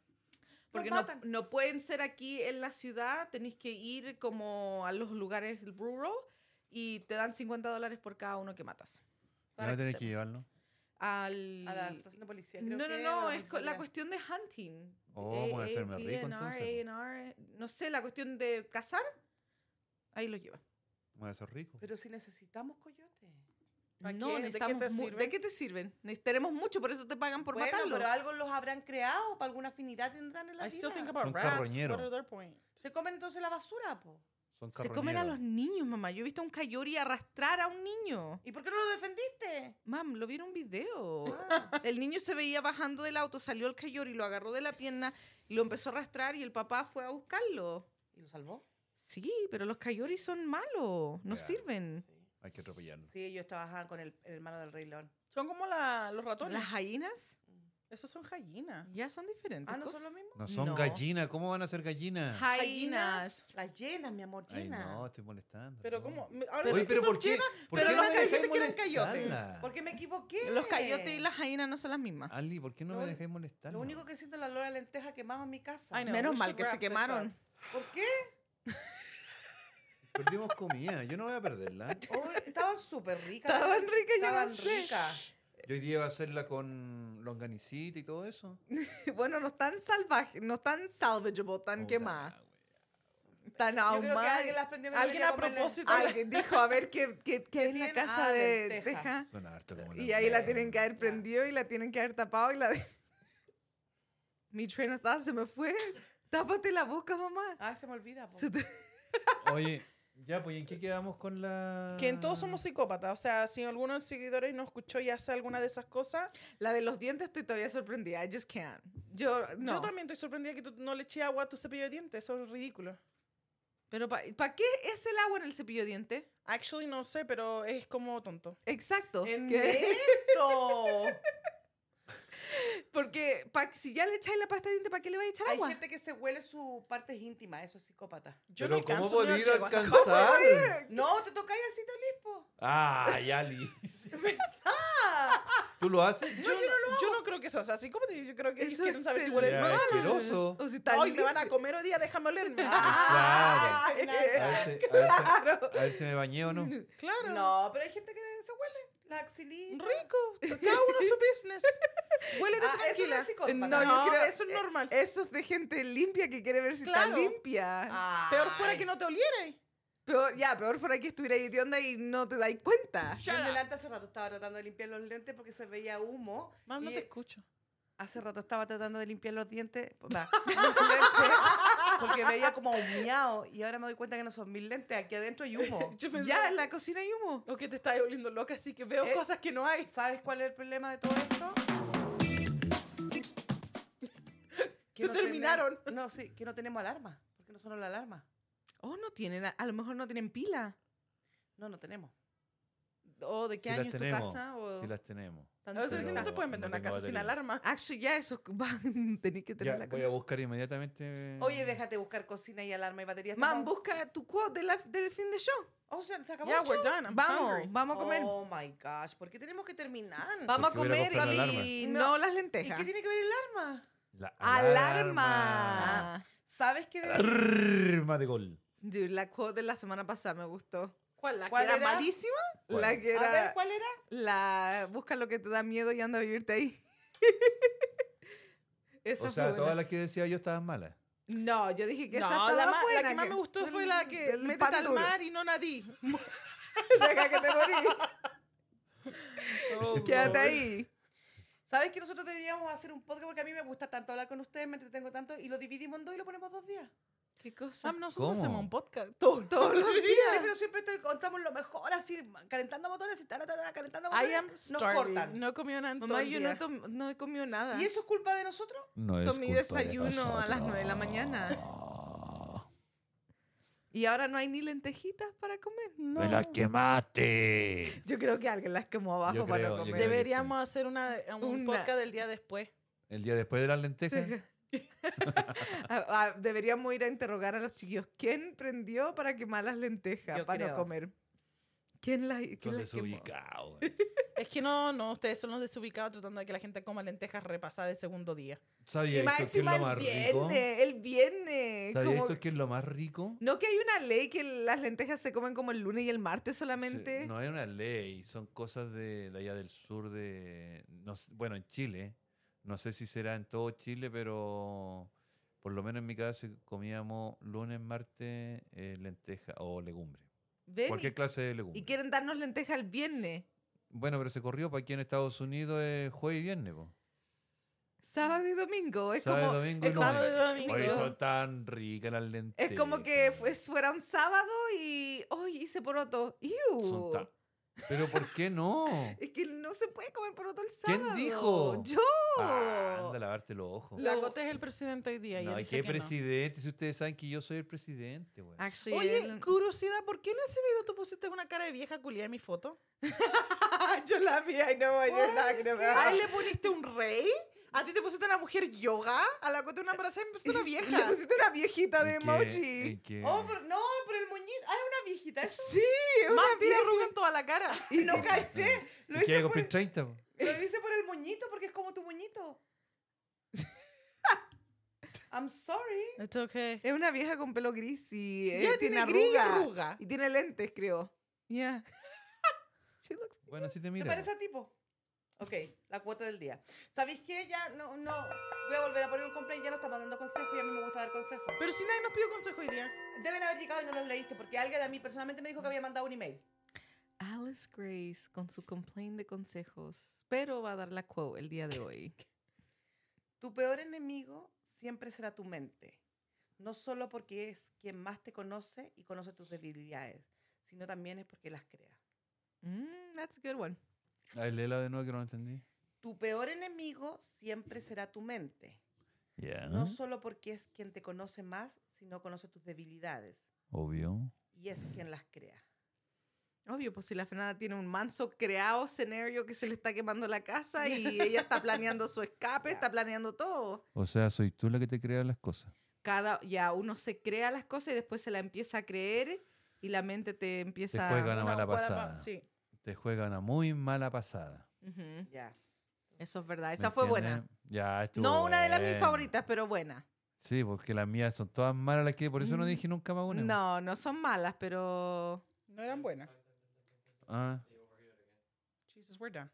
S1: Porque
S2: los
S1: no,
S2: matan.
S1: no pueden ser aquí en la ciudad. Tenéis que ir como a los lugares rural y te dan 50 dólares por cada uno que matas.
S4: Y
S1: Para
S4: no
S1: que
S4: tenés
S1: sepa.
S4: que llevarlo.
S1: Al...
S2: A la estación de policía. creo
S1: No, no,
S2: que,
S1: no, es
S2: o
S1: co- la
S2: municipalidad.
S1: cuestión de hunting.
S4: Oh,
S1: Eh,
S4: voy a
S1: eh,
S4: hacerme rico
S1: DNR,
S4: entonces.
S1: A&R, no sé, la cuestión de cazar, ahí lo lleva.
S4: Bueno, eso es rico.
S2: Pero si necesitamos coyote.
S3: ¿Pa'
S1: No,
S3: qué? ¿De qué
S1: necesitamos
S3: te
S1: mu-
S3: sirven?
S1: qué te sirven? Nes- Tenemos mucho, por eso te pagan por
S2: bueno,
S1: matarlo.
S2: pero algo los habrán creado, para alguna afinidad tendrán en la
S3: I still
S2: vida.
S3: think about
S4: Son
S3: rats. What
S4: carroñeros.
S3: are their point?
S2: Se comen entonces la basura, po.
S4: Son
S1: Se comen a los
S4: carroñeros.
S1: niños, mamá. Yo he visto a un coyote arrastrar a un niño.
S2: ¿Y por qué no lo defendiste?
S1: Mam, lo vi en un video.
S2: Ah,
S1: El niño se veía bajando del auto, salió el coyote y lo agarró de la pierna y lo empezó a arrastrar y el papá fue a buscarlo.
S2: ¿Y lo salvó?
S1: Sí, pero los coyotes son malos, no
S4: Ya.
S1: sirven.
S4: Hay que atropellarlos.
S2: Sí, ellos trabajaban con el, el hermano del Rey León.
S3: Son como la- los ratones.
S1: ¿Las gallinas?
S3: Esos son gallinas.
S1: Ya son diferentes.
S2: Ah, ¿no
S1: cosas.
S2: son lo mismo?
S4: No son
S1: No.
S4: gallinas, ¿cómo van a ser gallinas?
S1: Jainas.
S2: Las llenas, mi amor,
S4: Ay,
S2: llenas.
S4: no, estoy molestando.
S3: Pero
S4: no.
S3: como ahora sí
S4: Oye,
S3: que
S4: pero
S3: son
S4: ¿por qué?
S3: llenas,
S4: ¿Por
S3: pero
S4: qué
S3: no
S4: me
S3: me
S4: dejáis
S3: dijiste que eran
S4: molestarla?
S2: Porque me equivoqué.
S1: Los coyotes y las jainas no son las
S2: Ah,
S1: mismas.
S4: Ali, ¿por qué no
S2: Lo
S4: me
S2: uni-
S4: dejáis molestar?
S2: Lo único que siento es la lora de lenteja quemada en mi casa.
S3: Ay, no.
S1: Menos
S3: we
S1: mal
S3: should
S1: que se
S3: wrap this
S1: quemaron.
S2: ¿Por qué?
S4: *laughs* Perdimos comida, yo no voy a perderla.
S2: Oh, estaban súper ricas.
S1: Estaban ricas, yo
S2: Estaban
S1: no sé.
S2: ricas.
S4: Yo hoy día iba a hacerla con longanicita y todo eso.
S1: *laughs* Bueno, no están salvajes, no están salvageable, tan
S4: Puta
S1: quemadas.
S4: la wea.
S1: Tan
S2: Yo creo que
S1: ahumadas.
S2: alguien las prendió que no
S3: Alguien
S2: quería
S3: a
S2: comer
S3: propósito-
S2: lentejas.
S1: Alguien dijo, a ver, ¿qué,
S2: *laughs*
S1: qué, qué hay en la
S2: tienen?
S1: casa
S2: Ah,
S1: de
S2: lentejas.
S1: Teja?
S4: Suena harto como
S1: Y ahí la tienen que haber
S2: Ya.
S1: prendido y la tienen que haber tapado y la... *laughs* Mi tren estaba, se me fue. Tápate la boca, mamá.
S2: Ah, se me olvida. po.
S1: Se te- *laughs*
S4: Oye, ya, pues ¿y en qué quedamos con la...?
S3: Que en todos somos psicópatas. O sea, si alguno de los seguidores no escuchó y hace alguna de esas cosas,
S1: La de los dientes estoy todavía sorprendida. I just can't. Yo, no.
S3: yo también estoy sorprendida que tú no le eché agua a tu cepillo de dientes. Eso es ridículo.
S1: Pero ¿para qué es el agua en el cepillo de dientes?
S3: Actually, no sé, pero es como tonto.
S1: Exacto.
S2: ¡En
S1: que-
S2: esto!
S1: *laughs* Porque pa- si ya le echáis la pasta de dientes, ¿para qué le vais a echar
S2: Hay
S1: agua?
S2: gente que se huele sus partes íntimas, eso es psicópata.
S3: Yo
S4: Pero
S3: no
S4: ¿cómo
S3: alcanzo, yo no
S4: podía
S3: llego a esas cosas.
S4: alcanzar?
S2: No, te tocáis así, Tolispo.
S3: *laughs*
S4: Ah, Ali. ¿Tú lo haces?
S3: Yo, no, yo no creo que eso sea así. ¿Cómo te Yo creo que ellos
S1: Eso
S3: quieren
S1: es
S3: saber si
S1: tele-
S3: huele
S4: Ya,
S3: mal.
S4: asqueroso.
S1: O si está
S3: Hoy me
S1: limpio.
S3: van a comer hoy día, déjame *laughs* olerme.
S4: Ah,
S2: Ay,
S4: claro. A ver,
S2: nada.
S4: si, a, ver si-
S1: Claro.
S4: a ver si me bañé o no.
S3: claro.
S2: No, pero hay gente que se huele las axilitas.
S3: Rico. Cada uno su business. Huélete
S2: Ah, eso no
S3: tranquila.
S2: es psicópata.
S1: No, yo creo-
S3: eso es normal.
S1: Eso es de gente limpia que quiere ver si
S3: Claro.
S1: está limpia.
S3: Peor fuera que no te olieres.
S1: Peor- ya, peor fuera que estuviera ahí de onda y no te dais cuenta.
S2: Yo en delante hace rato estaba tratando de limpiar los lentes porque se veía humo.
S3: Mam, no
S2: y
S3: te escucho.
S2: Hace rato estaba tratando de limpiar los dientes. pues, va, *laughs* los lentes, porque veía como humeado. Y ahora me doy cuenta que no son mis lentes. Aquí adentro hay humo.
S3: *laughs* Yo
S1: Ya,
S3: pensaba,
S1: en la cocina hay humo.
S3: o que te estás oliendo loca, así que veo
S2: Eh.
S3: cosas que no hay.
S2: ¿Sabes cuál es el problema de todo
S3: *laughs*
S2: esto?
S3: Te
S2: tenemos-
S3: terminaron.
S2: no, sí, que no tenemos alarma. Porque no sonó la alarma.
S1: Oh, no tienen, a, a lo mejor no tienen pila.
S2: No, no tenemos.
S1: ¿O de qué
S4: Si
S1: año
S4: las
S1: es tu
S4: tenemos,
S1: casa? O...
S4: Si las tenemos.
S1: tanto-
S3: O sea, si no te
S4: Pero
S3: pueden vender
S4: no
S3: una
S4: tengo
S3: casa sin
S4: batería.
S3: alarma.
S1: Actually, ya eso *laughs* tenéis que
S4: Ya,
S1: tenerla
S4: voy a buscar inmediatamente.
S3: Mm.
S2: Oye, déjate buscar cocina y alarma y batería.
S1: Man,
S2: Estamos-
S1: busca tu quote de la- del fin de show.
S2: Oh, se se acabó
S3: Yeah,
S2: el
S3: we're
S2: show.
S3: done. I'm
S1: Vamos,
S3: hungry.
S1: vamos a comer.
S2: Oh my gosh, ¿por qué tenemos que terminar?
S1: Vamos a
S4: Porque hubiera
S1: comer
S4: comprado la alarma.
S1: y
S2: No.
S1: no, las
S2: ¿Y
S1: lentejas.
S2: qué tiene que ver el arma?
S4: La
S1: ¡Alarma!
S2: ¿Sabes qué? de-
S4: Alarma de gol.
S1: Dude, la quote de la semana pasada me gustó.
S3: ¿Cuál? ¿La
S2: ¿Cuál
S1: ¿Era,
S2: era?
S1: malísima?
S4: ¿Cuál?
S1: La que
S2: A
S1: era...
S2: ver, ¿cuál era?
S1: La... Busca lo que te da miedo y anda a vivirte ahí. *laughs* Esa
S4: O sea,
S1: fue buena.
S4: todas las que decía yo estaban malas.
S1: No, yo dije que
S3: no,
S1: esa estaba
S3: la, ma- la
S1: buena,
S3: que más me gustó fue la que
S1: del
S3: métete
S1: pan
S3: al
S1: duro. *laughs*
S3: mar y no nadí.
S1: Deja que te *laughs* morí.
S3: Oh,
S1: Quédate ahí.
S2: ¿Sabes que nosotros deberíamos hacer un podcast porque a mí me gusta tanto hablar con ustedes, me entretengo tanto y lo dividimos en dos y lo ponemos dos días?
S1: ¿Qué cosa?
S3: Sam, nosotros
S4: ¿Cómo?
S3: hacemos un podcast.
S1: Todos *laughs* los
S2: Sí,
S1: días.
S2: pero siempre te contamos lo mejor, así, calentando motores y tal, calentando
S3: I
S2: motores.
S3: am
S2: nos
S3: starving.
S2: cortan.
S3: No comió nada en todo
S1: Mamá,
S3: el
S1: yo no,
S3: día.
S1: tom- no he comido nada.
S2: ¿Y eso es culpa de nosotros?
S4: No es
S1: Tomé desayuno a las 9 de la mañana. Y ahora no hay ni lentejitas para comer. No.
S4: quemaste.
S1: Yo creo que alguien las quemó abajo
S4: Yo
S1: para
S4: creo, yo
S1: comer.
S4: creo.
S3: Deberíamos hacer una, un
S1: Una-
S3: podcast del día después.
S4: El día después de las
S3: *laughs*
S4: lentejas.
S1: Ah, ah, deberíamos ir a interrogar a los chiquillos. ¿Quién prendió para quemar las lentejas
S2: Yo
S1: para
S2: creo.
S1: no comer? ¿Quién las, quién
S4: Son
S1: las quemó?
S4: desubicados. güey.
S3: Es que no, no, ustedes son los deseubicados tratando de que la gente coma lentejas repasadas de segundo día.
S1: Y
S4: ¿Sabíais
S1: más
S4: esto que es
S1: encima
S4: lo
S1: el
S4: más rico?
S1: viernes, el viernes.
S4: ¿Sabíais
S1: como-
S4: esto que es lo más rico?
S1: No que hay una ley que las lentejas se comen como el lunes y el martes
S4: Sí,
S1: solamente.
S4: No hay una ley, son cosas de, de allá del sur de... no s- bueno, en Chile. No sé si será en todo Chile, pero por lo menos en mi casa comíamos lunes, martes, eh, lenteja o legumbre.
S1: Ven, y-
S4: Cualquier clase de legumbre.
S1: y quieren darnos lentejas el viernes.
S4: Bueno, pero se corrió para aquí en Estados Unidos es jueves y viernes. Po.
S1: Sábado y domingo. Es
S4: Sábado,
S1: como,
S4: domingo y
S1: es
S4: lunes.
S3: Sábado y domingo.
S4: Oye, son tan ricas las lentejas.
S1: Es como que fue-
S4: güey.
S1: fuera un sábado y hoy hice poroto. ¡Iu!
S4: Son tan- Pero ¿por qué no?
S1: Es que no se puede comer poroto el
S4: ¿Quién
S1: sábado.
S4: dijo?
S1: Yo.
S4: Ah, anda a lavarte los ojos.
S3: La Cote es el presidente hoy día. y
S4: No,
S3: él
S4: ¿y
S3: dice
S4: qué
S3: que no.
S4: presidente? Si ustedes saben que yo soy el presidente, güey.
S1: Actually,
S3: Oye,
S1: él-
S3: curiosidad, ¿por qué en ese video tú pusiste una cara de vieja culia en mi foto?
S1: yo la vi, I know what you're talking about.
S3: ¿A él le pusiste un rey? ¿A ti te pusiste una mujer yoga? A la cuota de una embarazada me *laughs* pusiste una vieja.
S1: Le pusiste una viejita de
S4: ¿En qué-
S1: emoji.
S4: en qué-
S2: Oh, por- no, por el moñito. Ah, era una viejita. Eso.
S1: Sí, una
S3: Más tiene
S1: vieja.
S3: arruga en toda la cara.
S2: Y no
S3: *laughs*
S2: caché. Lo
S4: Es que ya
S2: hice, por,
S4: compré 30. po.
S2: lo hice por el moñito porque es como tu
S3: *laughs*
S2: moñito. I'm sorry.
S3: It's okay.
S1: Es una vieja con pelo gris y eh,
S3: Ya
S1: tiene,
S3: tiene gris y
S1: arruga.
S3: arruga.
S1: Y tiene lentes, creo. Yeah. She looks-
S4: Bueno, así te
S2: ¿Te
S4: mira. po.
S2: parece a tipo? Ok, la cuota del día. ¿Sabéis qué? Ya no, no. Voy a volver a poner un complaint. Ya no estamos dando consejos y a mí me gusta dar consejos.
S3: Pero si nadie nos pidió consejo hoy día.
S2: Deben haber llegado y no los leíste porque alguien a mí personalmente me dijo que había mandado un email.
S1: Alice Grace con su complaint de consejos. Pero va a dar la quote el día de hoy.
S2: Tu peor enemigo siempre será tu mente. No solo porque es quien más te conoce y conoce tus debilidades, sino también es porque las crea.
S1: *laughs* Mm, that's a good one.
S4: A ver, léela de nuevo que no lo entendí.
S2: Tu peor enemigo siempre será tu mente.
S4: Ya.
S2: No solo porque es quien te conoce más, sino conoce tus debilidades
S4: Obvio.
S2: y es quien las crea.
S1: Obvio, pues si la Fernanda tiene un manso creado escenario que se le está quemando la casa y ella está planeando su *laughs* escape, está planeando todo.
S4: O sea, soy tú la que te creas las cosas.
S1: Cada, ya uno se crea las cosas y después se la empieza a creer y la mente te empieza
S4: Te juega
S1: a...
S4: una
S3: Una
S4: mala
S3: guada pa-
S4: pasada.
S3: Sí.
S4: Te juega una muy mala pasada.
S1: Ujú,
S2: Ya.
S1: Eso es verdad,
S4: ¿me
S1: esa fue buena.
S4: entiendes? Ya, estuvo
S1: No una de las mis
S4: buena.
S1: favoritas, pero buena.
S4: Sí, porque las mías son todas malas las que por eso no
S1: Mm,
S4: dije nunca más una.
S1: No, no son malas, pero...
S3: No eran buenas.
S4: Ah,
S3: Jesus, we're done.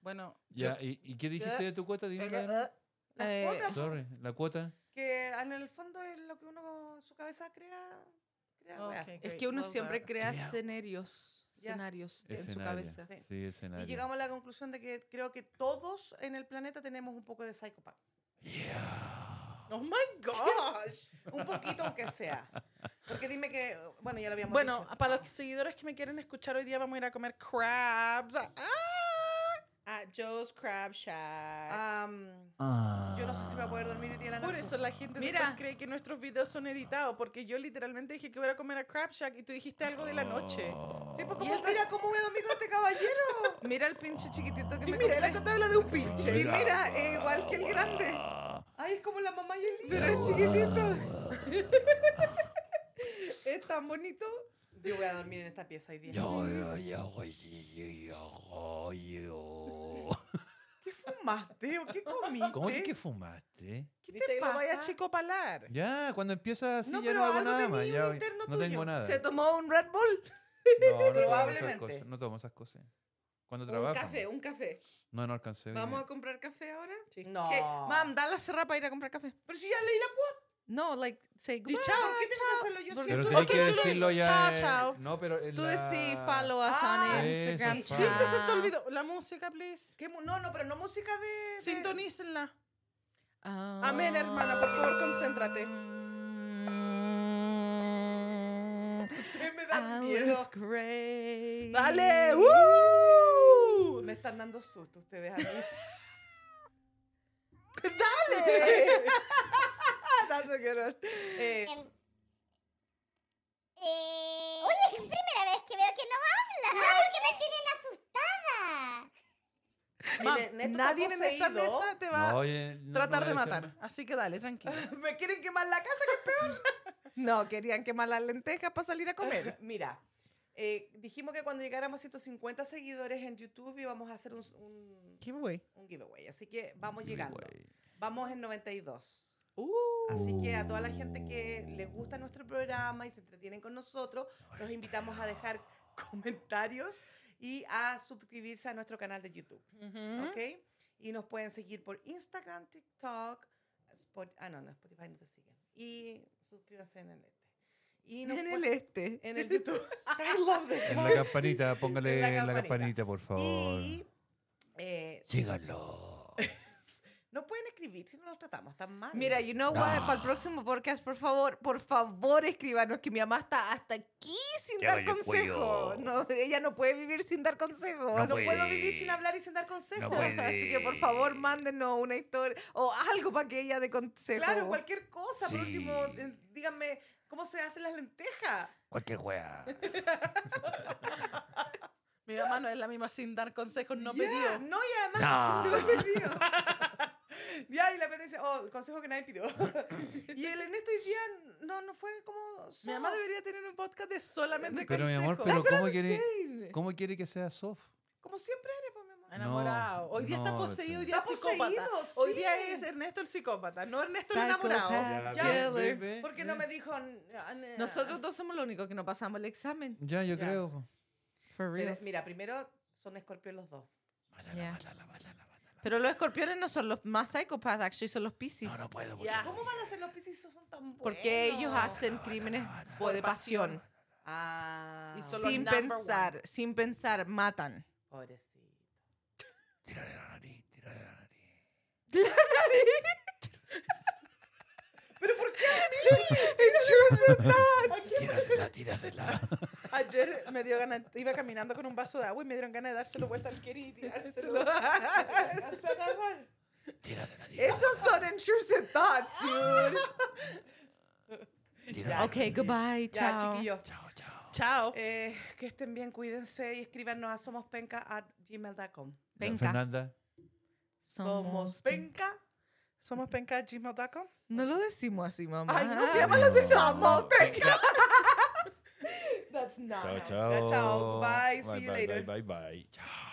S3: Bueno,
S4: ya, ¿Y, y qué dijiste de tu cuota?
S2: ¿Eh?
S4: Dime, Adriana.
S2: ah, Las
S1: Eh,
S2: cuotas,
S4: Sorry, la cuota.
S2: que en el fondo es lo que uno, su cabeza crea. crea
S3: yo-
S2: weá.
S3: Okay,
S1: Es
S3: great,
S1: que uno
S3: well
S1: siempre
S3: done.
S1: crea
S4: Creo.
S1: escenarios,
S2: Ya.
S1: escenarios en su
S4: Escenario.
S1: cabeza.
S2: Sí.
S4: Sí, escenario.
S2: Y llegamos a la conclusión de que creo que todos en el planeta tenemos un poco de psicopatía.
S3: Oh my gosh.
S2: Un poquito aunque sea. Porque dime que, bueno, ya lo habíamos
S3: *laughs* bueno,
S2: dicho.
S3: para los seguidores que me quieren escuchar hoy día, vamos a ir a comer crabs. ¡Ah!
S1: At Joe's Crab Shack.
S2: Am, yo no sé si me voy a poder dormir de día a la noche.
S3: Por eso la gente
S1: Mira.
S3: después cree que nuestros videos son editados, porque yo literalmente dije que voy a comer a Crab Shack y tú dijiste algo de la noche.
S2: Sí, pues
S3: Y
S2: como estoy ya como voy a dormir con este caballero.
S1: Mira el pinche chiquitito que me
S3: Mira, la
S1: compré.
S3: cota habla de un pinche.
S1: Sí, Ah. mira, Ah. es igual que el grande.
S2: Ay, es como la mamá y el niño.
S1: Pero es chiquitito. es tan bonito.
S2: Yo voy a dormir en esta pieza hoy día. ¿Qué fumaste o qué comiste?
S4: ¿Cómo
S3: ¿Eh?
S4: que, que fumaste?
S2: ¿Qué
S3: ¿Viste?
S2: te
S3: Lo vaya
S2: pasa?
S3: a chico palar.
S4: Ya, cuando empiezas así
S2: No,
S4: ya
S2: pero
S4: no hago
S2: algo
S4: nada
S2: tenía
S4: más.
S2: un
S4: Ya,
S2: interno
S4: no tengo
S2: tuyo.
S4: nada.
S1: Se tomó un Red Bull.
S4: No, no tomo esas
S2: Probablemente.
S4: cosas, No tomo esas cosas. Cuando
S1: Un
S4: trabajo.
S1: café, un café.
S4: No, no alcancé. hoy
S1: ¿Vamos a
S4: día.
S1: comprar café ahora?
S2: No.
S3: Eh,
S1: ¿Qué? Mam, da la cerrada para ir a comprar café.
S2: Pero si ya leí la cuota.
S1: No, like, say goodbye.
S2: ¿Por qué tengo que hacerlo yo
S1: Porque
S2: siempre?
S4: Pero
S1: tú
S4: tenés
S1: no
S4: que
S1: quieres-
S4: decirlo ya.
S3: Chao,
S4: eh,
S3: chao.
S4: No, pero en
S1: Tú
S4: la...
S1: decís follow us
S2: Ah,
S1: on
S4: esa
S1: Instagram.
S4: fa-
S1: chat.
S3: ¿Viste? Se te olvidó. La música, please.
S2: ¿Qué mu- No, no, pero no música de... de- *laughs*
S3: Sintonícenla.
S1: Ah.
S3: Amén, hermana. Por favor, concéntrate.
S1: Mm.
S2: Eh, Me
S3: Ah,
S2: da miedo. uh,
S1: Alice Gray.
S3: ¡Dale! Uh. ¡Woo!
S2: Me están dando susto ustedes
S3: *laughs*
S2: a mí.
S3: *laughs*
S1: That's a good one.
S2: Eh,
S5: *laughs* Em, eh, oye, es primera vez que veo que no habla. Porque
S2: mire,
S5: me tienen asustada.
S2: Neto está
S3: Nadie en esta
S2: poseído.
S3: mesa te va
S4: No,
S3: a
S4: oye, no-
S3: tratar
S4: no
S3: de
S4: voy a decir
S3: matar.
S4: nada.
S3: Así que dale, tranquilo.
S2: *laughs* Me quieren quemar la casa, que
S1: No, querían quemar las lentejas para salir a comer.
S2: peor. Mira, eh, dijimos que cuando llegáramos a 150 seguidores en YouTube íbamos a hacer un, un,
S3: Giveaway.
S2: un giveaway. Así que vamos
S4: Giveaway.
S2: llegando. Vamos en 92.
S3: Uh,
S2: Así que a toda la gente que les gusta nuestro programa y se entretienen con nosotros, los invitamos a dejar comentarios y a suscribirse a nuestro canal de YouTube.
S3: ujú.
S2: ¿ok? Y nos pueden seguir por Instagram, TikTok, Spot- ah, no, no, Spotify no te siguen. Y suscríbanse en el este. *laughs* Y nos
S1: En
S2: pue-
S1: el este.
S2: en el
S3: *laughs*
S2: YouTube. I love this
S4: En
S2: one.
S4: la campanita, póngale en la campanita, por favor.
S2: Y eh,
S4: Síganlo.
S2: no pueden escribir si no nos tratamos tan mal.
S1: Mira, you know what, para el próximo podcast, por favor, por favor escríbanos que mi mamá está hasta aquí sin
S4: Te
S1: dar
S4: doy el
S1: consejo.
S4: cuello.
S1: No, ella no puede vivir sin dar consejo.
S2: no
S4: No
S2: puedo
S4: puede.
S2: vivir sin hablar y sin dar consejos.
S4: No puede.
S1: Así que por favor mándenos una historia o algo para que ella dé consejo.
S2: Claro, cualquier cosa. Por
S4: Sí.
S2: último, eh, díganme cómo se hacen las lentejas.
S4: Cualquier wea.
S3: Mi mamá no es la misma sin dar consejos no
S2: Ya,
S3: pedido.
S2: *laughs* No, y además,
S4: No.
S2: no he pedido. Ya, y la peta dice, oh, el consejo que nadie pidió. *laughs* y él en estos días no, no fue como...
S3: Mi mamá
S2: soft.
S3: debería tener un podcast de solamente
S4: Pero mi amor,
S3: consejos.
S2: That's what
S4: pero ¿cómo
S2: I'm
S4: quiere, *laughs*
S2: saying.
S4: ¿cómo quiere que sea soft?
S2: Como siempre eres, pues, mi amor.
S3: Enamorado. hoy día está
S4: no,
S3: poseído, hoy día
S2: Está
S3: es psicópata.
S2: poseído,
S3: Hoy
S2: sí.
S3: día es Ernesto el psicópata, no Ernesto el enamorado.
S1: Psychopath
S2: Ya,
S1: killer.
S4: baby.
S2: Porque
S3: Mm.
S2: no me dijo... "Ah, nah".
S1: Nosotros dos somos los únicos que no pasamos el examen.
S4: Ya, yo
S2: Ya.
S4: creo. po.
S1: For
S2: Se-
S1: real.
S2: Mira, primero son escorpión los dos.
S1: Yeah. Pero los escorpiones no son los más psychopaths, actually son los piscis.
S4: puedo.
S3: Ya.
S2: ¿Cómo van a ser los piscis si son tan buenos?
S1: Porque ellos hacen crímenes por de pasión.
S2: Ah,
S3: Y solo-
S1: Sin
S3: number one.
S1: pensar, sin pensar, matan.
S2: pobrecito.
S4: Tírale la nariz, tírale la nariz.
S2: ¿Pero por qué
S4: Tírale la, tírale la.
S3: Ayer me dio ganas, iba caminando con un vaso de agua y me dieron ganas de dárselo vuelta al Kerry y tirárselo.
S2: se agarrar?
S4: Tírale
S2: *laughs*
S4: la,
S3: Esos son intrusive thoughts, dude.
S4: tírale la.
S1: Ok, goodbye,
S2: Ya,
S1: chao.
S2: chiquillos.
S4: Chao, chao.
S3: Chao.
S2: Eh, que estén bien, cuídense y escríbanos a somospenca.gmail.com.
S1: Venga.
S4: Fernanda.
S2: Somos
S1: pen-
S2: penca.
S3: Somos penca.gmail.com.
S1: No lo decimos así, mamá.
S3: Ay, no, qué
S4: malo se llama,
S1: That's not.
S4: Chao,
S2: Chao,
S4: chao.
S2: chao. Bye, see you
S4: bye,
S2: later.
S4: Bye, bye, bye. Chao.